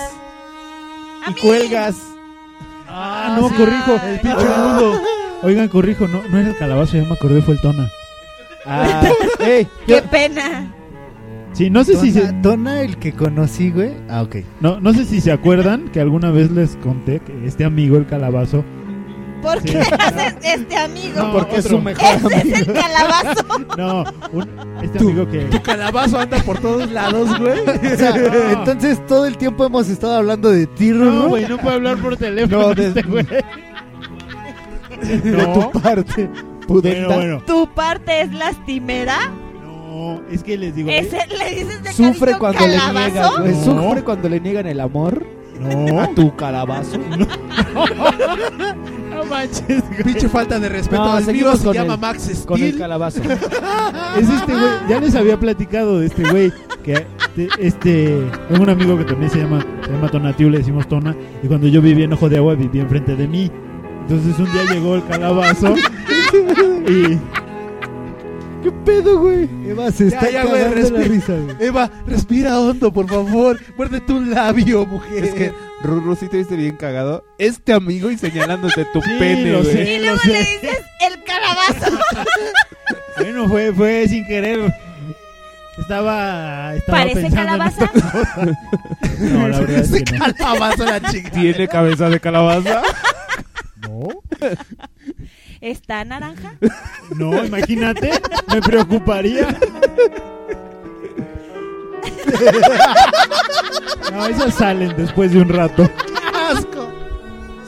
Speaker 4: y cuelgas.
Speaker 2: Ah, no, corrijo, el pinche mundo. Oigan, corrijo, no, no era el calabazo, ya me acordé, fue el tona.
Speaker 4: Ah, ey,
Speaker 8: Qué pena.
Speaker 2: Sí, no sé si se,
Speaker 5: Tona- Tona, el que conocí, güey. Ah, ok.
Speaker 2: no, no sé si se acuerdan que alguna vez les conté que este amigo, el calabazo,
Speaker 8: ¿Por
Speaker 2: Sí.
Speaker 8: qué haces este amigo?
Speaker 2: No, porque es su mejor
Speaker 8: Ese es el calabazo.
Speaker 2: No, un- este amigo que.
Speaker 1: Tu calabazo anda por todos lados, güey.
Speaker 5: O sea, entonces todo el tiempo hemos estado hablando de ti,
Speaker 2: No,
Speaker 5: Rulo.
Speaker 2: güey, no puede hablar por teléfono
Speaker 5: No, de-
Speaker 2: este güey.
Speaker 5: De
Speaker 2: No.
Speaker 5: tu parte.
Speaker 2: Bueno, bueno.
Speaker 8: ¿Tu parte es lastimera?
Speaker 2: No, es que les digo. ¿eh?
Speaker 8: ¿Ese le dices de
Speaker 4: Sufre
Speaker 8: cariño
Speaker 4: cuando le niegan,
Speaker 8: calabazo?
Speaker 4: güey.
Speaker 2: No.
Speaker 4: Sufre cuando le niegan el amor
Speaker 2: No.
Speaker 4: a tu calabazo.
Speaker 1: No manches.
Speaker 5: Pinche falta de respeto
Speaker 1: No,
Speaker 5: al
Speaker 1: seguimos
Speaker 5: vivo se
Speaker 1: con
Speaker 5: llama
Speaker 1: el-
Speaker 5: Max Steel.
Speaker 1: con el
Speaker 4: calabazo.
Speaker 21: Es este güey, ya les había platicado de este güey que te- este tengo un amigo que también se llama se llama Tonatiu, le decimos Tona, y cuando yo vivía en Ojo de Agua vivía enfrente de mí. Entonces un día llegó el calabazo y
Speaker 10: ¿Qué pedo, güey? Eva se
Speaker 5: Ya, ya, güey, respira. Eva, respira hondo, por favor. Muérdete un labio, mujer.
Speaker 3: Es que, Ruru, si te viste bien cagado. Este amigo y señalándote tu pene,
Speaker 21: lo
Speaker 3: güey.
Speaker 21: sé, Y luego lo sé. le dice-
Speaker 8: El calabazo.
Speaker 21: bueno, fue fue sin querer. Estaba, estaba
Speaker 8: ¿Parece
Speaker 21: pensando en
Speaker 8: calabaza?
Speaker 21: otra cosa. No, la verdad es que no.
Speaker 5: Calabazo la chica.
Speaker 3: ¿Tiene cabeza de calabaza?
Speaker 8: ¿Está naranja?
Speaker 21: No, imagínate, me preocuparía.
Speaker 4: No, esas salen después de un rato.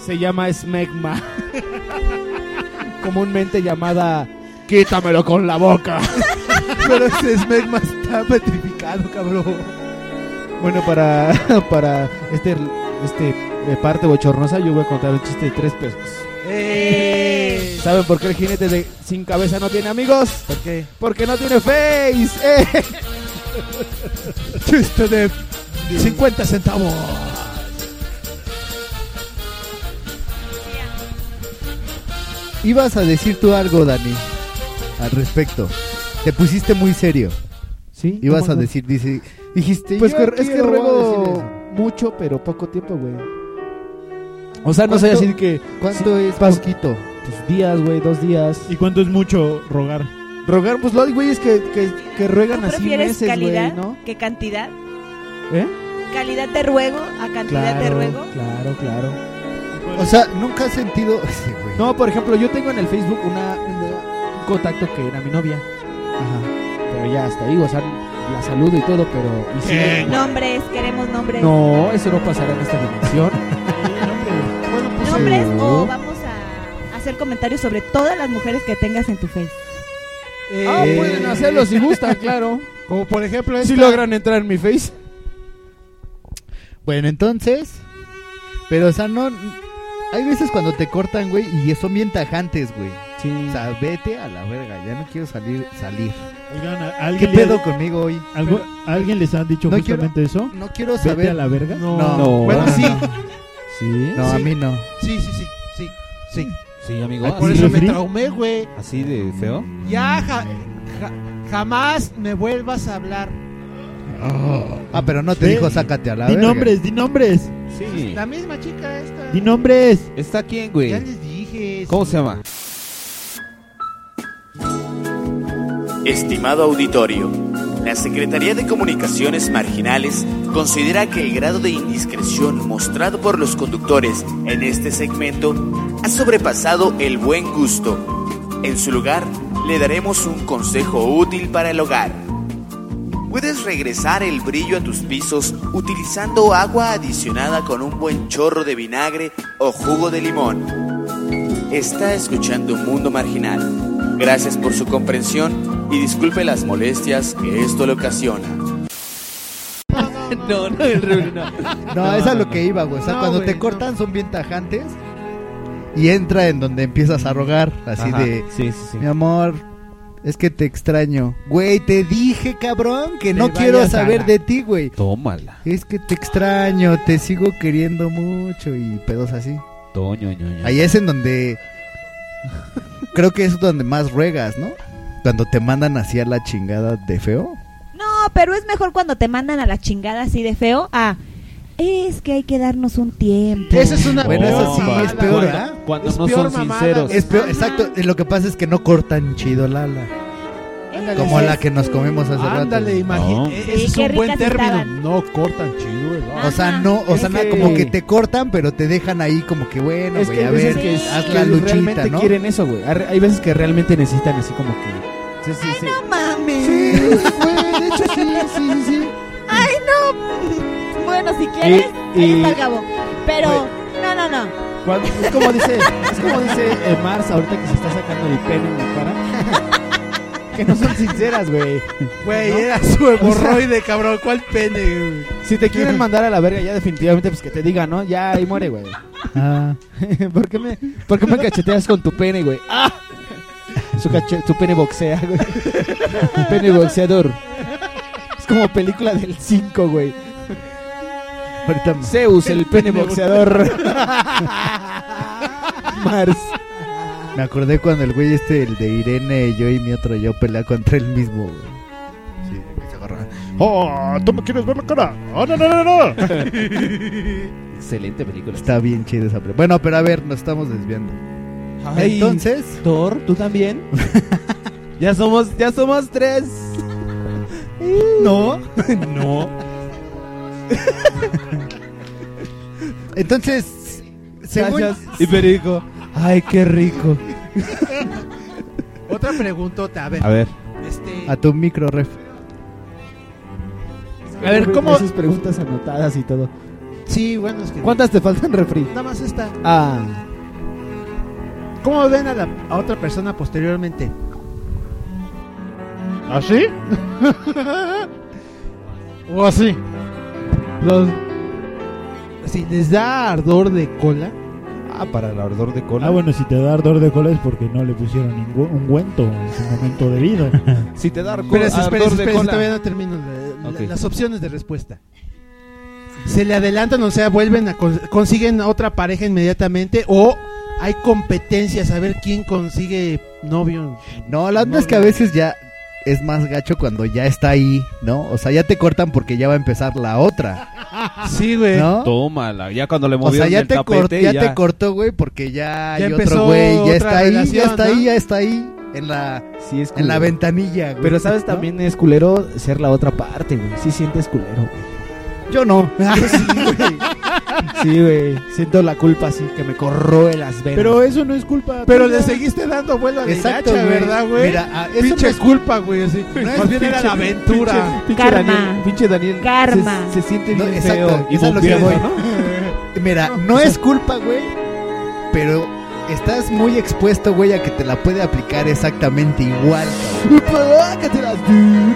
Speaker 4: Se llama smegma. Comúnmente llamada Quítamelo con la boca.
Speaker 5: Pero ese smegma está petrificado, cabrón.
Speaker 4: Bueno, para, para este, este eh, parte bochornosa yo voy a contar un chiste de tres pesos.
Speaker 5: ¡Eh!
Speaker 4: ¿Saben por qué el jinete de sin cabeza no tiene amigos? ¿Por qué? Porque no tiene face. ¡Eh!
Speaker 5: Chiste de 50 centavos. Ibas a decir tú algo, Dani, al respecto. Te pusiste muy serio.
Speaker 4: Sí.
Speaker 5: Ibas
Speaker 4: ¿cómo
Speaker 5: a
Speaker 4: no?
Speaker 5: decir, dice, dijiste.
Speaker 4: Pues
Speaker 5: yo
Speaker 4: que- es que
Speaker 5: quiero
Speaker 4: ruego
Speaker 5: decirles.
Speaker 4: mucho, pero poco tiempo, güey. O sea, no sé
Speaker 5: ¿Cuánto-
Speaker 4: decir que.
Speaker 5: ¿Cuánto es poquito?
Speaker 4: Pues días, güey, dos días.
Speaker 21: ¿Y cuánto es mucho rogar?
Speaker 4: Rogar, pues los güeyes que, que, que ruegan así
Speaker 8: ¿Prefieres
Speaker 4: meses,
Speaker 8: calidad
Speaker 4: güey, ¿no?
Speaker 8: que cantidad?
Speaker 4: ¿Eh?
Speaker 8: ¿Calidad de ruego a cantidad de ruego?
Speaker 4: claro, claro.
Speaker 5: O sea, nunca has sentido. Sí, güey.
Speaker 4: No, por ejemplo, yo tengo en el Facebook una, una- un contacto que era mi novia. Ajá. Pero ya hasta ahí, o sea, la saludo y todo, pero. y sí-
Speaker 8: Nombres, queremos nombres.
Speaker 4: no, eso no pasará en esta dimensión.
Speaker 8: Nombres
Speaker 4: No.
Speaker 8: o vamos a hacer comentarios sobre todas las mujeres que tengas en tu face.
Speaker 5: Eh,
Speaker 4: Ah, pueden hacerlo si gustan, claro.
Speaker 1: Como por ejemplo
Speaker 4: Si logran entrar en mi face.
Speaker 5: Bueno, entonces. Pero, o sea, no. Hay veces cuando te cortan, güey, y son bien tajantes, güey.
Speaker 4: O
Speaker 5: sea, vete a la verga, ya no quiero salir. salir.
Speaker 21: Oigan, ¿a-
Speaker 5: ¿Qué
Speaker 21: alguien le-
Speaker 5: pedo conmigo hoy?
Speaker 21: ¿Algo- ¿Alguien les ha dicho
Speaker 5: No
Speaker 21: justamente eso?
Speaker 5: No quiero
Speaker 21: ¿Vete
Speaker 5: saber.
Speaker 21: a la verga?
Speaker 5: No. Bueno, sí. No, a mí no.
Speaker 1: Sí, sí, sí. Sí, sí.
Speaker 3: Sí, amigo.
Speaker 1: Ay, por
Speaker 3: así
Speaker 1: eso
Speaker 3: de-
Speaker 1: me traumé, güey. Mm.
Speaker 3: ¿Así de feo?
Speaker 1: Ya ja- ja- jamás me vuelvas a hablar.
Speaker 5: Ah, pero no te
Speaker 21: Ve,
Speaker 5: dijo sácate a la
Speaker 21: Di
Speaker 5: verga.
Speaker 21: nombres, di nombres.
Speaker 3: Sí.
Speaker 1: La misma chica esta.
Speaker 21: Di nombres.
Speaker 3: ¿Está quién, güey?
Speaker 1: Ya les dije.
Speaker 3: ¿Cómo se llama?
Speaker 15: Estimado auditorio, la Secretaría de Comunicaciones Marginales considera que el grado de indiscreción mostrado por los conductores en este segmento ha sobrepasado el buen gusto. En su lugar, le daremos un consejo útil para el hogar. Puedes regresar el brillo a tus pisos utilizando agua adicionada con un buen chorro de vinagre o jugo de limón. Está escuchando Mundo Marginal. Gracias por su comprensión y disculpe las molestias que esto le ocasiona.
Speaker 5: No, no, el Rubio, no. No, es a lo que iba, güey. O sea,
Speaker 1: No,
Speaker 5: cuando
Speaker 1: güey,
Speaker 5: te cortan son bien tajantes y entra en donde empiezas a rogar, así
Speaker 3: Ajá,
Speaker 5: de,
Speaker 3: sí, sí, sí.
Speaker 5: mi amor, es que te extraño. Güey, te dije, cabrón, que
Speaker 3: Te
Speaker 5: no quiero
Speaker 3: vayas a
Speaker 5: saber
Speaker 3: la-
Speaker 5: de ti, güey.
Speaker 3: Tómala.
Speaker 5: Es que te extraño, te sigo queriendo mucho y pedos así.
Speaker 3: Toño, ñoño.
Speaker 5: Ahí es en donde creo que es donde más ruegas, ¿no? Cuando te mandan hacia la chingada de feo.
Speaker 8: No, pero es mejor cuando te mandan a la chingada así de feo a... Es que hay que darnos un tiempo.
Speaker 5: Esa es una
Speaker 8: buena
Speaker 5: Bueno, eso sí, es peor, ¿verdad?
Speaker 3: Cuando
Speaker 5: Es
Speaker 3: no
Speaker 5: peor
Speaker 3: son
Speaker 5: mamada,
Speaker 3: sinceros.
Speaker 5: Es peor, exacto. Lo que pasa es que no cortan chido Lala. Como la que nos comimos hace rato.
Speaker 1: Ándale, imagínate.
Speaker 5: eh,
Speaker 1: Ese
Speaker 8: Sí,
Speaker 1: es
Speaker 8: qué
Speaker 1: un buen
Speaker 8: ricas
Speaker 1: término.
Speaker 8: estaban.
Speaker 1: No cortan chido, güey.
Speaker 5: O sea, no, o
Speaker 1: Es
Speaker 5: sea, nada,
Speaker 1: que-
Speaker 5: como que te cortan, pero te dejan ahí como que bueno,
Speaker 4: es
Speaker 5: güey,
Speaker 4: que
Speaker 5: a
Speaker 4: hay
Speaker 5: ver,
Speaker 4: veces que,
Speaker 5: haz
Speaker 4: que
Speaker 5: la luchita,
Speaker 4: realmente
Speaker 5: ¿no?
Speaker 4: quieren eso, güey. Hay hay veces que realmente necesitan así como que... Sí, sí, sí.
Speaker 8: mames.
Speaker 4: Sí,
Speaker 8: de hecho sí, sí, sí. Ay, no. Bueno, si quieres,
Speaker 4: Y-
Speaker 8: ahí
Speaker 4: y-
Speaker 8: está el Gabo. Pero, no, no, no.
Speaker 4: Cuando- es como dice, es como dice eh, Mars ahorita que se está sacando el pene en la cara. que no son sinceras, güey.
Speaker 5: Güey,
Speaker 4: ¿No?
Speaker 5: era su
Speaker 4: O sea,
Speaker 5: hemorroide, cabrón, ¿cuál pene? güey?
Speaker 4: si te quieren mandar a la verga ya definitivamente pues que te digan, ¿no? Ya ahí muere, güey.
Speaker 5: Ah,
Speaker 4: ¿Por, qué me, por qué me cacheteas con tu pene, güey? ¡Ah! Su, cache- su pene boxea, güey. Tu pene boxeador. Es como película del 5, güey. Zeus, el pene boxeador. Mars.
Speaker 5: Me acordé cuando el güey este, el de Irene, yo y mi otro yo pelea contra él mismo, güey.
Speaker 7: ¡Oh! ¿Tú me quieres ver la cara? ¡Oh, no, no, no, no!
Speaker 3: Excelente película.
Speaker 5: Está bien chida esa pre- Bueno, pero a ver, nos estamos desviando.
Speaker 4: Ay,
Speaker 5: Entonces.
Speaker 4: Thor, ¿tú también? ya somos, ya somos tres.
Speaker 5: No.
Speaker 4: no.
Speaker 5: Entonces, según-
Speaker 4: Gracias. Y Perico. Ay, qué rico.
Speaker 1: Otra preguntota, a ver.
Speaker 5: A ver.
Speaker 1: Este,
Speaker 5: A tu micro ref.
Speaker 1: A ver, ¿cómo-
Speaker 4: Esas preguntas anotadas y todo.
Speaker 1: sí, bueno, es que.
Speaker 4: ¿Cuántas te faltan, refri?
Speaker 1: Nada más esta.
Speaker 4: Ah.
Speaker 1: ¿Cómo ven a, la, a otra persona posteriormente? ¿Ah,
Speaker 7: ¿Así? ¿O así?
Speaker 1: Los, si les da ardor de cola.
Speaker 21: Ah, para el ardor de cola. Ah, bueno, si te da ardor de cola es porque no le pusieron ningún ungüento en su momento debido.
Speaker 3: Si te da arco-
Speaker 1: Espérese, espérese,
Speaker 3: ardor de
Speaker 1: espérese,
Speaker 3: cola.
Speaker 1: todavía no termino la- la-
Speaker 3: Ok.
Speaker 1: las opciones de respuesta. Se le adelantan, o sea, vuelven a con- consiguen a otra pareja inmediatamente o hay competencias a ver quién consigue novio.
Speaker 5: No, la onda es que a veces ya es más gacho cuando ya está ahí, ¿no? O sea, ya te cortan porque ya va a empezar la otra.
Speaker 1: Sí, güey.
Speaker 5: ¿No?
Speaker 3: Tómala, ya cuando le
Speaker 5: O
Speaker 3: movieron
Speaker 5: sea, ya
Speaker 3: el
Speaker 5: te,
Speaker 3: tapete,
Speaker 5: cort- ya te cortó, güey, porque ya, hay otro güey, ya está ahí, ya está ahí, ya está ahí en la en la
Speaker 4: culero.
Speaker 5: ventanilla, güey.
Speaker 4: Pero sabes
Speaker 5: ¿no?
Speaker 4: también es culero ser la otra parte, güey. Sí sientes culero, güey.
Speaker 5: Yo no.
Speaker 4: Sí, güey. Siento la culpa así que me corroe las venas.
Speaker 1: Pero
Speaker 21: eso no es culpa.
Speaker 1: Pero le seguiste dando vuelo a la
Speaker 4: Exacto,
Speaker 1: hilacha,
Speaker 4: güey.
Speaker 1: ¿verdad, güey?
Speaker 4: Mira, ah, eso
Speaker 1: pinche
Speaker 4: no es-
Speaker 1: culpa, güey. así. Más bien era la aventura.
Speaker 4: Daniel, pinche Daniel.
Speaker 1: Karma.
Speaker 4: Se, se siente
Speaker 5: No,
Speaker 4: bien
Speaker 5: exacto,
Speaker 4: feo.
Speaker 5: es a lo que
Speaker 4: bombeado,
Speaker 5: voy.
Speaker 4: ¿no?
Speaker 5: Mira, no es culpa, güey, pero estás muy expuesto, güey, a que te la puede aplicar exactamente igual. pues, ah, cabrón.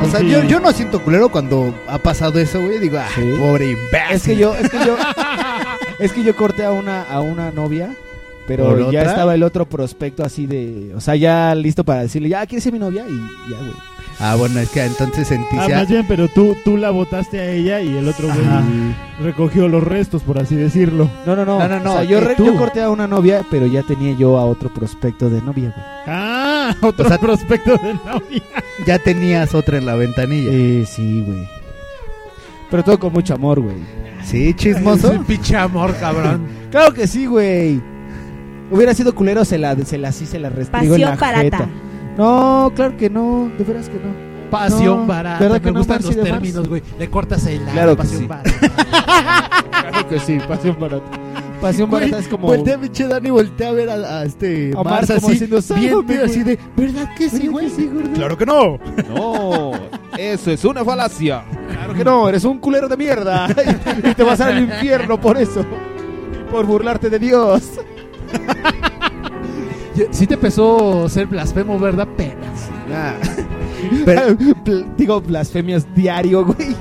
Speaker 5: ¿No? O sea,
Speaker 4: Sí.
Speaker 5: yo, yo no siento culero cuando ha pasado eso, güey. Digo, ah, pobre imbécil.
Speaker 4: Es que yo, es que yo, es que yo corté a una, a una novia,
Speaker 5: ¿Por
Speaker 4: pero ya
Speaker 5: otra?
Speaker 4: estaba el otro prospecto así de, o sea, ya listo para decirle, ya quieres ser mi novia y ya, güey.
Speaker 5: Ah, bueno, es que entonces sentí
Speaker 21: Ah, más bien, pero tú, tú la botaste a ella y el otro güey recogió los restos, por así decirlo.
Speaker 4: No, no, no. o sea,
Speaker 1: eh,
Speaker 4: yo, re- yo corté a una novia, pero ya tenía yo a otro prospecto de novia, güey.
Speaker 21: Ah, otro prospecto de novia.
Speaker 5: Ya tenías otra en la ventanilla.
Speaker 4: Eh, sí, güey. Pero todo con mucho amor, güey.
Speaker 5: Sí, chismoso.
Speaker 1: Es un pinche amor, cabrón.
Speaker 4: claro que sí, güey. Hubiera sido culero, se la, se la, sí, se la restrigó en
Speaker 8: Pasión
Speaker 4: la
Speaker 8: barata.
Speaker 4: jeta. No, claro que no, de veras que no.
Speaker 1: Pasión
Speaker 4: No,
Speaker 1: barata.
Speaker 4: ¿verdad
Speaker 1: me
Speaker 4: que no,
Speaker 1: gustan
Speaker 4: Marcy
Speaker 1: los
Speaker 4: de Mars?
Speaker 1: términos, güey. Le cortas el lado,
Speaker 4: Claro que
Speaker 1: pasión
Speaker 4: sí.
Speaker 1: barata.
Speaker 4: Claro que sí, pasión barata. Pasión
Speaker 5: Güey,
Speaker 4: barata es como.
Speaker 5: Voltea, pinche Dani, voltea a ver a, a este.
Speaker 4: A
Speaker 5: Mars
Speaker 4: Mars como
Speaker 5: así,
Speaker 4: diciendo,
Speaker 5: bien,
Speaker 4: "Sálvame,
Speaker 5: bien,
Speaker 4: güey".
Speaker 5: así de. ¿Verdad que sí, güey?
Speaker 3: Claro que no. No, eso es una falacia. Claro
Speaker 4: que no, eres un culero de mierda. y te vas al infierno por eso. Por burlarte de Dios.
Speaker 1: Sí te empezó a ser blasfemo, ¿verdad? Penas.
Speaker 4: Ah. Bl- digo blasfemias diario, güey.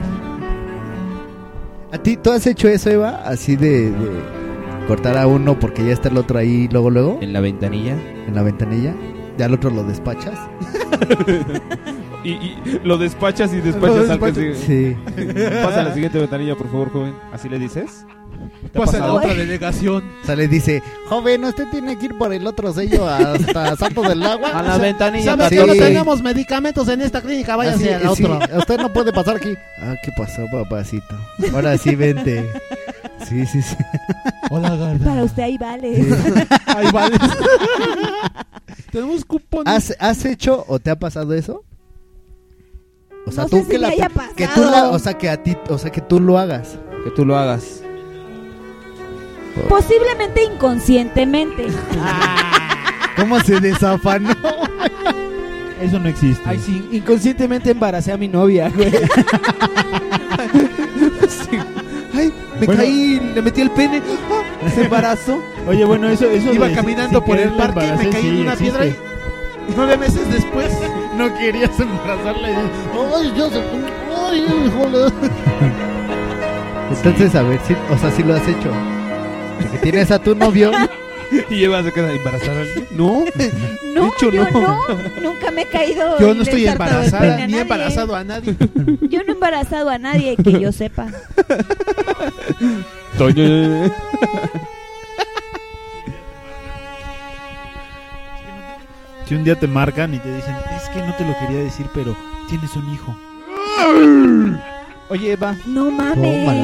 Speaker 5: ¿A ti tú has hecho eso, Eva? Así de, de cortar a uno porque ya está el otro ahí luego, luego.
Speaker 3: ¿En la ventanilla?
Speaker 5: En la ventanilla. Ya al otro lo despachas.
Speaker 3: Y, y lo despachas y despachas
Speaker 5: Lo
Speaker 3: al que
Speaker 5: despacho-
Speaker 3: sigue.
Speaker 5: Sí.
Speaker 3: Pasa a la siguiente ventanilla, por favor, joven. ¿Así le dices? ¿Te ha
Speaker 5: Pasa a la
Speaker 3: pasado?
Speaker 5: otra delegación. O sea, le dice, joven, usted tiene que ir por el otro sello hasta Santo del Agua.
Speaker 1: A la ventanilla.
Speaker 5: ¿Sabe
Speaker 1: Que no tenemos medicamentos en esta clínica, váyase a la otra.
Speaker 5: Usted no puede pasar aquí. Ah, ¿qué pasó, papacito? Ahora sí, vente. Sí, sí, sí.
Speaker 1: Hola,
Speaker 8: Para usted ahí vale.
Speaker 1: Ahí vale. Tenemos cupones.
Speaker 5: ¿Has, has hecho o te ha pasado eso? O sea,
Speaker 8: No
Speaker 5: tú
Speaker 8: sé si me
Speaker 5: que la-
Speaker 8: haya
Speaker 5: que tú
Speaker 8: pasado.
Speaker 5: la- o sea, que a ti, o sea, que tú lo hagas.
Speaker 3: Que tú lo hagas.
Speaker 8: Posiblemente inconscientemente.
Speaker 4: Ah,
Speaker 5: ¿Cómo se desafanó?
Speaker 21: Eso no existe.
Speaker 4: Ay, sí, inconscientemente embaracé a mi novia, güey. Sí. Ay, me
Speaker 21: Bueno.
Speaker 4: caí, le metí el pene. Ah, se embarazó.
Speaker 21: Oye, bueno, eso, eso
Speaker 4: Iba
Speaker 21: de-
Speaker 4: caminando por
Speaker 21: querer
Speaker 4: el parque,
Speaker 21: embaracé,
Speaker 4: me caí
Speaker 21: sí,
Speaker 4: en una
Speaker 21: existe.
Speaker 4: piedra y-
Speaker 1: Nueve meses después no querías embarazarla. Ay, yo se... Ay, híjole.
Speaker 5: Entonces, a ver, si, o sea, si lo has hecho. Porque tienes a tu novio.
Speaker 3: y llevas a quedar embarazada.
Speaker 5: No.
Speaker 8: No,
Speaker 5: De hecho,
Speaker 8: yo
Speaker 5: no.
Speaker 8: no. Nunca me he caído.
Speaker 1: Yo
Speaker 8: en
Speaker 1: no estoy
Speaker 8: el sartén de pene
Speaker 1: embarazada,
Speaker 8: a
Speaker 1: ni he
Speaker 8: nadie.
Speaker 1: embarazado a nadie.
Speaker 8: Yo no he embarazado a nadie que yo sepa.
Speaker 3: Toño.
Speaker 21: Si un día te marcan y te dicen, es que no te lo quería decir, pero tienes un hijo.
Speaker 4: Oye, Eva.
Speaker 8: No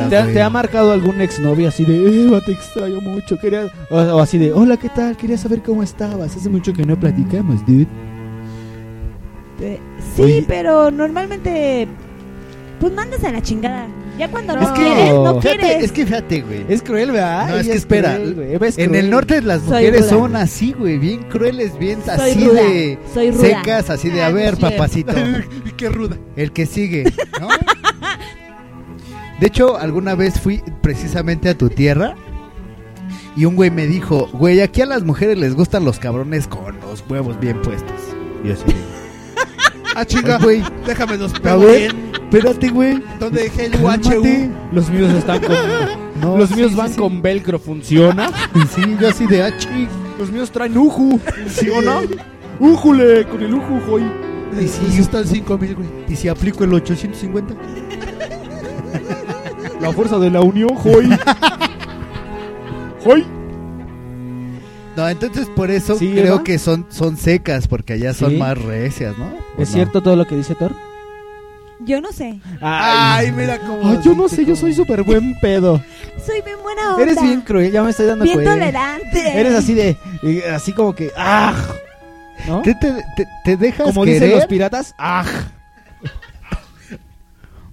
Speaker 4: ¿Te, ha- te ha marcado algún exnovio así de, Eva, te extraño mucho? Quería... O, o así de, hola, ¿qué tal? Quería saber cómo estabas. Hace mucho que no platicamos, dude.
Speaker 8: Eh, Sí, pero normalmente. Pues mandas a la chingada. Ya cuando no quieres, no
Speaker 5: Fíjate,
Speaker 8: quieres.
Speaker 5: es que fíjate, güey.
Speaker 4: Es cruel, ¿verdad?
Speaker 5: No, es que
Speaker 4: Ella es
Speaker 5: espera.
Speaker 4: cruel, güey. Eva es
Speaker 5: en
Speaker 4: cruel.
Speaker 5: el norte las
Speaker 4: Soy
Speaker 5: mujeres
Speaker 4: ruda.
Speaker 5: son así, güey. Bien crueles, bien
Speaker 4: Soy
Speaker 5: así
Speaker 4: ruda,
Speaker 5: de.
Speaker 4: soy ruda.
Speaker 5: Secas, así de,
Speaker 4: Ah,
Speaker 5: a
Speaker 4: no
Speaker 5: ver,
Speaker 4: es cierto.
Speaker 5: papacito.
Speaker 1: Qué ruda.
Speaker 5: El que sigue, ¿no? De hecho, alguna vez fui precisamente a tu tierra y un güey me dijo, güey, aquí a las mujeres les gustan los cabrones con los huevos bien puestos. Y yo así,
Speaker 1: Ah, chinga.
Speaker 5: Ay, güey.
Speaker 1: Déjame los
Speaker 5: a
Speaker 1: pego
Speaker 5: ver,
Speaker 1: bien.
Speaker 5: espérate, güey.
Speaker 1: ¿Dónde dejé el
Speaker 5: Cálmate.
Speaker 1: UHU?
Speaker 4: Los míos están con. los míos van con velcro, ¿funciona?
Speaker 5: sí, yo así de "Ah, achi.
Speaker 4: Los míos traen uju, ¿funciona? ¡Újule! Con el uju, joy.
Speaker 5: Y si están 5 mil, güey. Y si aplico el 850.
Speaker 4: La fuerza de la unión, joy. joy.
Speaker 5: No, entonces por eso
Speaker 4: Sí,
Speaker 5: creo
Speaker 4: Eva.
Speaker 5: que son, son secas, porque allá son
Speaker 4: Sí.
Speaker 5: más recias, ¿no? ¿O
Speaker 4: ¿Es
Speaker 5: no?
Speaker 4: cierto todo lo que dice Thor?
Speaker 8: Yo no sé.
Speaker 4: Ay,
Speaker 1: mira cómo.
Speaker 4: yo no sé, yo soy súper buen pedo.
Speaker 8: Soy bien buena onda.
Speaker 4: Eres bien cruel, ya me estoy dando
Speaker 8: Bien
Speaker 4: cuenta.
Speaker 8: tolerante.
Speaker 4: Eres así de. eh, Así como que. ¡Ah! ¿No?
Speaker 5: ¿Te, te, te- te dejas
Speaker 4: Como
Speaker 5: querer
Speaker 4: dicen los piratas, ¡ah!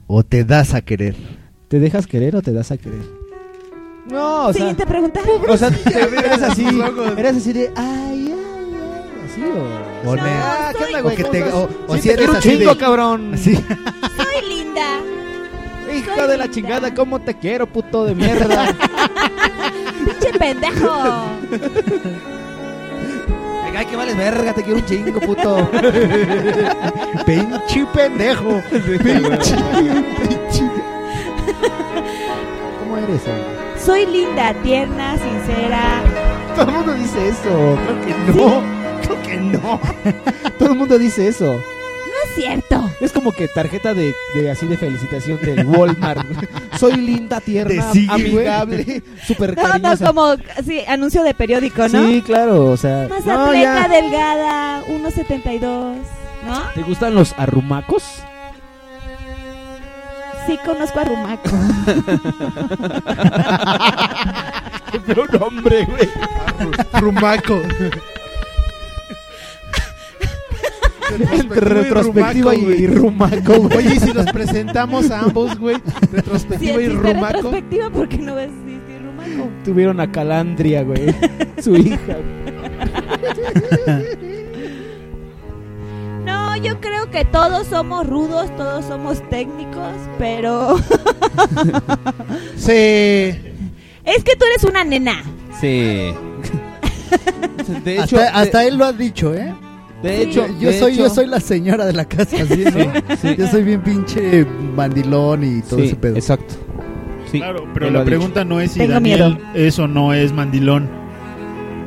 Speaker 5: o te das a querer?
Speaker 4: ¿Te dejas querer o te das a querer? No, o
Speaker 8: Siguiente pregunta.
Speaker 4: O sea, te- eres así.
Speaker 8: sus ojos.
Speaker 4: Eres así de. ¡Ay, ay, ay! Así o.
Speaker 5: O ne-
Speaker 4: Ah, ¿qué onda, güey?
Speaker 5: o que
Speaker 4: ¿Cómo
Speaker 5: te-
Speaker 4: estás?
Speaker 5: o- o
Speaker 4: Sí,
Speaker 5: si
Speaker 4: te
Speaker 5: eres
Speaker 4: quiero un
Speaker 5: así de-
Speaker 4: chingo, cabrón.
Speaker 5: Así.
Speaker 8: Soy linda.
Speaker 4: Hijo de la chingada, ¿cómo te quiero, puto de mierda?
Speaker 8: Pinche pendejo.
Speaker 4: Ay, que vales verga, te quiero un chingo, puto.
Speaker 5: Pinche pendejo. Pinche.
Speaker 4: ¿Cómo eres, eh?
Speaker 8: Soy linda, tierna, sincera.
Speaker 4: Todo el mundo dice eso. Creo que no. Creo que no. Todo el mundo dice eso.
Speaker 8: No es cierto.
Speaker 4: Es como que tarjeta de, de así de felicitación del Walmart. Soy linda,
Speaker 8: Te
Speaker 4: tierna,
Speaker 8: sigue,
Speaker 4: amigable, súper
Speaker 8: No, no,
Speaker 4: cariñosa.
Speaker 8: como sí, anuncio de periódico, ¿no?
Speaker 4: Sí, claro, o sea.
Speaker 8: Más
Speaker 4: no,
Speaker 8: atleta,
Speaker 4: ya.
Speaker 8: delgada, 1.72. ¿No?
Speaker 4: ¿Te gustan los arrumacos?
Speaker 8: Sí, conozco a Rumaco.
Speaker 4: Qué peor nombre, güey.
Speaker 5: Rumaco.
Speaker 4: Entre retrospectiva y, y rumaco, güey.
Speaker 1: Oye, ¿y si los presentamos a ambos, güey, retrospectiva y rumaco.
Speaker 8: retrospectiva, ¿por qué no ves este Rumaco?
Speaker 4: Tuvieron a Calandria, güey. Su hija.
Speaker 8: No, yo creo que todos somos rudos, todos somos técnicos, pero.
Speaker 1: sí.
Speaker 8: Es que tú eres una nena.
Speaker 3: Sí. De hecho,
Speaker 5: hasta,
Speaker 3: de-
Speaker 5: hasta él lo ha dicho, ¿eh?
Speaker 3: De hecho,
Speaker 5: yo
Speaker 3: de
Speaker 5: soy
Speaker 3: hecho-
Speaker 5: yo soy la señora de la casa, ¿sí, no? Yo soy bien pinche mandilón y todo
Speaker 3: Sí,
Speaker 5: ese pedo.
Speaker 3: Exacto.
Speaker 21: claro,
Speaker 3: él
Speaker 21: pero
Speaker 3: lo ha
Speaker 21: la
Speaker 3: dicho.
Speaker 21: pregunta no es si
Speaker 8: Tengo
Speaker 21: Daniel eso no es mandilón.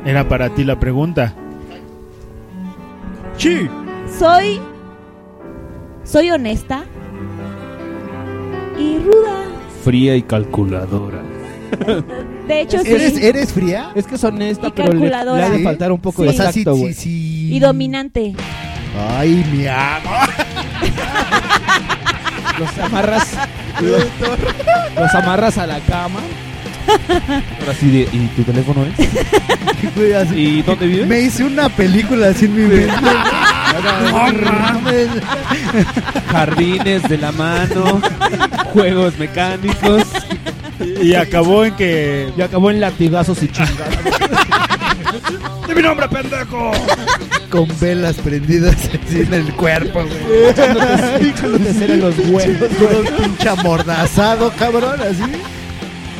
Speaker 21: Era para ti la pregunta. Sí.
Speaker 8: Soy. Soy honesta. Y ruda.
Speaker 3: Fría y calculadora.
Speaker 8: De hecho, sí.
Speaker 5: ¿Eres, ¿Eres fría?
Speaker 4: Es que es honesta,
Speaker 8: Y
Speaker 4: pero le, le
Speaker 8: calculadora.
Speaker 4: ha de faltar un poco
Speaker 8: Sí.
Speaker 4: de
Speaker 8: O sea, sí,
Speaker 4: tacto,
Speaker 8: sí,
Speaker 4: güey.
Speaker 8: Y dominante.
Speaker 5: Ay, mi amor.
Speaker 4: Los amarras. los, los amarras a la cama.
Speaker 3: Ahora sí, de, ¿y tu teléfono es? ¿Y dónde vives?
Speaker 5: Me hice una película así en mi mente. No mames.
Speaker 3: Jardines de la mano, juegos mecánicos.
Speaker 21: Y acabó en que.
Speaker 4: Y acabó en latigazos y chingadas.
Speaker 3: ¡De mi nombre, pendejo!
Speaker 5: Con velas prendidas así en el cuerpo, güey.
Speaker 4: Echándote cera en los huevos.
Speaker 5: Todo pinche amordazado, cabrón, así.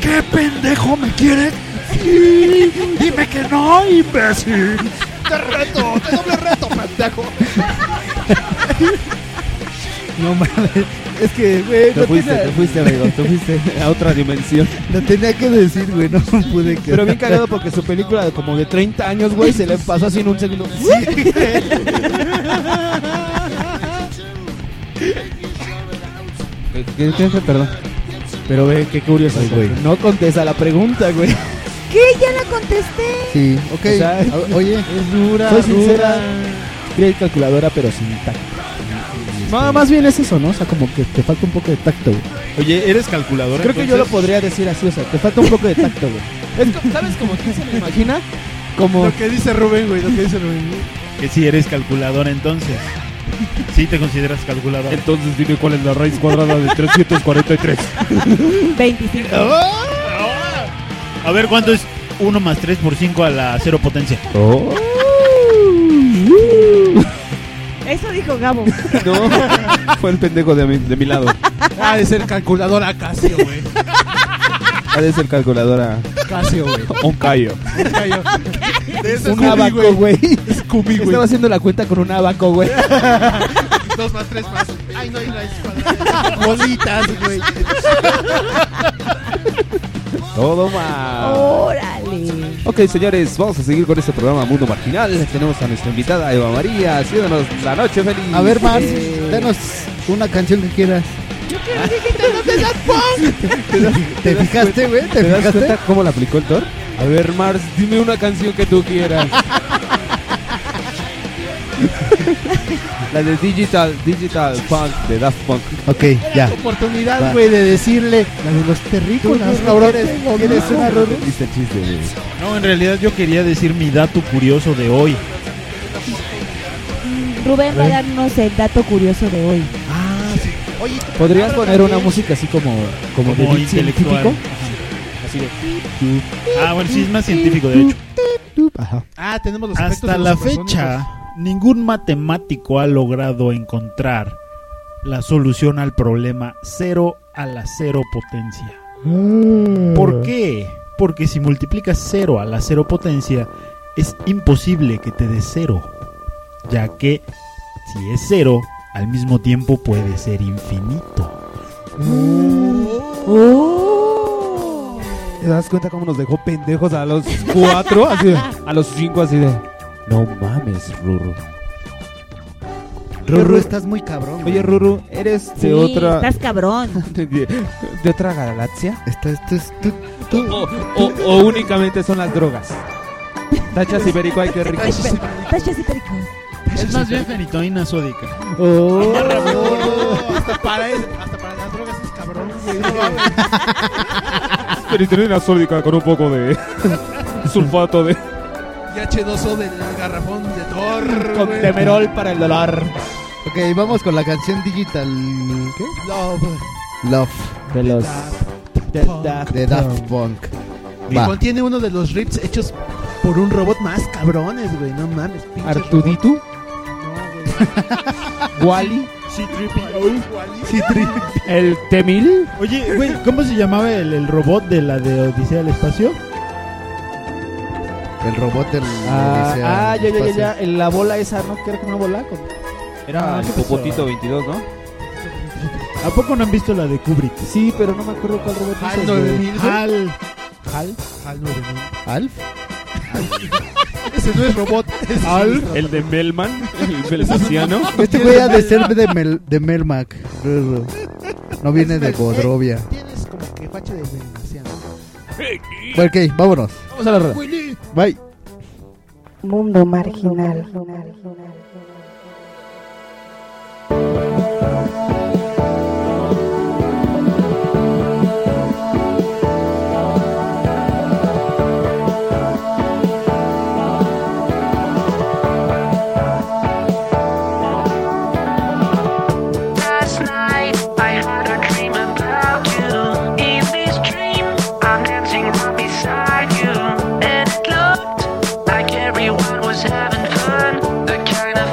Speaker 22: ¿Qué pendejo me quieres? Sí, dime que no, imbécil.
Speaker 10: Te reto, te doble reto, pendejo.
Speaker 5: No mames. Es que, güey,
Speaker 3: Te
Speaker 5: no
Speaker 3: fuiste,
Speaker 5: tenía-
Speaker 3: te fuiste, amigo. Te fuiste a otra dimensión.
Speaker 5: Lo tenía que decir, güey, no pude que.
Speaker 4: Pero bien cagado porque su película de como de 30 años, güey, se le pasó así en un segundo.
Speaker 3: ¿Qué, qué- qué fue? Perdón.
Speaker 4: Pero ve, qué curioso.
Speaker 3: Ay, güey.
Speaker 4: No contesta la pregunta, güey.
Speaker 8: ¿Qué? Ya la contesté.
Speaker 5: Sí,
Speaker 4: ok.
Speaker 5: O- oye,
Speaker 4: es
Speaker 5: dura,
Speaker 4: Soy
Speaker 5: dura.
Speaker 4: sincera, fría y calculadora, pero sin tacto. No, más bien es eso, ¿no? O sea, como que te falta un poco de tacto, güey.
Speaker 1: Oye, ¿eres calculadora?
Speaker 4: Creo que yo lo
Speaker 1: entonces?
Speaker 4: podría decir así, o sea, te falta un poco de tacto, güey. Es co- ¿Sabes como quién se me imagina? Como...
Speaker 1: Lo que dice Rubén, güey, lo que dice Rubén.
Speaker 2: Que si eres calculador entonces. Si te consideras calculador.
Speaker 23: Entonces dime cuál es la raíz cuadrada de 343.
Speaker 8: 25.
Speaker 1: ¡Ah!
Speaker 2: A ver, ¿cuánto es 1 más 3 por 5 a la cero potencia?
Speaker 23: Oh.
Speaker 8: Eso dijo Gabo.
Speaker 3: No, fue el pendejo de mi, de mi lado.
Speaker 1: Ah, de ser calculadora Casio, güey.
Speaker 3: Ha de ser calculadora.
Speaker 1: Casio, güey.
Speaker 3: Un callo.
Speaker 1: De ese
Speaker 4: Un
Speaker 1: Scooby,
Speaker 4: abaco, güey. Estaba haciendo la cuenta con un abaco, güey.
Speaker 1: Dos más tres más. Ay, no hay raíz cuadrada. Bolitas, güey.
Speaker 3: Todo mal.
Speaker 8: Órale.
Speaker 3: Ok, señores, vamos a seguir con este programa Mundo Marginal. Tenemos a nuestra invitada Eva María haciéndonos la noche feliz.
Speaker 5: A ver, Mars,
Speaker 3: Eh,
Speaker 5: danos una canción que quieras.
Speaker 8: Yo quiero dijiste no te das punk.
Speaker 5: ¿Te fijaste, güey?
Speaker 3: ¿Te
Speaker 5: ¿Te
Speaker 3: das
Speaker 5: fijaste?
Speaker 3: cuenta cómo la aplicó el Thor? A ver, Mars, dime una canción que tú quieras. la de Digital, Digital Punk, de Daft Punk.
Speaker 5: Ok, ya.
Speaker 1: Oportunidad,
Speaker 5: Va.
Speaker 1: güey, de decirle la de los terrícolas, cabrón. ¿Quieres una rola?
Speaker 3: Dice chiste, güey.
Speaker 2: No, en realidad yo quería decir mi dato curioso de hoy.
Speaker 8: Rubén va a darnos el dato curioso de hoy.
Speaker 5: Ah,
Speaker 4: ¿Podrías poner una música así como, como,
Speaker 2: Como
Speaker 4: de Dixie,
Speaker 2: intelectual.
Speaker 4: típico?
Speaker 2: Ajá.
Speaker 4: Así de-
Speaker 2: Ah, bueno, sí es más científico, de hecho.
Speaker 1: Ah, tenemos los aspectos
Speaker 2: Hasta
Speaker 1: de los
Speaker 2: la
Speaker 1: supersónicos.
Speaker 2: fecha,
Speaker 3: pues.
Speaker 2: ningún matemático ha logrado encontrar la solución al problema cero a la cero potencia. ¿Por qué? Porque si multiplicas cero a la cero potencia, es imposible que te dé cero, ya que si es cero, al mismo tiempo puede ser infinito.
Speaker 4: ¡Oh! ¿Te das cuenta cómo nos dejó pendejos a los cuatro? Así de- a los cinco así de... No mames, Ruru.
Speaker 5: Ruru, estás muy cabrón.
Speaker 4: Oye, Ruru, eres de
Speaker 8: Sí,
Speaker 4: otra...
Speaker 8: Estás cabrón.
Speaker 4: de, de otra galaxia?
Speaker 3: O, o- o únicamente son las drogas. Tachas ibérico, ay, qué rico.
Speaker 8: Tachas y perico.
Speaker 2: Es más bien fenitoína sódica.
Speaker 1: Oh, hasta para eso, hasta para las drogas es cabrón, güey. No mames.
Speaker 23: Peritonina sódica con un poco de sulfato de.
Speaker 1: Y H2O del garrafón de Thor.
Speaker 4: Con
Speaker 1: güey.
Speaker 4: temerol para el dolor.
Speaker 5: Ok, vamos con la canción digital. ¿Qué?
Speaker 1: Love.
Speaker 5: Love.
Speaker 4: De los.
Speaker 1: De Daft
Speaker 5: De Daft Punk.
Speaker 1: Y
Speaker 5: Va.
Speaker 1: contiene uno de los riffs hechos por un robot más cabrones, güey. No mames. pinches
Speaker 4: ¿Artuditu? ¿Wally?
Speaker 2: Sí,
Speaker 4: ¿El Temil?
Speaker 2: Oye, güey, ¿cómo se llamaba el, el robot de la de Odisea del Espacio?
Speaker 5: El robot del.
Speaker 4: Ah, ah, ya, ya, ya,
Speaker 5: espacio.
Speaker 4: ya. en La bola esa, ¿no? Que era como una bola. con-
Speaker 3: Era
Speaker 4: Ah,
Speaker 3: el
Speaker 4: ¿qué pasó?
Speaker 3: Popotito 22, ¿no?
Speaker 2: ¿A poco no han visto la de Kubrick? Ah,
Speaker 4: Sí, pero no me acuerdo cuál robot
Speaker 1: Hal
Speaker 4: dices,
Speaker 1: 9000.
Speaker 4: güey.
Speaker 2: Al.
Speaker 4: Hal.
Speaker 1: Hal 9000.
Speaker 5: ¿Alf?
Speaker 1: Ese no es robot. es
Speaker 23: Al, el de Melman, el belmaciano.
Speaker 5: Este güey ha de ser de, Mel, de Melmac. Ruru. No viene de Bodrovia.
Speaker 1: Tienes como que facha de veneciano.
Speaker 5: Ok, vámonos.
Speaker 4: Vamos a la rueda.
Speaker 1: Willy.
Speaker 5: Bye.
Speaker 12: Mundo marginal.
Speaker 10: Last night I had a dream about you. In this dream, I'm dancing right beside you. And it looked like everyone was having fun. The kind of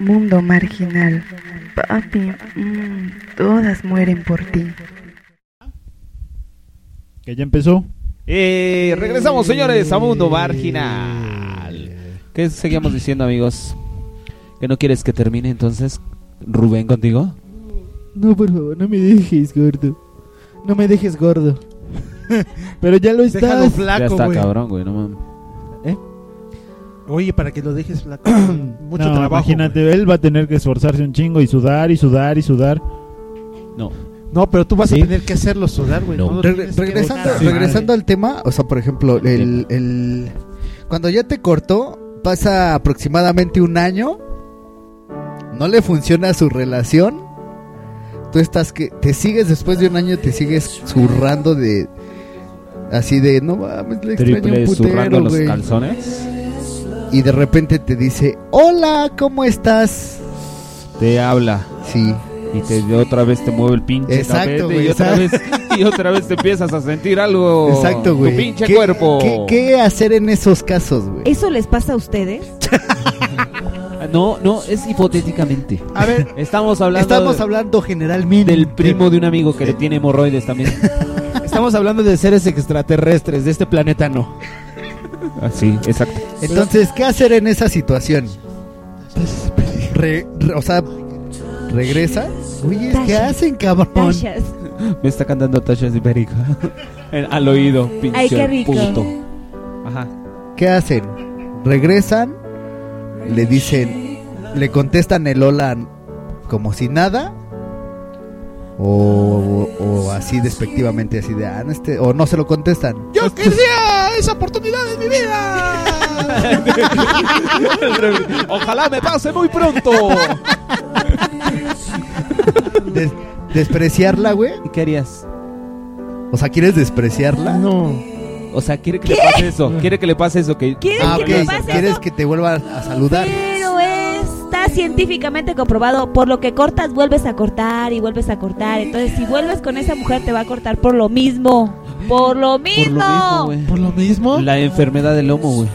Speaker 12: Mundo marginal. Papi, mm, todas mueren por ti.
Speaker 2: Que ya empezó.
Speaker 3: Eh, regresamos, señores, a Mundo Marginal. ¿Qué seguimos diciendo, amigos? ¿Que no quieres que termine entonces, Rubén, contigo?
Speaker 4: No, por favor, no me dejes gordo. No me dejes gordo.
Speaker 1: Pero ya lo
Speaker 4: Déjalo
Speaker 1: estás.
Speaker 4: flaco,
Speaker 3: ya está cabrón, güey, no mames.
Speaker 1: Oye, para que lo dejes flaco. mucho
Speaker 2: No,
Speaker 1: trabajo.
Speaker 2: Imagínate, él va a tener que esforzarse un chingo y sudar y sudar y sudar.
Speaker 3: No.
Speaker 1: No, pero tú vas
Speaker 2: Sí.
Speaker 1: a tener que hacerlo sudar, güey.
Speaker 2: No.
Speaker 1: lo
Speaker 2: Regre-
Speaker 1: tienes que
Speaker 5: regresando,
Speaker 1: botar.
Speaker 5: regresando al tema, o sea, por ejemplo, el, el- cuando ya te cortó, pasa aproximadamente un año, no le funciona su relación, tú estás que te sigues después de un año, te sigues zurrando de así de no mames, le extraño
Speaker 3: Triple
Speaker 5: un
Speaker 3: zurrando
Speaker 5: putero,
Speaker 3: los
Speaker 5: güey.
Speaker 3: calzones.
Speaker 5: Y de repente te dice, "Hola, ¿cómo estás?"
Speaker 3: Te habla.
Speaker 5: Sí.
Speaker 3: Y te, y otra vez te mueve el pinche
Speaker 5: Exacto,
Speaker 3: tapete
Speaker 5: güey,
Speaker 3: y otra, vez,
Speaker 5: exacto.
Speaker 3: y otra vez te empiezas a sentir algo.
Speaker 5: Exacto, güey.
Speaker 3: Oh, Tu pinche
Speaker 5: ¿Qué-
Speaker 3: cuerpo.
Speaker 5: ¿qué, qué hacer en esos casos, güey?
Speaker 8: ¿Eso les pasa a ustedes?
Speaker 3: No, no, es hipotéticamente. A ver, estamos hablando.
Speaker 5: Estamos hablando generalmente
Speaker 3: del primo de un amigo que le tiene hemorroides también.
Speaker 4: Estamos hablando de seres extraterrestres, de este planeta no.
Speaker 3: Así, Ah, exacto.
Speaker 5: Entonces, ¿qué hacer en esa situación? Re- re- o sea, regresa. Oye, ¿qué hacen, cabrón?
Speaker 8: Gracias.
Speaker 3: Me está cantando Tasha de Perico. En- Al oído, pinche
Speaker 5: Ay, qué rico.
Speaker 3: puto. Ajá.
Speaker 5: ¿Qué hacen? Regresan, le dicen, le contestan el hola como si nada. O, o así despectivamente, así de, ah, no, este, o no se lo contestan.
Speaker 22: Yo quería esa oportunidad en mi vida.
Speaker 3: Ojalá me pase muy pronto.
Speaker 5: Des- despreciarla, güey.
Speaker 3: ¿Qué harías?
Speaker 5: O sea, ¿quieres despreciarla?
Speaker 1: No.
Speaker 3: O sea, quiere que le pase eso. Quiere que le pase eso. Que
Speaker 8: ¿Quieres
Speaker 5: Ah,
Speaker 8: que le
Speaker 5: ok,
Speaker 8: pase
Speaker 5: ¿Quieres que te vuelva a saludar?
Speaker 8: Pero está científicamente comprobado, por lo que cortas vuelves a cortar y vuelves a cortar. Entonces, si vuelves con esa mujer te va a cortar por lo mismo. Por lo mismo.
Speaker 3: ¿Por
Speaker 1: lo mismo?
Speaker 3: La enfermedad del lomo, güey.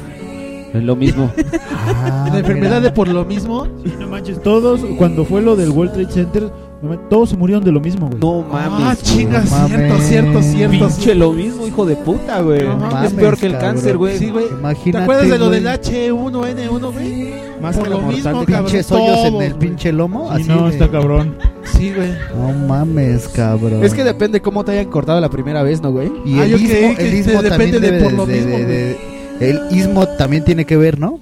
Speaker 3: Es lo mismo. Ah,
Speaker 1: la enfermedad de por lo mismo.
Speaker 2: No manches, todos, cuando fue lo del World Trade Center, no man- todos se murieron de lo mismo, güey.
Speaker 3: No mames. Ah, chinga,
Speaker 1: cierto, cierto, cierto.
Speaker 3: Pinche lo mismo, hijo de puta, güey.
Speaker 1: No
Speaker 3: es
Speaker 1: mames,
Speaker 3: peor que el
Speaker 1: cabrón.
Speaker 3: cáncer, güey.
Speaker 1: Sí, güey. ¿Te
Speaker 5: Imagínate,
Speaker 1: acuerdas de lo
Speaker 5: güey.
Speaker 1: del H1N1, güey?
Speaker 5: Más
Speaker 1: Por
Speaker 5: que lo mortal de
Speaker 1: cabrón,
Speaker 5: pinches hoyos en
Speaker 1: todo,
Speaker 5: el
Speaker 1: güey.
Speaker 5: pinche lomo.
Speaker 1: Sí, no, está
Speaker 2: cabrón.
Speaker 1: Sí, güey.
Speaker 5: No mames, cabrón.
Speaker 4: Es que depende cómo te hayan cortado la primera vez, ¿no, güey? Ah,
Speaker 5: Y el istmo, el istmo también debe de- de- de- El istmo también tiene que ver, ¿no?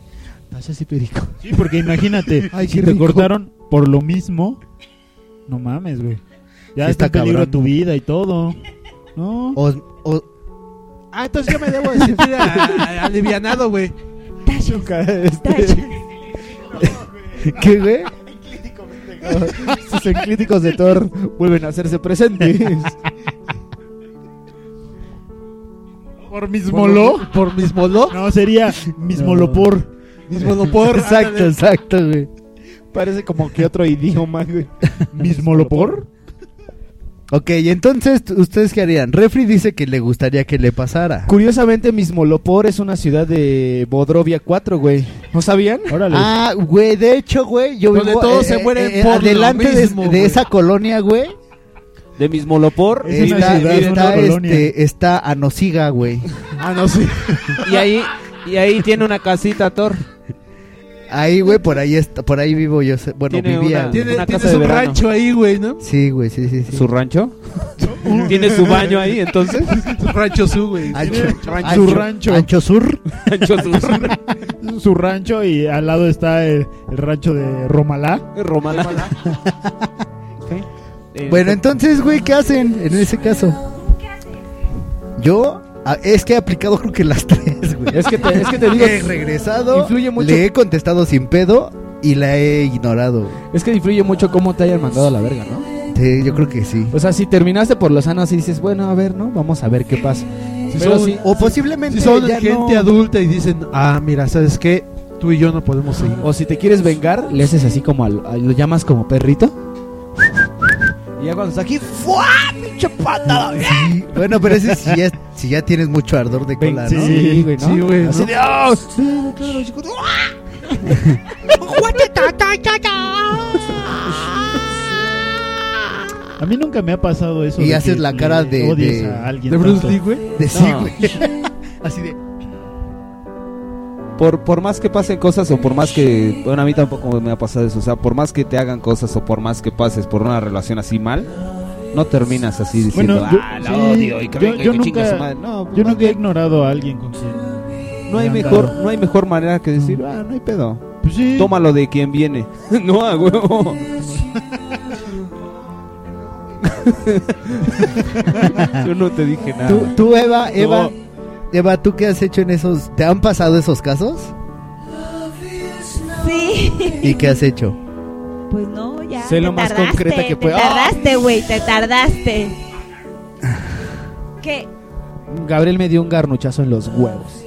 Speaker 2: Sí, porque imagínate,
Speaker 5: Ay,
Speaker 2: si
Speaker 5: qué
Speaker 2: te
Speaker 5: rico.
Speaker 2: cortaron por lo mismo, no mames, güey. Ya
Speaker 5: Sí
Speaker 2: está,
Speaker 5: está
Speaker 2: en peligro
Speaker 5: cabrón.
Speaker 2: tu vida y todo. No.
Speaker 1: Ah, entonces yo me debo de sentir a- a- alivianado, güey. este,
Speaker 4: ¿Qué, güey? Sus enclíticos de Thor vuelven a hacerse presentes.
Speaker 2: ¿Por mismolo?
Speaker 1: ¿Por mismolo?
Speaker 2: No, sería mismolopor.
Speaker 1: Mismolopor, Exacto, ándale.
Speaker 5: exacto, güey.
Speaker 4: Parece como que otro idioma, güey.
Speaker 2: ¿Mismolopor?
Speaker 5: Ok, y entonces, t- ¿ustedes qué harían? Refri dice que le gustaría que le pasara.
Speaker 4: Curiosamente, Mismolopor es una ciudad de Bodrovia 4, güey. ¿No sabían?
Speaker 2: Órale.
Speaker 5: Ah, güey, de hecho, güey, yo
Speaker 4: Donde
Speaker 5: vivo, eh,
Speaker 4: todos se mueren por lo
Speaker 5: adelante de-
Speaker 4: mismo,
Speaker 5: de,
Speaker 4: güey.
Speaker 5: esa colonia, güey.
Speaker 3: De Mismolopor.
Speaker 5: Está,
Speaker 3: vive-
Speaker 5: está,
Speaker 3: vive-
Speaker 5: este, está Anosiga, güey.
Speaker 4: Ah, no, sí.
Speaker 3: Y ahí, y ahí tiene una casita, Thor.
Speaker 5: Ahí, güey, por ahí está, por ahí vivo yo, sé- bueno,
Speaker 3: Tiene
Speaker 5: vivía.
Speaker 3: una-
Speaker 5: güey.
Speaker 3: Tiene- una tiene casa de su verano. rancho
Speaker 1: ahí, güey, ¿no?
Speaker 5: Sí, güey, sí, sí, sí.
Speaker 3: ¿Su rancho? ¿Tiene su baño ahí, entonces?
Speaker 1: rancho su, güey.
Speaker 5: Ancho,
Speaker 2: Su rancho.
Speaker 5: Ancho Sur.
Speaker 2: Su rancho y al lado está el, el rancho de Romalá.
Speaker 3: Romalá. Eh,
Speaker 5: Bueno, entonces, güey, ¿qué hacen en ese caso? Yo ah, es que he aplicado creo que las tres, güey.
Speaker 4: Es que te, es que te digo.
Speaker 5: He regresado.
Speaker 4: Influye mucho.
Speaker 5: Le he contestado sin pedo y la he ignorado.
Speaker 4: Es que influye mucho cómo te hayan mandado a la verga, ¿no?
Speaker 5: Sí, yo creo que sí.
Speaker 4: O sea, si terminaste por lo sano, así dices, bueno, a ver, ¿no? Vamos a ver qué pasa. Si
Speaker 1: Pero
Speaker 4: son-
Speaker 1: sí-
Speaker 5: o posiblemente
Speaker 1: Si son
Speaker 4: ya
Speaker 1: gente
Speaker 4: no-
Speaker 1: adulta y dicen, ah, mira, ¿sabes qué? Tú y yo no podemos seguir.
Speaker 4: O si te quieres vengar, le haces así como al- al- lo llamas como perrito. Y ya cuando está aquí, ¡fua! ¡Pinche pata!
Speaker 5: Bueno, pero ese si ya, si ya tienes mucho ardor de cola, ¿no?
Speaker 4: Sí, güey, ¿no?
Speaker 5: Sí, güey,
Speaker 4: Así
Speaker 5: ¿no?
Speaker 4: de, ¡ah!
Speaker 5: Sí, claro, chico.
Speaker 4: ¡Juguete, tata!
Speaker 2: A mí nunca me ha pasado eso.
Speaker 5: Y
Speaker 2: de
Speaker 5: haces
Speaker 2: que
Speaker 5: la cara
Speaker 2: le
Speaker 5: de.
Speaker 2: odies
Speaker 5: de,
Speaker 2: a alguien
Speaker 5: ¿De Bruce
Speaker 2: tanto.
Speaker 5: Lee, güey? De sí,
Speaker 3: No.
Speaker 5: güey. Así de.
Speaker 3: Por, por más que pasen cosas o por más que... Bueno, a mí tampoco me ha pasado eso. O sea, por más que te hagan cosas o por más que pases por una relación así mal, no terminas así diciendo,
Speaker 2: Bueno, yo,
Speaker 3: ah, la
Speaker 2: sí,
Speaker 3: odio y que
Speaker 2: yo,
Speaker 3: venga y
Speaker 2: yo
Speaker 3: que chingue a su
Speaker 2: nunca,
Speaker 3: madre". No,
Speaker 2: yo nunca he ignorado a alguien con quien.
Speaker 3: no hay
Speaker 2: me han dado.
Speaker 3: mejor,
Speaker 2: Mm. Pues
Speaker 3: no hay mejor manera que decir, ah, no hay pedo. Tómalo de quien viene. no, a Ah, huevo. Yo no te dije nada.
Speaker 5: ¿Tú, tú, Eva,
Speaker 3: No.
Speaker 5: Eva, Eva, ¿tú qué has hecho en esos. ¿Te han pasado esos casos?
Speaker 8: Sí.
Speaker 5: ¿Y qué has hecho?
Speaker 8: Pues no, ya.
Speaker 5: Sé
Speaker 8: te
Speaker 5: lo más
Speaker 8: tardaste,
Speaker 5: concreta que pueda.
Speaker 8: Te tardaste, güey, te tardaste. ¿Qué?
Speaker 4: Gabriel me dio un garnuchazo en los huevos.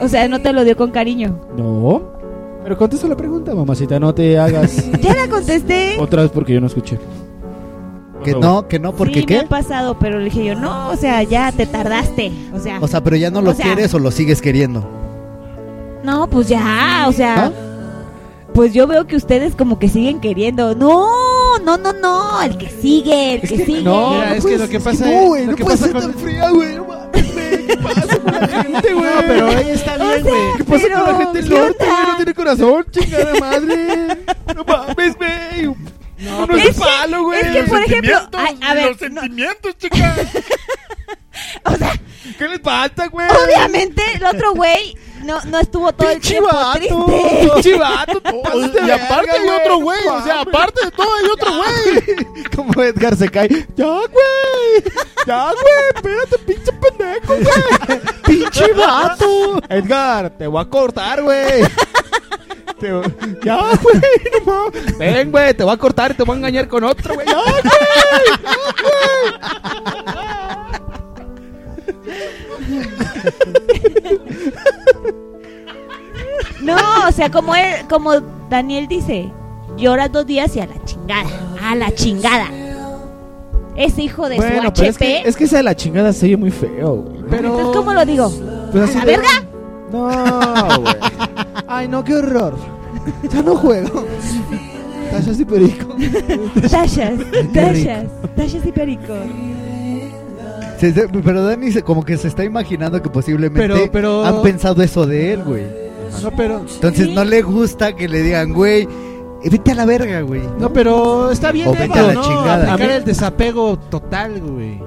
Speaker 8: O sea, no te lo dio con cariño.
Speaker 4: No. Pero contesta la pregunta, mamacita, no te hagas
Speaker 8: Ya la contesté.
Speaker 4: otra vez porque yo no escuché.
Speaker 5: Que no, que no, porque
Speaker 8: sí, me
Speaker 5: qué.
Speaker 8: ha pasado, pero le dije yo, no, o sea, ya te tardaste. O sea,
Speaker 5: O sea, pero ya no lo
Speaker 8: o sea,
Speaker 5: quieres o lo sigues queriendo.
Speaker 8: No, pues ya, o sea,
Speaker 1: ¿Ah?
Speaker 8: pues yo veo que ustedes como que siguen queriendo. No, no, no, no, el que sigue, el que, sigue.
Speaker 1: No, Mira, es que lo que pasa es. lo que pasa con...
Speaker 10: fría, güey. No
Speaker 1: No, pero ella está bien, güey. ¿Qué pasa con la gente del norte, güey? No tiene corazón, chingada madre. No mames, güey. No, no es
Speaker 8: que-
Speaker 1: palo, güey.
Speaker 8: es que,
Speaker 1: Los
Speaker 8: por ejemplo,
Speaker 1: sentimientos,
Speaker 8: ay, a ver,
Speaker 1: Los sentimientos, chica. ¿Qué les falta, güey?
Speaker 8: Obviamente, el otro güey no, no estuvo todo el tiempo triste.
Speaker 1: Pinche vato, te pasaste
Speaker 10: Y
Speaker 1: de
Speaker 10: aparte
Speaker 1: verga,
Speaker 10: hay otro güey,
Speaker 1: No
Speaker 10: o sea,
Speaker 1: mames.
Speaker 10: aparte de todo hay otro güey.
Speaker 4: Como Edgar se cae. Ya,
Speaker 10: güey. Ya, güey. Espérate, pinche pendejo, güey.
Speaker 4: ¡Pinche vato! Edgar, te voy a cortar, güey. Te- Ya, güey, no mames.
Speaker 3: Ven, güey, te voy a cortar, te voy a engañar con otro, güey.
Speaker 10: Ya, güey.
Speaker 8: No, o sea, como él, como Daniel dice, llora dos días y a la chingada, a la chingada. Ese hijo de su
Speaker 4: Bueno,
Speaker 8: HP.
Speaker 4: pero es que, es que esa de la chingada se oye muy feo, güey.
Speaker 8: Entonces, ¿cómo lo digo?
Speaker 4: Pues así
Speaker 8: ¿A la
Speaker 4: de-
Speaker 8: verga?
Speaker 4: No, güey.
Speaker 1: Ay, no, qué horror.
Speaker 4: Ya no juego. Tachas y perico.
Speaker 8: Tachas,
Speaker 5: tachas,
Speaker 8: tachas y perico.
Speaker 5: Se- se- pero Dani se- como que se está imaginando que posiblemente
Speaker 1: Pero- pero-
Speaker 5: han pensado eso de él, güey.
Speaker 1: No, pero.
Speaker 5: Entonces no le gusta que le digan, güey, eh, vete a la verga, güey.
Speaker 1: No, pero está bien,
Speaker 5: O vete
Speaker 1: Eva,
Speaker 5: a la
Speaker 1: ¿no?
Speaker 5: chingada.
Speaker 1: Aplicar
Speaker 5: A mí-
Speaker 1: el desapego total, güey.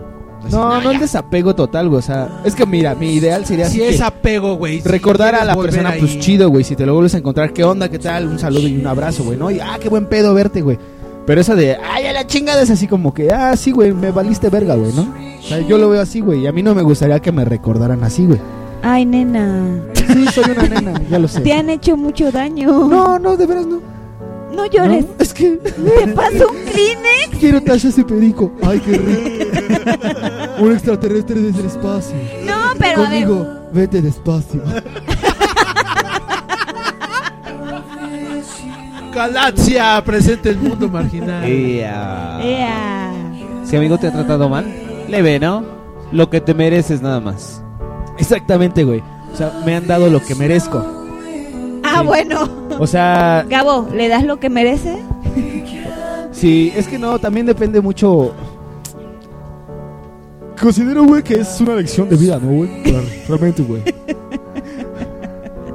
Speaker 1: Pues
Speaker 4: No, no el desapego total, güey. O sea, es que mira, mi ideal sería
Speaker 1: Si
Speaker 4: así
Speaker 1: es
Speaker 4: que
Speaker 1: apego, güey. si
Speaker 4: recordar a
Speaker 1: quieres
Speaker 4: la
Speaker 1: volver
Speaker 4: persona,
Speaker 1: ahí.
Speaker 4: pues chido, güey. Si te lo vuelves a encontrar, ¿qué onda? ¿Qué tal? Un saludo y un abrazo, güey, ¿no? Y ah, qué buen pedo verte, güey. Pero esa de, ay, a la chingada es así como que, ah, sí, güey, me valiste verga, güey, ¿no? O sea, yo lo veo así, güey. Y a mí no me gustaría que me recordaran así, güey.
Speaker 8: Ay, nena,
Speaker 4: Sí, soy una nena, ya lo sé.
Speaker 8: te han hecho mucho daño.
Speaker 4: No, no, de veras no.
Speaker 8: No llores.
Speaker 4: Es que
Speaker 8: te pasó un Kleenex.
Speaker 4: Quiero tachas y perico. Ay, qué rico. Un extraterrestre desde el espacio.
Speaker 8: No, pero a ver.
Speaker 4: Conmigo, vete despacio.
Speaker 1: Galaxia presente el mundo marginal.
Speaker 8: Ea.
Speaker 3: Si amigo te ha tratado mal, leve, ¿no? Lo que te mereces nada más.
Speaker 4: Exactamente, güey. O sea, me han dado lo que merezco.
Speaker 8: Ah, bueno.
Speaker 4: O sea,
Speaker 8: Gabo, ¿le das lo que merece?
Speaker 4: sí, es que no, también depende mucho. Considero, güey, que es una lección de vida, ¿no, güey? Claro, Realmente, güey.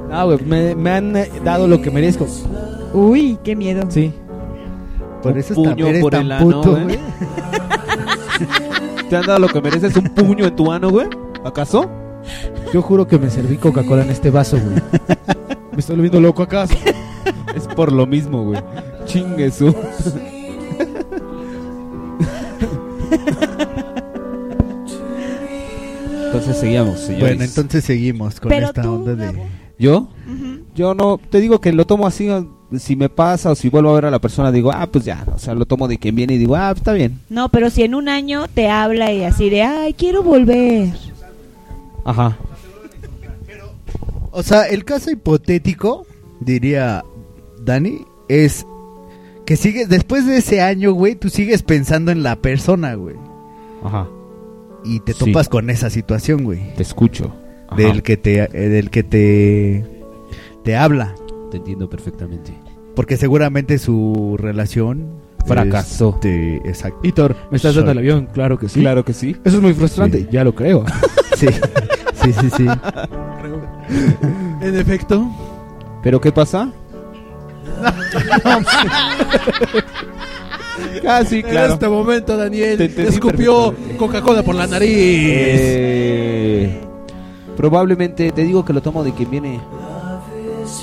Speaker 4: Ah, güey, me, me han eh, dado lo que merezco.
Speaker 8: Uy, qué miedo.
Speaker 4: Sí.
Speaker 5: Por eso es tan, eres tan puto,
Speaker 4: ¿eh?
Speaker 3: ano,
Speaker 5: güey.
Speaker 3: güey. ¿Te han dado lo que mereces? ¿Un puño en tu ano, güey? ¿Acaso?
Speaker 4: Yo juro que me serví Coca-Cola en este vaso, güey. ¿Me estoy volviendo loco acaso?
Speaker 3: Es por lo mismo, güey. Chingue su. Entonces seguíamos, señores.
Speaker 5: Bueno, entonces seguimos con
Speaker 3: Pero
Speaker 5: esta
Speaker 3: tú,
Speaker 5: onda de...
Speaker 3: ¿Yo? Yo no, te digo que lo tomo así, si me pasa o si vuelvo a ver a la persona, digo, ah, pues ya, o sea, lo tomo de quien viene y digo, ah, está bien.
Speaker 8: No, pero si en un año te habla y así de, ay, quiero volver.
Speaker 3: Ajá.
Speaker 5: O sea, el caso hipotético, diría Dani, es que sigues, después de ese año, güey, tú sigues pensando en la persona, güey.
Speaker 3: Ajá.
Speaker 5: Y te topas con esa situación, güey.
Speaker 3: Te escucho. Ajá.
Speaker 5: Del que te, eh, del que te, te habla.
Speaker 3: Te entiendo perfectamente.
Speaker 5: Porque seguramente su relación
Speaker 4: Fracasó.
Speaker 5: Este, exacto.
Speaker 1: Hitor, ¿me estás dando el
Speaker 5: Sorry.
Speaker 1: avión? Claro que sí.
Speaker 5: Claro que sí.
Speaker 1: Eso es muy frustrante,
Speaker 5: Sí.
Speaker 1: ya lo creo.
Speaker 5: Sí, sí, sí, sí.
Speaker 1: En efecto.
Speaker 3: ¿Pero qué pasa? Casi,
Speaker 1: En
Speaker 3: claro.
Speaker 1: este momento, Daniel
Speaker 3: Te entendí
Speaker 1: escupió Coca-Cola por la nariz.
Speaker 3: Eh, probablemente te digo que lo tomo de quien viene.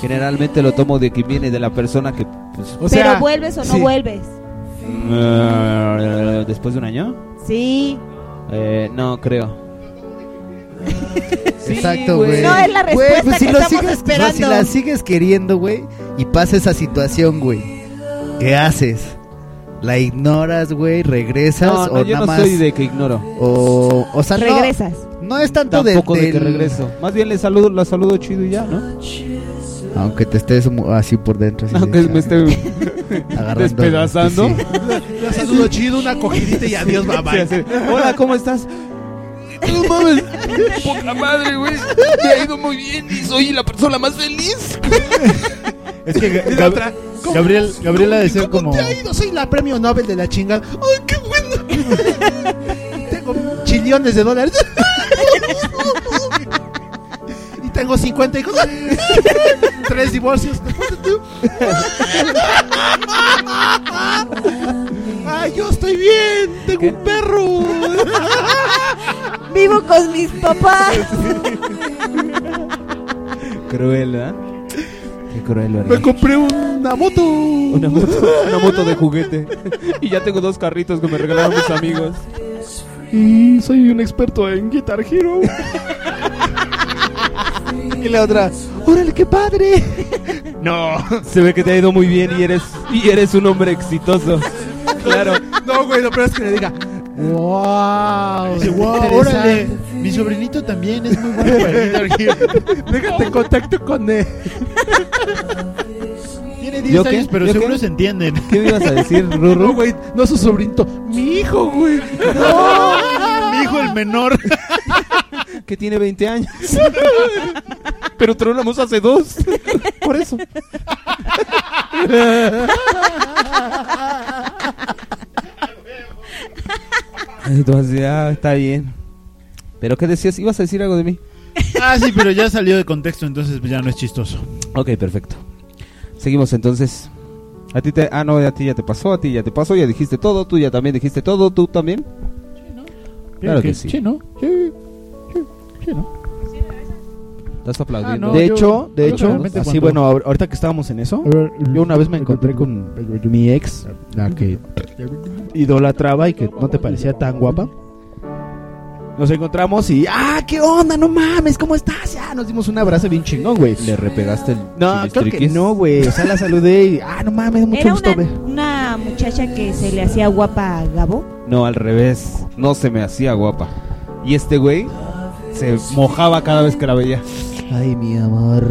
Speaker 3: Generalmente lo tomo de quien viene, de la persona que. pues,
Speaker 8: Pero vuelves o no vuelves.
Speaker 3: eh, Después de un año.
Speaker 8: Sí.
Speaker 3: Eh, no creo.
Speaker 5: Exacto,
Speaker 8: güey.
Speaker 5: güey.
Speaker 8: No, es la
Speaker 5: Güey,
Speaker 8: respuesta
Speaker 5: pues
Speaker 8: que
Speaker 5: lo
Speaker 8: estamos
Speaker 5: sigues-
Speaker 8: esperando.
Speaker 5: no, si la sigues queriendo, güey, y pasa esa situación, güey, ¿qué haces? ¿La ignoras, güey? ¿Regresas?
Speaker 3: No, no,
Speaker 5: o
Speaker 3: yo
Speaker 5: nada
Speaker 3: no
Speaker 5: más-
Speaker 3: soy de que ignoro.
Speaker 5: O, o sea, no- No, es tanto de-
Speaker 3: Tampoco de que
Speaker 5: del-
Speaker 3: regreso. Más bien le saludo, la saludo chido y ya, ¿no?
Speaker 5: Aunque te estés mu- así por dentro. así
Speaker 3: Aunque
Speaker 5: de-
Speaker 3: me esté
Speaker 5: Agarrando- pues
Speaker 3: despedazando.
Speaker 5: sí.
Speaker 1: La saludo chido, una cogidita y adiós, bye bye.
Speaker 3: Sí, así, Hola, ¿cómo estás?
Speaker 1: No mames.
Speaker 17: Poca madre, güey. Me ha ido muy bien y soy la persona más feliz.
Speaker 21: Es que
Speaker 1: Y
Speaker 21: Ga-
Speaker 1: la
Speaker 21: Gab-
Speaker 1: otra, ¿cómo-
Speaker 21: Gabriel, Gabriel ha de ser
Speaker 1: ¿Cómo
Speaker 21: como.
Speaker 1: te ha ido? Soy la premio Nobel de la chingada. ¡Ay, qué bueno! tengo chillones de dólares. y tengo 50 hijos. Tres divorcios. ¡Ay, yo estoy bien! ¡Tengo un perro!
Speaker 8: ¡Vivo con mis papás!
Speaker 3: Cruel, ¿verdad? Qué cruel, ¿verdad?
Speaker 1: Me compré una moto.
Speaker 3: Una moto, una moto de juguete. Y ya tengo dos carritos que me regalaron mis amigos.
Speaker 1: Y soy un experto en Guitar Hero. y la otra, ¡órale, qué padre!
Speaker 3: No, se ve que te ha ido muy bien y eres y eres un hombre exitoso. Claro.
Speaker 1: No, güey, lo peor es que le diga. ¡Wow!
Speaker 21: Dice, wow, órale. Mi sobrinito también es muy bueno para el Guitar Hero.
Speaker 1: Déjate en contacto con él.
Speaker 21: Tiene 10 años, pero seguro se entienden.
Speaker 3: ¿Qué me ibas a decir, Ruru?
Speaker 1: No, güey, no su sobrinito. Mi hijo, güey. No.
Speaker 21: Mi hijo el menor.
Speaker 3: que tiene 20 años. Pero tronamos hace dos. Por eso. Entonces, ya está bien. ¿Pero qué decías? ¿Ibas a decir algo de mí?
Speaker 21: Ah, sí, pero ya salió de contexto, entonces pues, ya no es chistoso.
Speaker 3: Ok, perfecto. Seguimos entonces. A ti te... Ah, no, a ti ya te pasó, a ti ya te pasó, ya dijiste todo, tú ya también dijiste todo, tú también. Claro que sí.
Speaker 21: Sí, ¿no? Sí, sí, sí, ¿no?
Speaker 3: Estás aplaudiendo.
Speaker 21: Ah, no,
Speaker 1: de
Speaker 21: yo-
Speaker 1: hecho, de
Speaker 21: yo
Speaker 1: hecho,
Speaker 21: realmente
Speaker 1: así
Speaker 21: cuando-
Speaker 1: bueno, ahor- ahorita que estábamos en eso, yo una vez me encontré con mi ex, la que idolatraba y que no te parecía tan guapa. Nos encontramos y ah, qué onda, no mames, ¿cómo estás? Ya nos dimos un abrazo bien chingón, güey.
Speaker 3: Le repegaste el
Speaker 1: No, creo que
Speaker 3: chilistriquis.
Speaker 1: no, güey. O sea, la saludé y ah, no mames, mucho
Speaker 8: Era
Speaker 1: gusto.
Speaker 8: una,
Speaker 1: güey.
Speaker 8: una muchacha que se le hacía guapa a Gabo.
Speaker 3: No, al revés. No se me hacía guapa. Y este güey se mojaba cada vez que la veía.
Speaker 5: Ay, mi amor.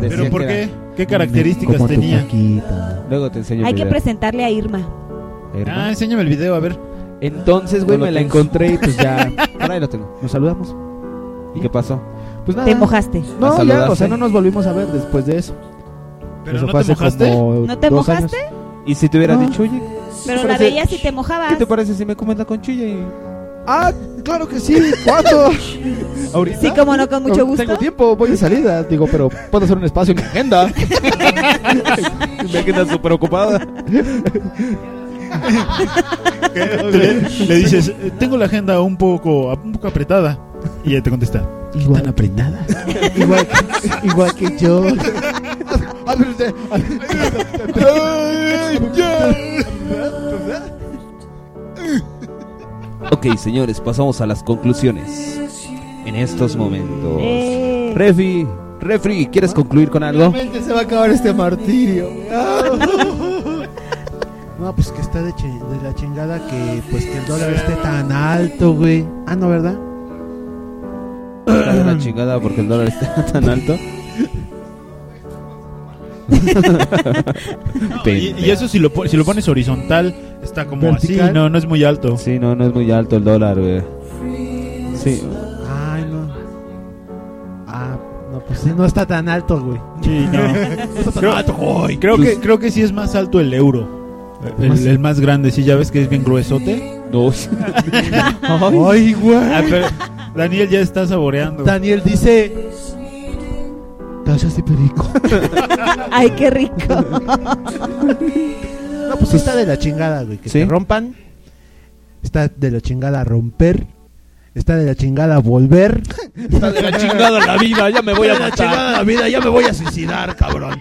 Speaker 3: Decía que era-
Speaker 21: ¿Qué características
Speaker 5: Como tu
Speaker 21: tenía?
Speaker 5: Paquita.
Speaker 3: Luego te enseño
Speaker 8: Hay
Speaker 3: el
Speaker 8: que
Speaker 3: video.
Speaker 8: presentarle a Irma.
Speaker 21: Ah, enséñame el video, a ver.
Speaker 3: Entonces,
Speaker 1: güey, me la encontré y, pues, ya-
Speaker 3: Por ahí lo tengo.
Speaker 1: Nos saludamos.
Speaker 3: ¿Y qué pasó?
Speaker 1: Pues nada.
Speaker 8: Te mojaste.
Speaker 3: ¿La
Speaker 1: No, ya,
Speaker 3: saludaste?
Speaker 1: o sea, no nos volvimos a ver después de eso.
Speaker 21: ¿Pero
Speaker 1: Eso
Speaker 21: no
Speaker 1: fue
Speaker 21: te
Speaker 1: hace
Speaker 21: mojaste?
Speaker 1: como
Speaker 8: ¿No te
Speaker 1: dos años.
Speaker 8: mojaste?
Speaker 3: Y si te hubiera
Speaker 1: No.
Speaker 3: dicho, oye,
Speaker 8: Pero
Speaker 3: ¿qué
Speaker 8: la
Speaker 3: parece-
Speaker 8: veías y te mojabas.
Speaker 3: ¿Qué te parece si me comes la conchilla y
Speaker 1: Ah, claro que sí, ¿cuándo? ¿Ahorita? Oh,
Speaker 8: Sí, cómo no, con mucho gusto.
Speaker 1: Tengo tiempo, voy de salida. Digo, pero puedo hacer un espacio en mi agenda.
Speaker 3: me quedas súper ocupada?
Speaker 21: Le, le dices, eh, tengo la agenda un poco, un poco apretada. Y ella te contesta,
Speaker 1: Igual.
Speaker 21: ¿tan apretada?
Speaker 1: igual, que, igual que yo.
Speaker 3: Ok, señores, pasamos a las conclusiones. En estos momentos.
Speaker 5: Eh.
Speaker 3: Refi, Refri, ¿quieres concluir con algo?
Speaker 5: Realmente se va a acabar este martirio.
Speaker 1: No, pues que está de, chi- de la chingada que pues que el dólar esté tan alto, güey. Ah, no, ¿verdad?
Speaker 3: Está de la chingada porque el dólar está tan alto.
Speaker 21: Y, y eso si lo, po- si lo pones horizontal, está como
Speaker 3: Vertical.
Speaker 21: así, no, no es muy alto.
Speaker 3: Sí, no, no es muy alto el dólar, güey. Sí.
Speaker 1: Ay, no. Ah, no, Pues no está tan alto, güey.
Speaker 2: Sí, no. Ah,
Speaker 1: está tan alto, güey.
Speaker 2: creo,
Speaker 1: Pues-
Speaker 2: que, creo que sí es más alto el euro. El, el más grande, sí, ya ves que es bien gruesote.
Speaker 3: Dos.
Speaker 2: Ay, güey. Daniel ya está saboreando.
Speaker 1: Daniel dice.
Speaker 2: este
Speaker 1: Tallas de perico.
Speaker 8: Ay, qué rico.
Speaker 1: No, pues sí está de la chingada, güey. Que
Speaker 4: ¿Sí?
Speaker 1: te rompan. Está de la chingada romper. Está de la chingada volver.
Speaker 4: Está de la chingada la vida, ya me voy a
Speaker 1: Está
Speaker 4: matar.
Speaker 1: de la chingada la vida, ya me voy a suicidar, cabrón.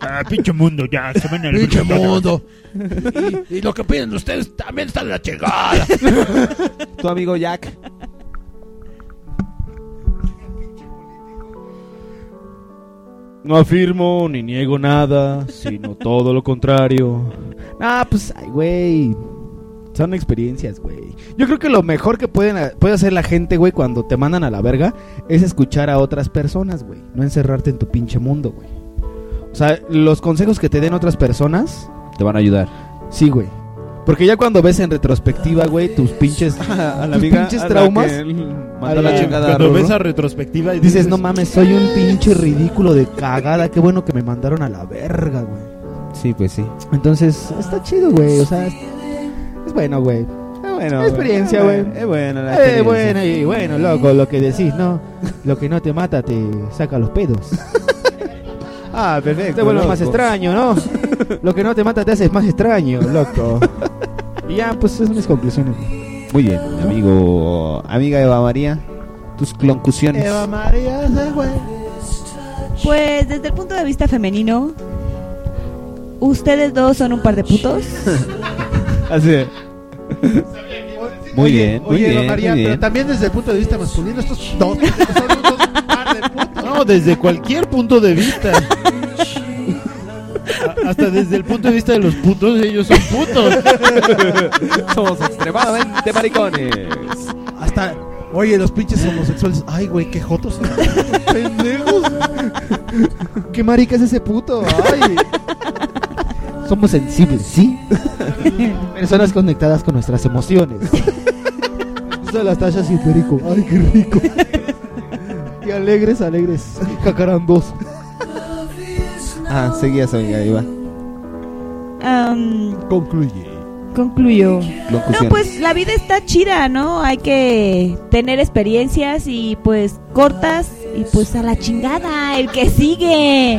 Speaker 2: Ah, pinche mundo, ya. Se van al
Speaker 1: Pinche mundo.
Speaker 24: Y, y lo que piden ustedes también está de la chingada.
Speaker 3: Tu amigo Jack.
Speaker 10: No afirmo ni niego nada, sino todo lo contrario.
Speaker 4: Ah, pues, ay, güey. Son experiencias, güey. Yo creo que lo mejor que pueden, puede hacer la gente, güey, cuando te mandan a la verga, es escuchar a otras personas, güey. No encerrarte en tu pinche mundo, güey. O sea, los consejos que te den otras personas,
Speaker 3: Te van a ayudar.
Speaker 4: sí, güey. Porque ya cuando ves en retrospectiva, güey, tus pinches,
Speaker 3: A la
Speaker 4: tus
Speaker 3: amiga
Speaker 4: pinches
Speaker 3: a la
Speaker 4: traumas.
Speaker 3: que él mandó
Speaker 4: a
Speaker 3: la chingada a
Speaker 2: Cuando
Speaker 3: Rorro.
Speaker 2: ves a retrospectiva y
Speaker 4: dices, no mames, soy un pinche ridículo de cagada. Qué bueno que me mandaron a la verga, güey.
Speaker 3: Sí, pues sí.
Speaker 4: Entonces, está chido, güey. O sea, es, es bueno, güey.
Speaker 3: bueno,
Speaker 4: Es experiencia,
Speaker 3: güey.
Speaker 4: güey.
Speaker 3: Es buena la
Speaker 4: Eh,
Speaker 3: experiencia.
Speaker 4: bueno, y bueno, loco, lo que decís, ¿no? Lo que no te mata te saca los pedos.
Speaker 3: Ah, perfecto.
Speaker 4: Te vuelve más
Speaker 3: loco.
Speaker 4: extraño, ¿no? Lo que no te mata te hace más extraño, loco. Y ya, pues esas son mis conclusiones.
Speaker 3: Muy bien, amigo, amiga Eva María, tus conclusiones.
Speaker 1: María, ese güey.
Speaker 8: Pues desde el punto de vista femenino, ustedes dos son un par de putos.
Speaker 3: Así es. Muy bien, muy
Speaker 1: Oye, Eva
Speaker 3: bien,
Speaker 1: María,
Speaker 3: muy
Speaker 1: pero
Speaker 3: bien.
Speaker 1: también desde el punto de vista masculino, estos dos.
Speaker 2: No, desde cualquier punto de vista. A- Hasta desde el punto de vista de los putos, ellos son putos.
Speaker 3: Somos extremadamente maricones.
Speaker 1: Hasta. Oye, los pinches homosexuales. Ay, güey, qué jotos. Pendejos.
Speaker 4: ¿Qué marica es ese puto? Ay. Somos sensibles, ¿sí? Personas conectadas con nuestras emociones. Son las tallas y el perico. Ay, qué rico. Y alegres, alegres. Cacarandos.
Speaker 3: Ah, seguías, amiga Eva.
Speaker 8: Am,
Speaker 3: Concluye.
Speaker 8: concluyo. No,
Speaker 3: Conclusiones.
Speaker 8: pues la vida está chida, ¿no? Hay que tener experiencias y pues cortas y pues a la chingada, el que sigue.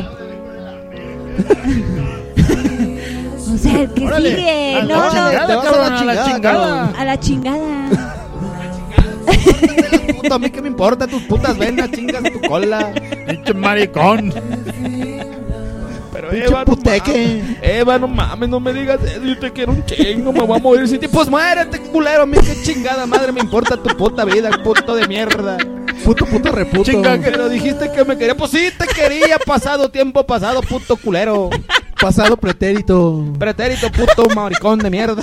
Speaker 8: o sea, el que
Speaker 13: Órale,
Speaker 8: sigue,
Speaker 13: a la
Speaker 8: no, no,
Speaker 13: chingada, Te vas a la cabrón, a la chingada, chingada. cabrón.
Speaker 8: A la chingada.
Speaker 4: Puto, a mí qué me importa tus putas venas, chingas tu cola.
Speaker 2: Pinche maricón.
Speaker 10: Pero Eva, puteque. Eva, no mames, no me digas eso. Yo te quiero un chingo, me voy a morir sin ti. Pues muérete, culero. A mí qué chingada madre me importa tu puta vida, puto de mierda.
Speaker 4: Puto, puto, reputo.
Speaker 10: Chinga, que lo dijiste que me quería. Pues sí, te quería. Pasado tiempo, pasado, puto culero.
Speaker 1: Pasado pretérito.
Speaker 10: Pretérito, puto maricón de mierda.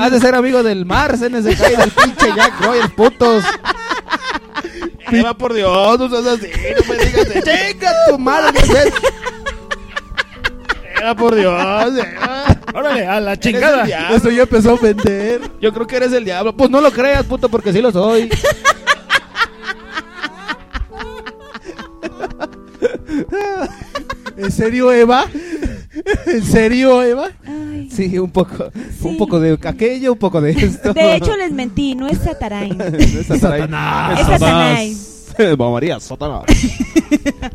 Speaker 4: Has de ser amigo del mar, CNSK y del pinche Jack Royal, putos.
Speaker 10: Eva, por Dios, no seas así. No me digas eso.
Speaker 4: Chinga tu madre,
Speaker 10: Eva, por Dios.
Speaker 2: Órale, a la
Speaker 10: chingada.
Speaker 1: Eso ya empezó a vender.
Speaker 10: Yo creo que eres el diablo. Pues no lo creas, puto, porque sí lo soy.
Speaker 1: ¿En serio, Eva? ¿En serio, Eva?
Speaker 4: Sí, un poco, un poco de aquello, un poco de
Speaker 3: este
Speaker 4: esto.
Speaker 8: De hecho, les mentí, no es Satarain.
Speaker 3: Satanás.
Speaker 8: Es Satanás.
Speaker 3: Eva María, Satanás.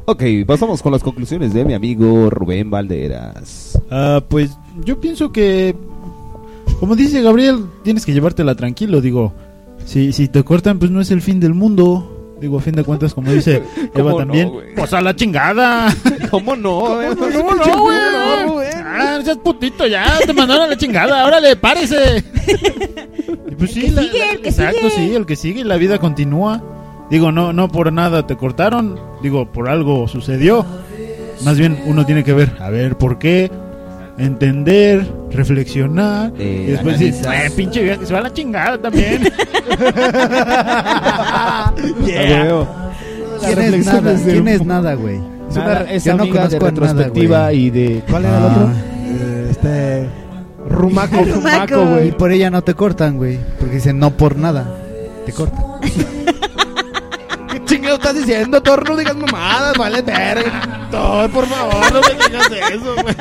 Speaker 3: ok, pasamos con las conclusiones de mi amigo Rubén Valderas.
Speaker 2: Ah, pues yo pienso que, como dice Gabriel, tienes que llevártela tranquilo. Digo, si, si te cortan, pues no es el fin del mundo. Digo, a fin de cuentas, como dice
Speaker 25: ¿Cómo
Speaker 2: Eva
Speaker 25: no,
Speaker 2: también. pues a la chingada.
Speaker 10: ¿Cómo no?
Speaker 2: ¿Cómo no, güey? Ah, no seas putito ya, te mandaron a la chingada. Órale, párese. Y pues sí, la- la-
Speaker 8: el que
Speaker 2: exacto,
Speaker 8: sigue.
Speaker 2: sí, el que sigue, la vida continúa. Digo, no, no por nada te cortaron. Digo, por algo sucedió. Más bien, uno tiene que ver, a ver, ¿por qué? Entender, reflexionar. y después decir,
Speaker 25: analizas.
Speaker 2: "Eh, pinche vieja, que se va a la chingada también.
Speaker 25: A huevo.
Speaker 5: ¿Quién es nada? ¿Quién es nada, güey?
Speaker 4: Es una-
Speaker 5: Nada.
Speaker 4: es
Speaker 5: Yo no
Speaker 4: amiga de
Speaker 5: conozco a nada,
Speaker 4: retrospectiva
Speaker 5: güey.
Speaker 4: y de.
Speaker 5: ¿Cuál
Speaker 2: Ah.
Speaker 5: era el otro? Este.
Speaker 1: Eh, Rumaco, Rumaco, güey.
Speaker 5: Y por ella no te cortan, güey. Porque dicen no por nada. Te cortan.
Speaker 10: Chinga
Speaker 5: lo estás diciendo, Thor? No digas mamadas, vale, verga. Thor, por favor, no me digas eso, güey.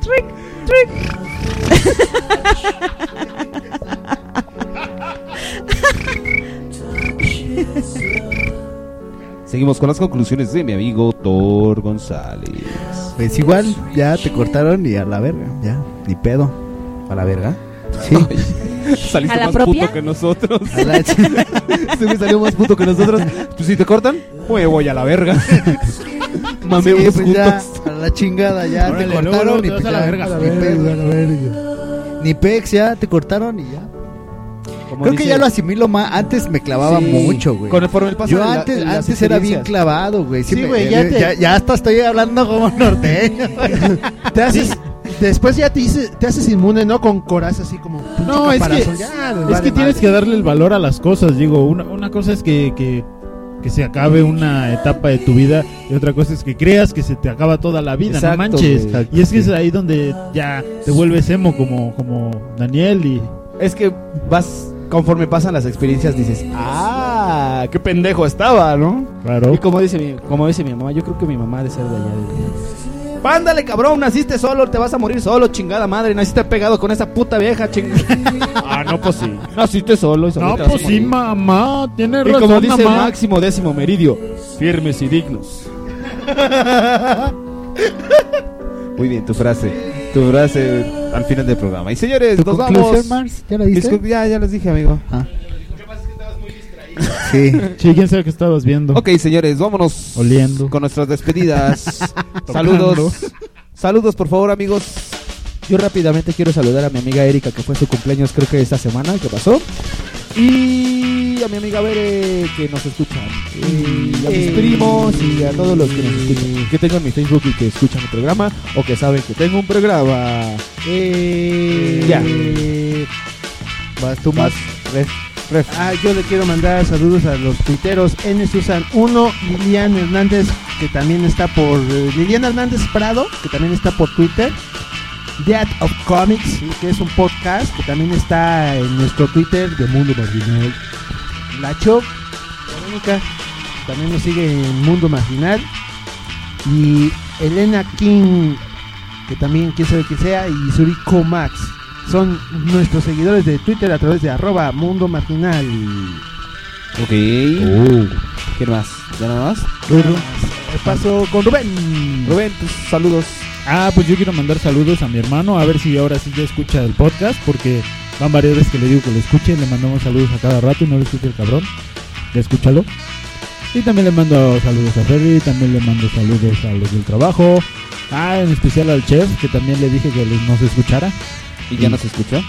Speaker 8: Trick, trick.
Speaker 3: Seguimos con las conclusiones de mi amigo Thor González.
Speaker 5: Pues igual, ya te cortaron y a la verga, ya, ni pedo. ¿A la verga? Sí.
Speaker 3: Saliste
Speaker 5: ¿A la
Speaker 3: más
Speaker 5: propia?
Speaker 3: puto que nosotros.
Speaker 5: A la ch-
Speaker 3: Este güey salió más puto que nosotros. Pues si te cortan, pues voy a la verga. Mamemos
Speaker 5: Sí, pues ya,
Speaker 3: juntos.
Speaker 5: a la chingada, ya
Speaker 3: Órale,
Speaker 5: te
Speaker 3: luego, luego
Speaker 5: cortaron y
Speaker 3: te vas
Speaker 5: pues
Speaker 3: a la
Speaker 5: ya,
Speaker 3: verga.
Speaker 5: a la verga, a la verga. Ni pex, ya te cortaron y ya.
Speaker 4: Como
Speaker 5: Creo que
Speaker 4: dice-
Speaker 5: ya lo asimilo más. Antes me clavaba
Speaker 4: Sí,
Speaker 5: mucho, güey.
Speaker 4: conforme el paso
Speaker 5: Yo
Speaker 4: de la-
Speaker 5: antes,
Speaker 4: de las
Speaker 5: antes era bien
Speaker 4: experiencias.
Speaker 5: clavado, güey.
Speaker 4: Sí,
Speaker 5: Siempre-
Speaker 4: güey, ya
Speaker 5: eh,
Speaker 4: te-
Speaker 5: ya, ya hasta estoy hablando como norteño.
Speaker 1: Te haces, después ya te, hice- te haces inmune, ¿no? Con coraza así como pinche
Speaker 2: No, es que,
Speaker 1: caparazón, ya, les
Speaker 2: es
Speaker 1: vale
Speaker 2: que tienes
Speaker 1: madre.
Speaker 2: que darle el valor a las cosas. Digo, una, una cosa es que, que, que se acabe una etapa de tu vida y otra cosa es que creas que se te acaba toda la vida,
Speaker 1: Exacto,
Speaker 2: no manches.
Speaker 1: güey.
Speaker 2: Y es que es ahí donde ya te vuelves emo como, como Daniel y...
Speaker 4: Es que vas, conforme pasan las experiencias, dices, ah, qué pendejo estaba, ¿no?
Speaker 2: Claro.
Speaker 4: Y como dice mi, como dice mi mamá, yo creo que mi mamá ha de ser de allá. de- Ándale, cabrón, naciste solo, te vas a morir solo, chingada madre, naciste pegado con esa puta vieja, chingada. ah, no, pues sí. Naciste solo. y solo
Speaker 2: No,
Speaker 4: te vas a
Speaker 2: pues sí,
Speaker 4: morir.
Speaker 2: mamá, tienes
Speaker 4: Y
Speaker 2: razón,
Speaker 4: como dice
Speaker 2: mamá.
Speaker 4: Máximo Décimo Meridio, firmes y dignos.
Speaker 3: Muy bien, tu frase. Tu frase al final del programa. Y
Speaker 4: Pues
Speaker 3: señores, nos vamos.
Speaker 5: ¿Ya
Speaker 3: la diste? Disculpe, ya, ya les dije, amigo.
Speaker 2: Ah.
Speaker 5: Sí.
Speaker 2: Sí, quién sabe que estabas viendo.
Speaker 3: Ok, señores, vámonos.
Speaker 2: Oliendo.
Speaker 3: Con nuestras despedidas. Saludos. Saludos, por favor, amigos.
Speaker 4: Yo rápidamente quiero saludar a mi amiga Erika, que fue su cumpleaños creo que esta semana, que pasó. Y a mi amiga Bere, que nos escucha. Y a
Speaker 2: Eh.
Speaker 4: mis primos y a todos los que nos escuchan. Que tengan mi Facebook y que escuchan el programa o que saben que tengo un programa.
Speaker 1: Eh,
Speaker 4: Ya.
Speaker 5: Vas tú más.
Speaker 1: Ah, yo le quiero mandar saludos a los tuiteros N Susan 1, Lilian Hernández, que también está por eh, Lilian Hernández Prado, que también está por Twitter. Death of Comics, sí, que es un podcast que también está en nuestro Twitter de Mundo Marginal. Lacho, Verónica, también nos sigue en Mundo Marginal. Y Elena King, que también quién sabe que sea, y Suriko Max. Son nuestros seguidores de Twitter a través de arroba Mundo Marginal.
Speaker 3: Ok. ¿Quién más? ¿Ya nada más?
Speaker 1: Paso con Rubén.
Speaker 3: Rubén, saludos.
Speaker 2: Ah, pues yo quiero mandar saludos a mi hermano, a ver si ahora sí ya escucha el podcast, porque van varias veces que le digo que lo escuche, le mandamos saludos a cada rato y no lo escucha el cabrón. Ya escúchalo. Y también le mando saludos a Ferry, también le mando saludos a los del trabajo, ah, en especial al chef, que también le dije que les- nos escuchara.
Speaker 3: ¿Y ya nos escuchó?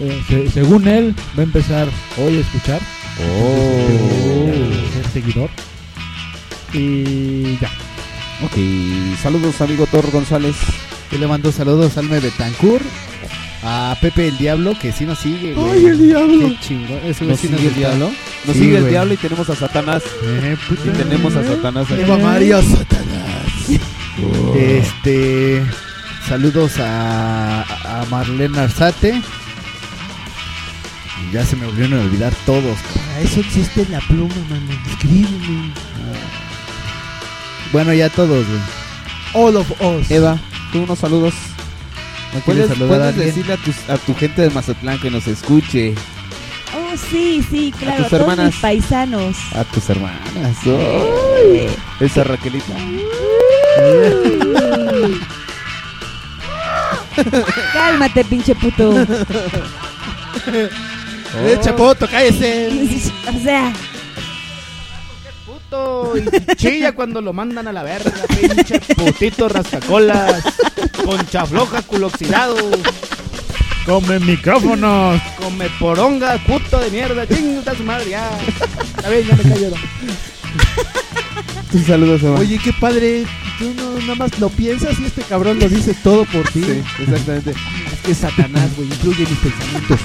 Speaker 2: Eh, se- según él, va a empezar hoy a escuchar. Entonces, ser seguidor. Y ya.
Speaker 3: Ok, saludos amigo Thor González.
Speaker 5: Yo le mando saludos a Alme Betancourt, a Pepe el Diablo, que sí nos sigue. güey.
Speaker 3: Ay, el diablo.
Speaker 5: Qué chingón. Ese güey
Speaker 3: Nos
Speaker 5: sí
Speaker 3: sigue el
Speaker 5: está-
Speaker 3: diablo. Nos
Speaker 5: Sí,
Speaker 3: sigue el
Speaker 5: güey.
Speaker 3: diablo y tenemos a Satanás. y tenemos a Satanás ahí.
Speaker 5: Eva María Satanás. Este. Saludos a, a Marlene Arzate. Y Ya se me volvieron a olvidar todos. cabrón.
Speaker 1: Para eso existe la pluma, mano. Escríbeme.
Speaker 5: Bueno, ya todos, güey.
Speaker 1: All of us.
Speaker 3: Eva, tú unos saludos.
Speaker 5: ¿No quieres
Speaker 3: ¿Puedes,
Speaker 5: saludar a
Speaker 3: puedes
Speaker 5: alguien?
Speaker 3: decirle a, tus- a tu gente de Mazatlán que nos escuche?
Speaker 8: Oh, sí, sí, claro.
Speaker 3: tus
Speaker 8: todos
Speaker 3: hermanas.
Speaker 8: mis paisanos.
Speaker 3: A tus hermanas. ¡Ay! Esa Raquelita.
Speaker 8: Cálmate, pinche puto.
Speaker 5: Oh.
Speaker 1: Eh, chapoto, cállese.
Speaker 8: o sea,
Speaker 4: Y chilla cuando lo mandan a la verga, pinche putito rascacolas, concha floja, culo oxidado,
Speaker 2: ¡Come micrófonos!
Speaker 4: come poronga, puto de mierda, chinga su madre, ya. Está bien, ya me callo.
Speaker 3: Tus saludos, Eva.
Speaker 1: Oye, qué padre. Tú no, nada más lo piensas y este cabrón lo dice todo por ti.
Speaker 3: exactamente.
Speaker 1: Es que Satanás, güey, influye mis pensamientos.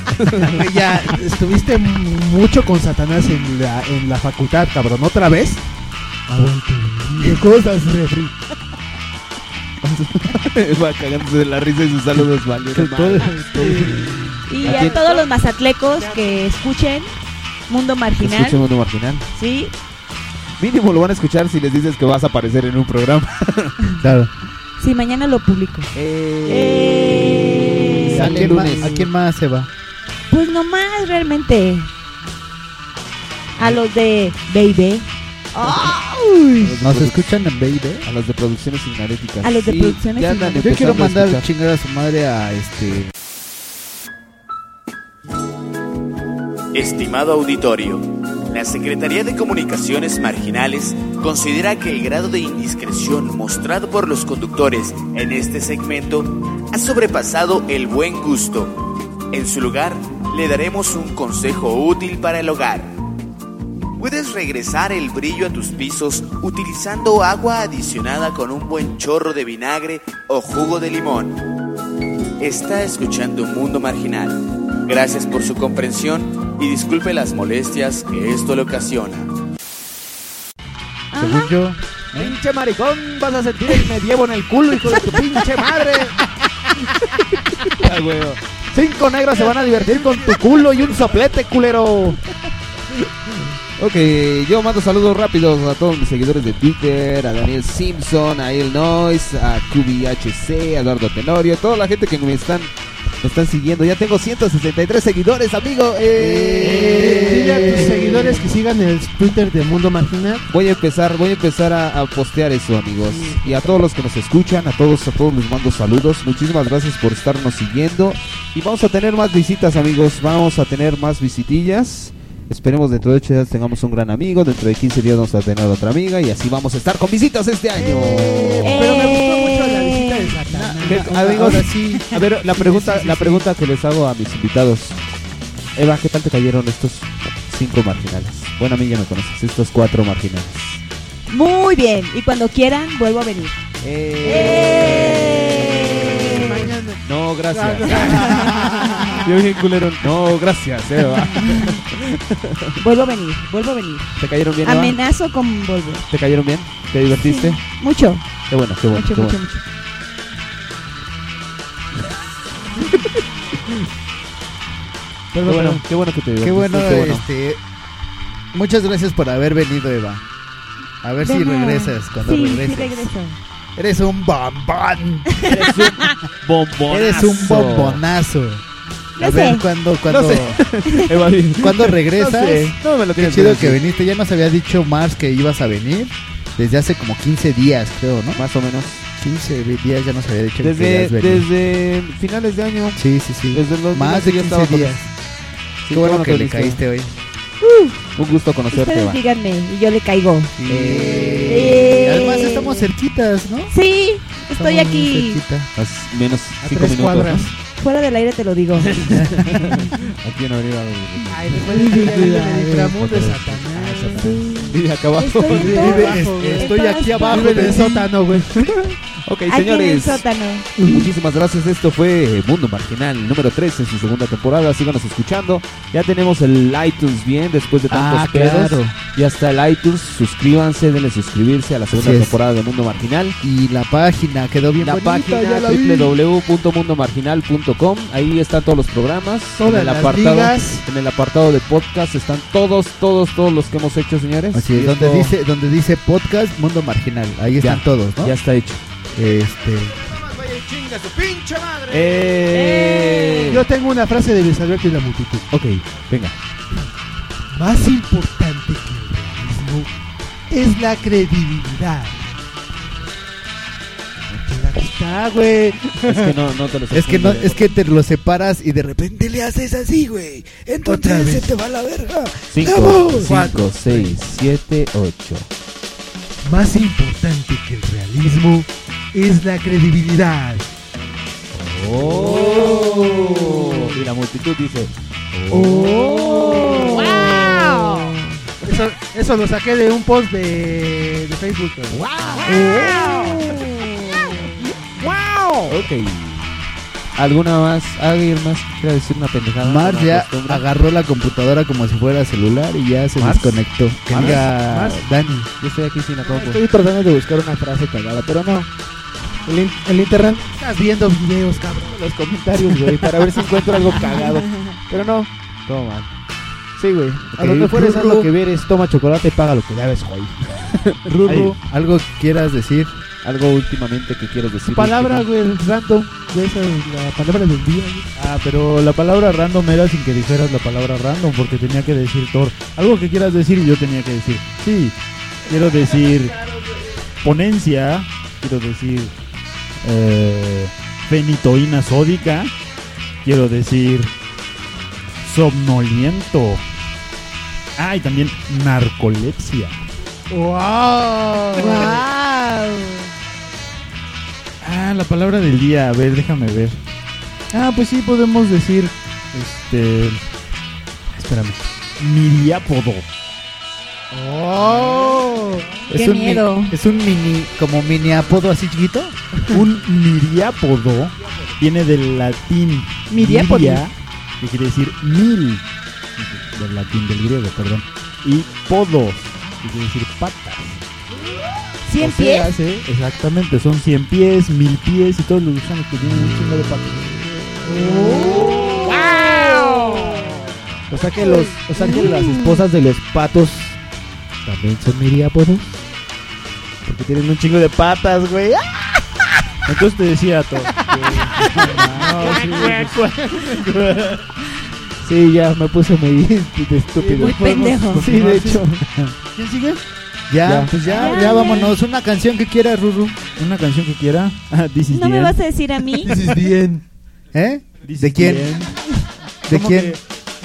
Speaker 1: Güey, ya, estuviste mu- mucho con Satanás en la, en la facultad, cabrón. ¿Otra vez? ¿Qué cosas, refri?
Speaker 3: Eva cagándose de la risa y sus saludos valieron madre.
Speaker 8: y
Speaker 3: ¿A
Speaker 8: a
Speaker 3: quién?
Speaker 8: todos los mazatlecos que escuchen, Mundo Marginal.
Speaker 3: Escuchen Mundo Marginal.
Speaker 8: Sí,
Speaker 3: Mínimo lo van a escuchar si les dices que vas a aparecer en un programa.
Speaker 5: Claro.
Speaker 8: sí, mañana lo publico. Eh.
Speaker 5: ¿A quién, más, ¿A quién más se va?
Speaker 8: Pues nomás realmente a los de Baby. Ay.
Speaker 5: ¿Nos escuchan en Baby?
Speaker 3: A los de producciones ignaréticas.
Speaker 8: A los de producciones
Speaker 5: ya andan
Speaker 8: ignaréticas.
Speaker 5: Yo quiero
Speaker 8: empezando a
Speaker 5: mandar
Speaker 8: escuchar.
Speaker 5: chingar a su madre a este.
Speaker 15: Estimado auditorio, la Secretaría de Comunicaciones Marginales considera que el grado de indiscreción mostrado por los conductores en este segmento ha sobrepasado el buen gusto. En su lugar, le daremos un consejo útil para el hogar. Puedes regresar el brillo a tus pisos utilizando agua adicionada con un buen chorro de vinagre o jugo de limón. Está escuchando Mundo Marginal. Gracias por su comprensión y disculpe las molestias que esto le ocasiona.
Speaker 5: Según
Speaker 3: ¿eh?
Speaker 5: yo.
Speaker 1: Pinche maricón, vas a sentir el medievo en el culo, hijo de tu pinche madre. Cinco negros se van a divertir con tu culo y un soplete, culero.
Speaker 3: Ok, yo mando saludos rápidos a todos mis seguidores de Twitter, a Daniel Simpson, a El Noise, a QBHC, a Eduardo Tenorio, toda la gente que me están, me están siguiendo. Ya tengo 163 seguidores, amigo. ¡Eh!
Speaker 26: Dile a tus seguidores que sigan el Twitter de Mundo Marginal.
Speaker 3: Voy a empezar, voy a empezar a, a postear eso, amigos. Y a todos los que nos escuchan, a todos, a todos les mando saludos. Muchísimas gracias por estarnos siguiendo. Y vamos a tener más visitas, amigos. Vamos a tener más visitillas. Esperemos dentro de 8 días tengamos un gran amigo. Dentro de 15 días vamos a tener otra amiga. Y así vamos a estar con visitas este año.
Speaker 8: Eh.
Speaker 26: Pero me gustó mucho la visita de Satanás.
Speaker 5: Ah,
Speaker 3: Amigos, a ver, la pregunta, la pregunta que les hago a mis invitados. Eva, ¿qué tal te cayeron estos cinco marginales? Bueno, a mí ya me conoces, estos cuatro marginales.
Speaker 8: Muy bien. Y cuando quieran, vuelvo a venir.
Speaker 4: Eh.
Speaker 3: No, gracias. Yo dije culero. No, gracias, Eva.
Speaker 8: Vuelvo a venir, vuelvo a venir.
Speaker 3: ¿Te cayeron bien, Eva?
Speaker 8: Amenazo con volver.
Speaker 3: ¿Te cayeron bien? ¿Te divertiste?
Speaker 8: Mucho,
Speaker 3: Qué bueno, qué bueno.
Speaker 8: mucho,
Speaker 3: qué
Speaker 8: mucho,
Speaker 3: bueno.
Speaker 8: mucho.
Speaker 3: Qué
Speaker 5: Perdón,
Speaker 3: bueno,
Speaker 5: perdón.
Speaker 3: qué bueno que te
Speaker 5: Qué
Speaker 3: divertiste,
Speaker 5: bueno,
Speaker 3: qué bueno.
Speaker 5: este. Muchas gracias por haber venido, Eva. A ver si
Speaker 8: De nada.
Speaker 5: regresas cuando
Speaker 8: sí,
Speaker 5: regreses.
Speaker 8: Sí, regreso.
Speaker 5: Eres un bombón.
Speaker 3: Bombonazo.
Speaker 5: Eres un bombonazo.
Speaker 8: No
Speaker 5: a ver,
Speaker 8: sé.
Speaker 5: cuando, cuando,
Speaker 3: No sé. Eva, di.
Speaker 5: cuando regresas,
Speaker 3: No sé, no me lo
Speaker 5: qué
Speaker 3: tienes
Speaker 5: chido
Speaker 3: que
Speaker 5: que
Speaker 3: decir.
Speaker 5: viniste. Ya nos había dicho Mars que ibas a venir desde hace como 15 días, creo, ¿no?
Speaker 3: Más o menos.
Speaker 5: 15 días ya nos había dicho que
Speaker 3: Desde,
Speaker 5: querías venir.
Speaker 3: desde finales de año.
Speaker 5: Sí, sí, sí.
Speaker 3: Desde los
Speaker 5: Más de 15 días. Qué bueno que le caíste hoy.
Speaker 3: Un gusto conocerte,
Speaker 8: Uh, Ustedes
Speaker 3: Eva.
Speaker 8: díganme y yo le caigo.
Speaker 3: Eh,
Speaker 8: Eh.
Speaker 5: Y Además estamos cerquitas, ¿no?
Speaker 8: Sí, estoy
Speaker 5: Estamos
Speaker 8: aquí.
Speaker 3: Más- menos 5
Speaker 5: tres
Speaker 3: minutos.
Speaker 5: cuadras.
Speaker 3: ¿no?
Speaker 8: Fuera del aire te lo digo.
Speaker 3: Aquí en Avenida.
Speaker 26: Ay, después de que ya viene el inframundo de
Speaker 3: Vive acá abajo.
Speaker 26: Estoy en Vive- todo vive- abajo, güey. estoy aquí Estoy abajo en el de ti.
Speaker 5: sótano, güey.
Speaker 3: Ok,
Speaker 26: Aquí en el
Speaker 3: señores.
Speaker 26: sótano.
Speaker 3: Muchísimas gracias. Esto fue Mundo Marginal número 3 en su segunda temporada. Síganos escuchando. Ya tenemos el iTunes bien después de tantos
Speaker 5: Ah,
Speaker 3: pedos.
Speaker 5: claro.
Speaker 3: Ya está el iTunes. Suscríbanse, denle suscribirse a la segunda
Speaker 5: Así es.
Speaker 3: temporada de Mundo Marginal.
Speaker 5: Y la página quedó bien
Speaker 3: La
Speaker 5: bonita, ya
Speaker 3: página
Speaker 5: la vi.
Speaker 3: www.mundomarginal.com. Ahí están todos los programas.
Speaker 5: Todas
Speaker 3: en el
Speaker 5: las
Speaker 3: apartado,
Speaker 5: ligas.
Speaker 3: En el apartado de podcast están todos, todos, todos los que hemos hecho, señores.
Speaker 5: Así es,
Speaker 3: Y
Speaker 5: donde
Speaker 3: esto-
Speaker 5: dice, donde dice podcast Mundo Marginal. Ahí están
Speaker 3: Ya,
Speaker 5: todos, ¿no?
Speaker 3: Ya está hecho.
Speaker 5: Este.
Speaker 3: Eh.
Speaker 26: Yo tengo una frase de Luis Alberto y la multitud.
Speaker 3: Ok, venga.
Speaker 26: Más importante que el realismo es la credibilidad. Aquí está, güey.
Speaker 3: Es que no, no te lo
Speaker 5: Es que, no, es que te lo separas y de repente.
Speaker 10: Te le haces así, güey. Entonces se te va la verga.
Speaker 3: 5,
Speaker 10: ¡Vamos!
Speaker 3: 5, 6, 7, 8.
Speaker 26: Más importante que el realismo es la credibilidad.
Speaker 4: Oh.
Speaker 3: Y la multitud dice. "Oh,
Speaker 26: ¡Wow! Eso, eso lo saqué de un post de, de Facebook. ¡Wow! ¡Wow!
Speaker 3: Ok. ¿Alguna más? ¿Alguien más quiere decir una pendejada?
Speaker 5: Mars
Speaker 3: Una
Speaker 5: ya
Speaker 3: costumbre.
Speaker 5: agarró la computadora como si fuera celular y ya se
Speaker 3: ¿Mars?
Speaker 5: desconectó. Que
Speaker 3: ¿Mars?
Speaker 5: diga
Speaker 3: ¿Mars?
Speaker 5: Dani.
Speaker 3: Yo estoy aquí
Speaker 4: Ah,
Speaker 3: sin la compu.
Speaker 1: Estoy tratando de buscar una frase cagada, pero no. El, in- el internet
Speaker 26: Estás viendo videos, cabrón.
Speaker 1: los comentarios, güey, para ver si encuentro algo cagado. Pero no.
Speaker 3: Todo mal.
Speaker 4: Sí, güey.
Speaker 5: Ok,
Speaker 4: A donde fueres, haz lo
Speaker 5: Rurru.
Speaker 4: que vieres, toma chocolate y paga lo que debes, güey.
Speaker 5: Rurru,
Speaker 4: ¿algo quieras decir? Algo últimamente que quieras decir.
Speaker 27: Palabra, güey, random. güey, Esa es la palabra del día. güey.
Speaker 2: Ah, pero la palabra random era sin que dijeras la palabra random, porque tenía que decir Thor. Algo que quieras decir y yo tenía que decir. Sí, quiero decir ponencia, quiero decir eh, fenitoína sódica, quiero decir somnoliento. Ah, y también narcolepsia.
Speaker 27: ¡Wow!
Speaker 2: Ah, la palabra del día, a ver, déjame ver. Ah, pues sí, podemos decir, este... Espérame. Miriápodo.
Speaker 27: ¡Oh!
Speaker 2: Es un mi-
Speaker 5: es un mini, como mini apodo así chiquito.
Speaker 2: Un miriápodo viene del latín
Speaker 5: Miriápodo.
Speaker 2: miria, que quiere decir mil, del latín del griego, perdón, y podos, que quiere decir patas.
Speaker 8: ¿Cien
Speaker 2: O sea,
Speaker 8: pies?
Speaker 2: sí, exactamente, son 100 pies, mil pies y todos los gusanos que tienen un chingo de patas.
Speaker 5: Uh.
Speaker 4: O sea que los, o sea que las esposas de los patos también son miriápodos. Porque tienen un chingo de patas, güey.
Speaker 2: Entonces te decía todo.
Speaker 4: Sí, ya me puse muy de estúpido.
Speaker 5: Muy pendejo.
Speaker 4: Sí, de hecho.
Speaker 5: ¿Quién sigue? Ya,
Speaker 2: Ya.
Speaker 5: pues ya,
Speaker 8: Ya,
Speaker 5: ya
Speaker 8: ya.
Speaker 5: vámonos. Una canción que quiera, Ruru.
Speaker 2: Una canción que quiera. Ah, this
Speaker 8: ¿No me vas a decir a mí?
Speaker 5: bien. ¿Eh? ¿De quién? ¿De
Speaker 2: ¿Cómo
Speaker 5: quién?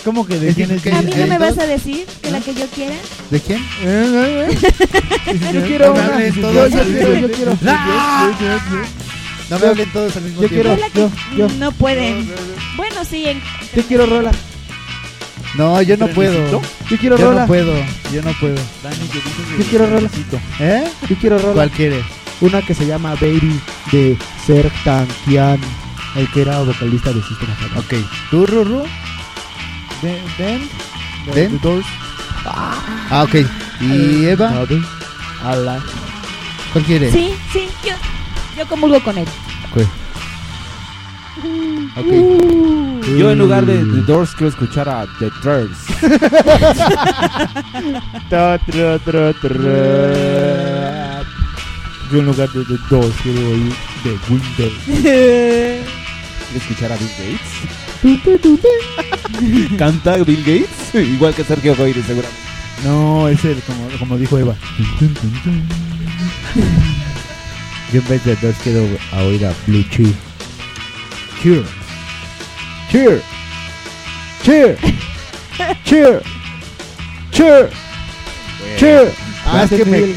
Speaker 2: ¿Cómo que de
Speaker 5: Es
Speaker 2: quién es?
Speaker 8: ¿A mí no me vas
Speaker 5: ¿Entonces?
Speaker 8: a decir que la que yo quiera?
Speaker 5: ¿De quién? ¿Eh?
Speaker 4: Yo quiero
Speaker 5: No me
Speaker 4: una.
Speaker 5: hables
Speaker 4: Yo-
Speaker 5: todos
Speaker 4: yo
Speaker 5: al mismo
Speaker 4: quiero, yo
Speaker 5: tiempo.
Speaker 4: quiero.
Speaker 5: ¡Ah! No me hablen todos al mismo
Speaker 4: Yo
Speaker 5: tiempo.
Speaker 4: quiero, yo, yo.
Speaker 8: No pueden. Bueno, sí, en-
Speaker 4: Yo quiero rola.
Speaker 5: No, yo no puedo.
Speaker 4: Yo quiero
Speaker 5: Yo
Speaker 4: rola.
Speaker 5: no puedo. Yo no puedo.
Speaker 4: Yo quiero rola.
Speaker 5: ¿Eh?
Speaker 4: Yo quiero rola.
Speaker 5: ¿Cuál quieres?
Speaker 4: Una que se llama Baby de Ser Tankian, el que era vocalista de System of a Down.
Speaker 5: Ok. ¿Tú, Ruru?
Speaker 2: Den. Den.
Speaker 5: ¿Den?
Speaker 4: ¿Eh?
Speaker 5: Ah, ok. ¿Y Eva? ¿Cuál quiere?
Speaker 8: sí, sí, yo, yo comulgo con él.
Speaker 3: Yo en lugar de
Speaker 5: Mm.
Speaker 3: The Doors quiero escuchar a The Turns.
Speaker 2: Yo en lugar de The Doors quiero oír The Windows.
Speaker 3: Quiero escuchar a Bill Gates. Canta Bill Gates, igual que Sergio Goyri seguramente.
Speaker 2: No, es el, como, como dijo Eva.
Speaker 10: Yo en vez de dos quiero a oír a Blue Cheer. Cheer. Cheer. Cheer. Cheer. Cheer. Cheer.
Speaker 5: Ah, es que me,
Speaker 3: Esto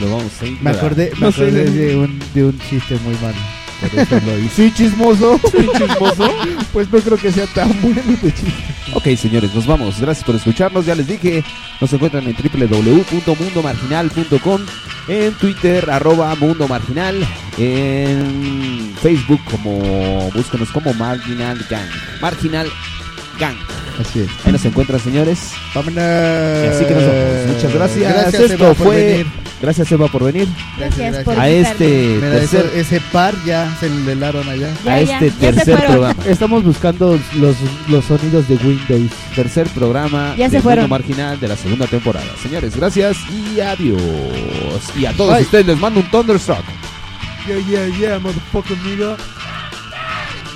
Speaker 3: lo vamos a
Speaker 5: me acordé, me acordé de, un, de un chiste muy malo. Por eso lo hice.
Speaker 4: Sí, chismoso. chismoso. pues no creo que sea tan bueno de chiste.
Speaker 3: Ok, señores, nos vamos. Gracias por escucharnos. Ya les dije, nos encuentran en www.mundomarginal.com, en Twitter, arroba Mundo Marginal, en Facebook, como búsquenos como Marginal Gang. Marginal Gang.
Speaker 5: Así es.
Speaker 3: Ahí nos encuentran, señores.
Speaker 5: Vámonos.
Speaker 3: Así que nos vamos. Muchas gracias.
Speaker 5: Eh, Gracias,
Speaker 3: Esto
Speaker 5: Eva, por
Speaker 3: fue.
Speaker 5: venir.
Speaker 3: Gracias, Eva, por venir. A este
Speaker 5: Mira, eso-
Speaker 3: tercer
Speaker 5: ese par ya se le helaron allá.
Speaker 3: a este tercer programa.
Speaker 4: Estamos buscando los, los sonidos de Windows.
Speaker 3: Tercer programa
Speaker 4: Ya se
Speaker 3: de
Speaker 4: fueron.
Speaker 3: Mundo Marginal de la segunda temporada. Señores, gracias y adiós. Y a todos
Speaker 5: Bye.
Speaker 3: ustedes les mando un Thunderstruck
Speaker 1: Yeah, yeah, yeah, motherfucker, nigga.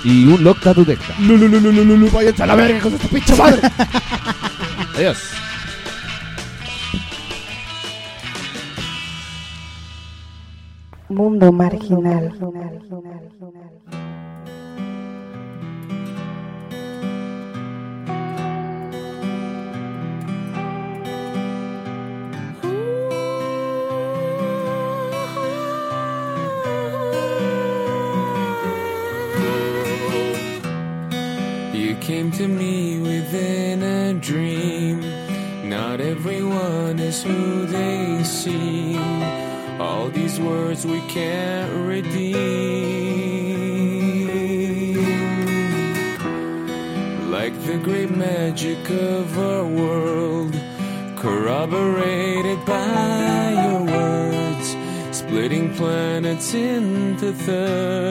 Speaker 3: y un Locta Dudecta.
Speaker 1: Lulululululu, váyanse a la verga con esta pinche madre.
Speaker 3: Adiós.
Speaker 12: Mundo marginal.
Speaker 28: You came to me within a dream. Not everyone is who they seem. All these words we can't redeem. Like the great magic of our world, corroborated by your words, splitting planets into thirds.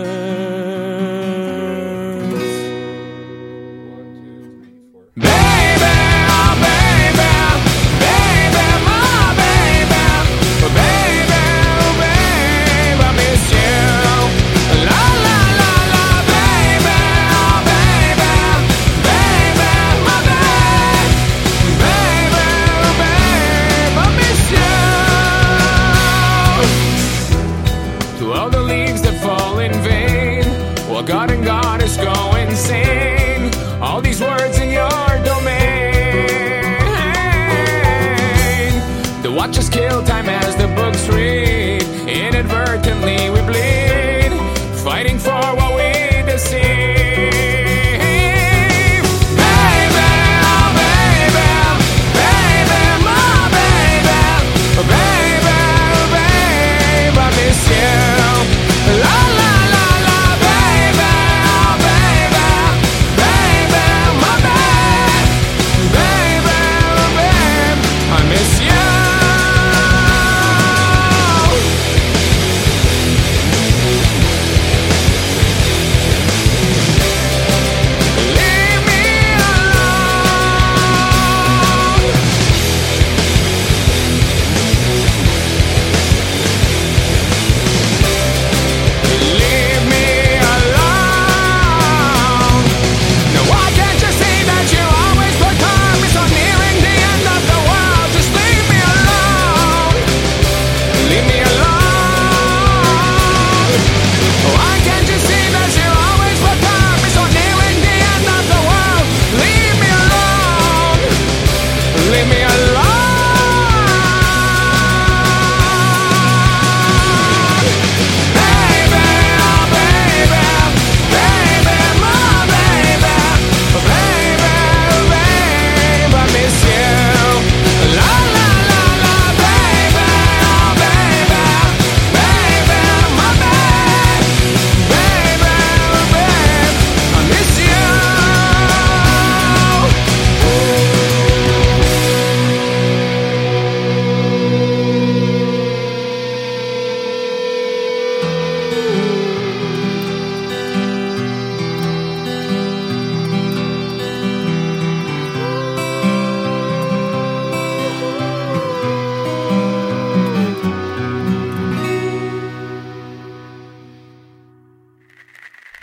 Speaker 28: Baby,
Speaker 10: God and God is go insane. All these words in your domain. The watchers kill time as the books read. Inadvertently we bleed, fighting for what we deceive. Baby, oh baby, baby, my baby, baby, baby, I miss you. La la la la, baby, oh baby, baby, my baby, baby, baby, I miss you. Leave me alone. No, why can't you see that you always put time is on nearing the end of the world? Just leave me alone. Leave me alone. Why can't you see that you always put time is on nearing the end of the world? Leave me alone. Leave me alone. I miss you. La la la la, baby, oh baby, baby, my baby, baby, baby, I miss you.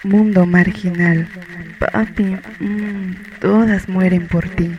Speaker 12: Mundo marginal. Papi, mm, todas mueren por ti.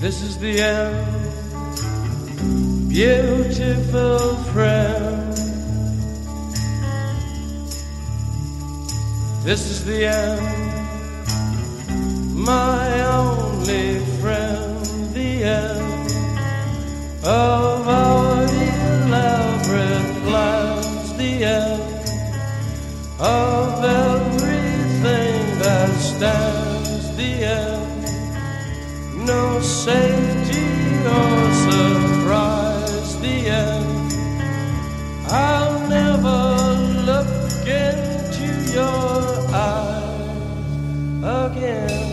Speaker 28: This is the end, beautiful friend. This is the end, my only friend. The end of our elaborate plans. The end of everything that stands. The end no safety or surprise. The end. I'll never look into your eyes again.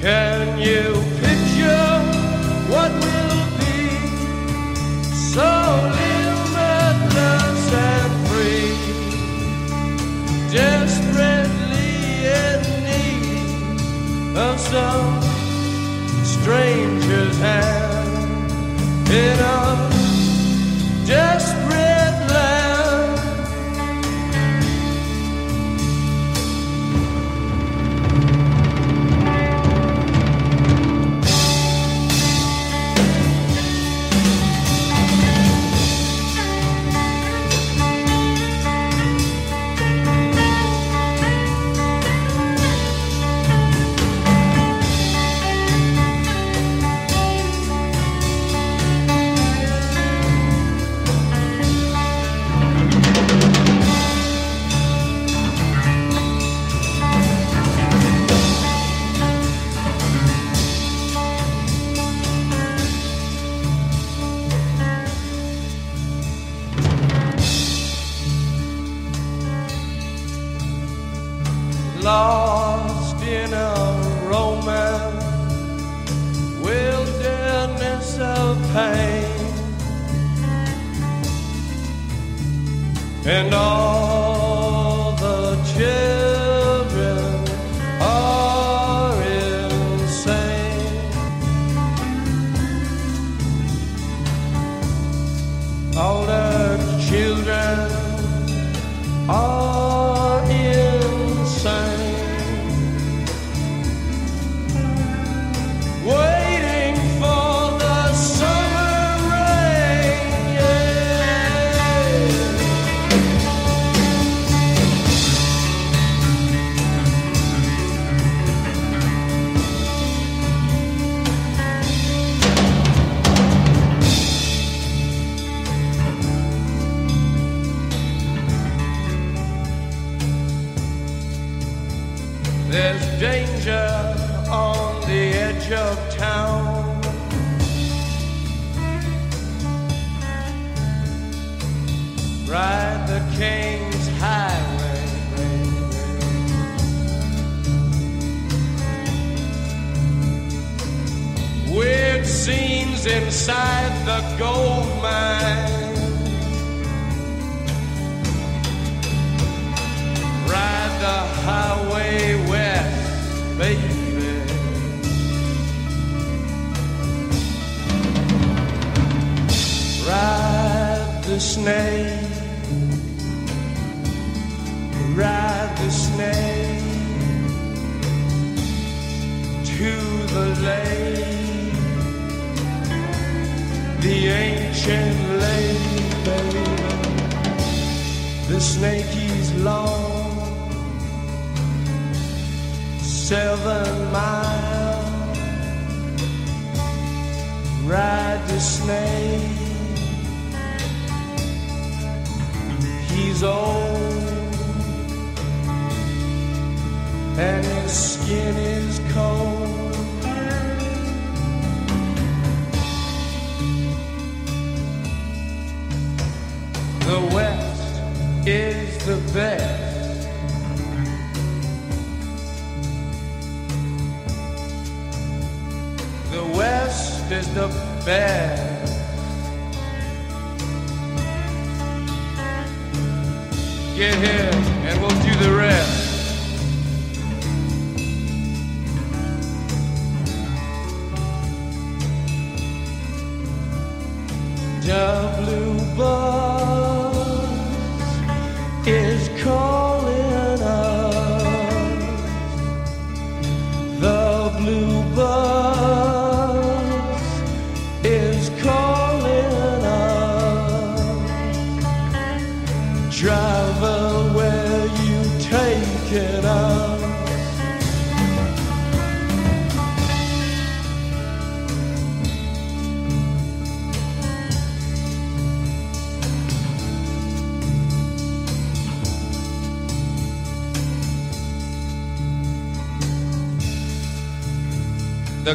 Speaker 28: Can you picture what will be? So limitless and free desperately in need of some stranger's hand in a desperate land. lost in a romance wilderness of pain and all the children are insane all the children are insane waiting for the summer rain. There's danger on the edge of town. Ride the King's Highway. Weird scenes inside the gold mine. Ride the highway west, baby. Ride the snake. Ride the snake to the lake. The ancient lake, baby. The snake is long seven miles. Ride the snake. He's old and his skin is cold. The West is the best. The West is the best. Get here and we'll do the rest. The blue bus is calling us. The blue bus is calling us. Driver, where you taking us? The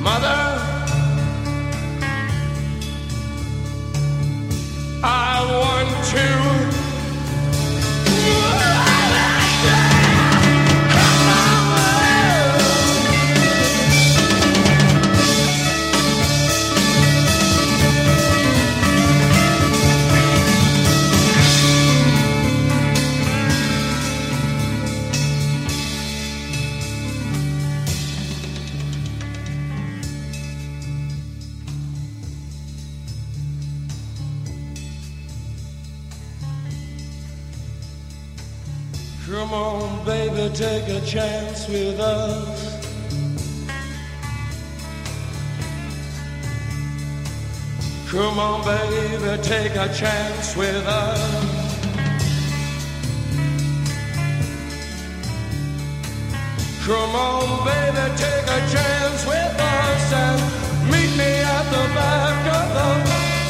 Speaker 28: Mother, I want to. Come on, baby, take a chance with us. Come on, baby, take a chance with us. Come on, baby, take a chance with us and meet me at the back of the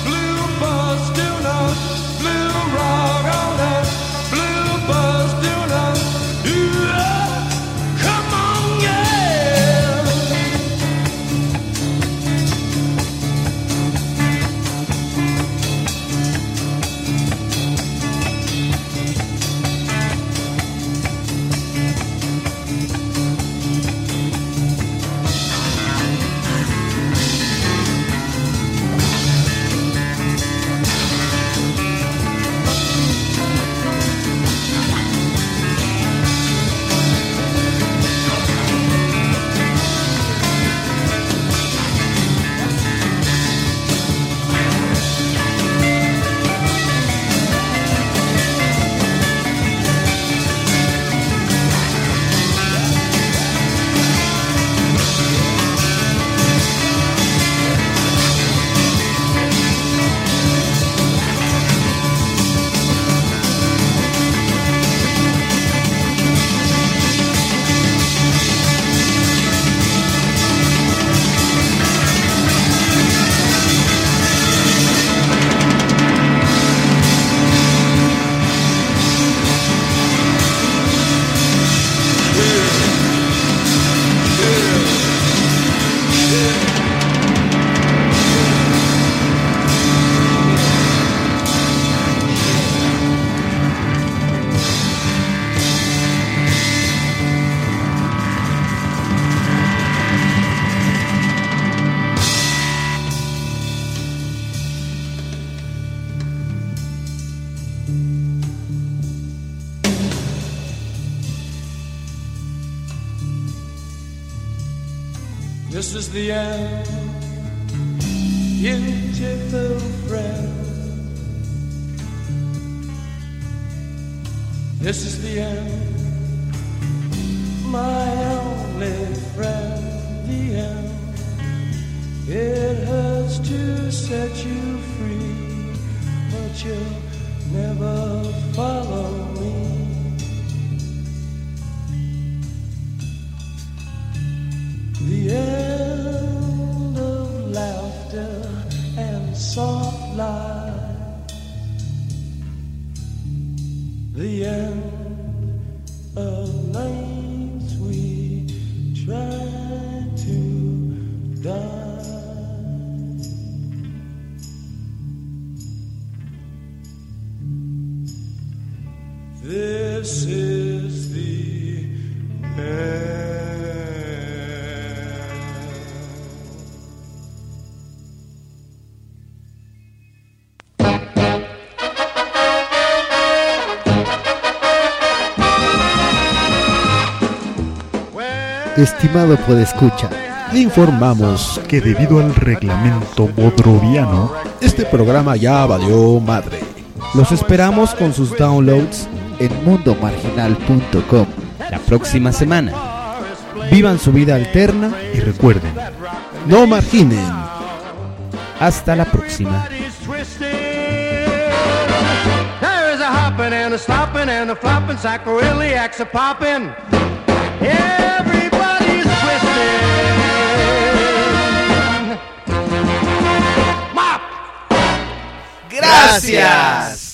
Speaker 28: blue bus. Do not blue rock on that blue bus. Do not do not. Come on, yeah. This is the end, beautiful friend. This is the end, my only friend. The end. It hurts to set you free, but you'll never follow me. The end of laughter and soft light. The end of nights we tried to die. This is the end.
Speaker 4: Estimado podescucha, le informamos que debido al reglamento bodroviano, este programa ya valió madre. Los esperamos con sus downloads en mundomarginal.com la próxima semana. Vivan su vida alterna y recuerden, no marginen. Hasta la próxima.
Speaker 10: There is a hopping and a stopping and a flopping, sacroiliacs a popping. Everybody's twisting. Mop!
Speaker 13: Gracias.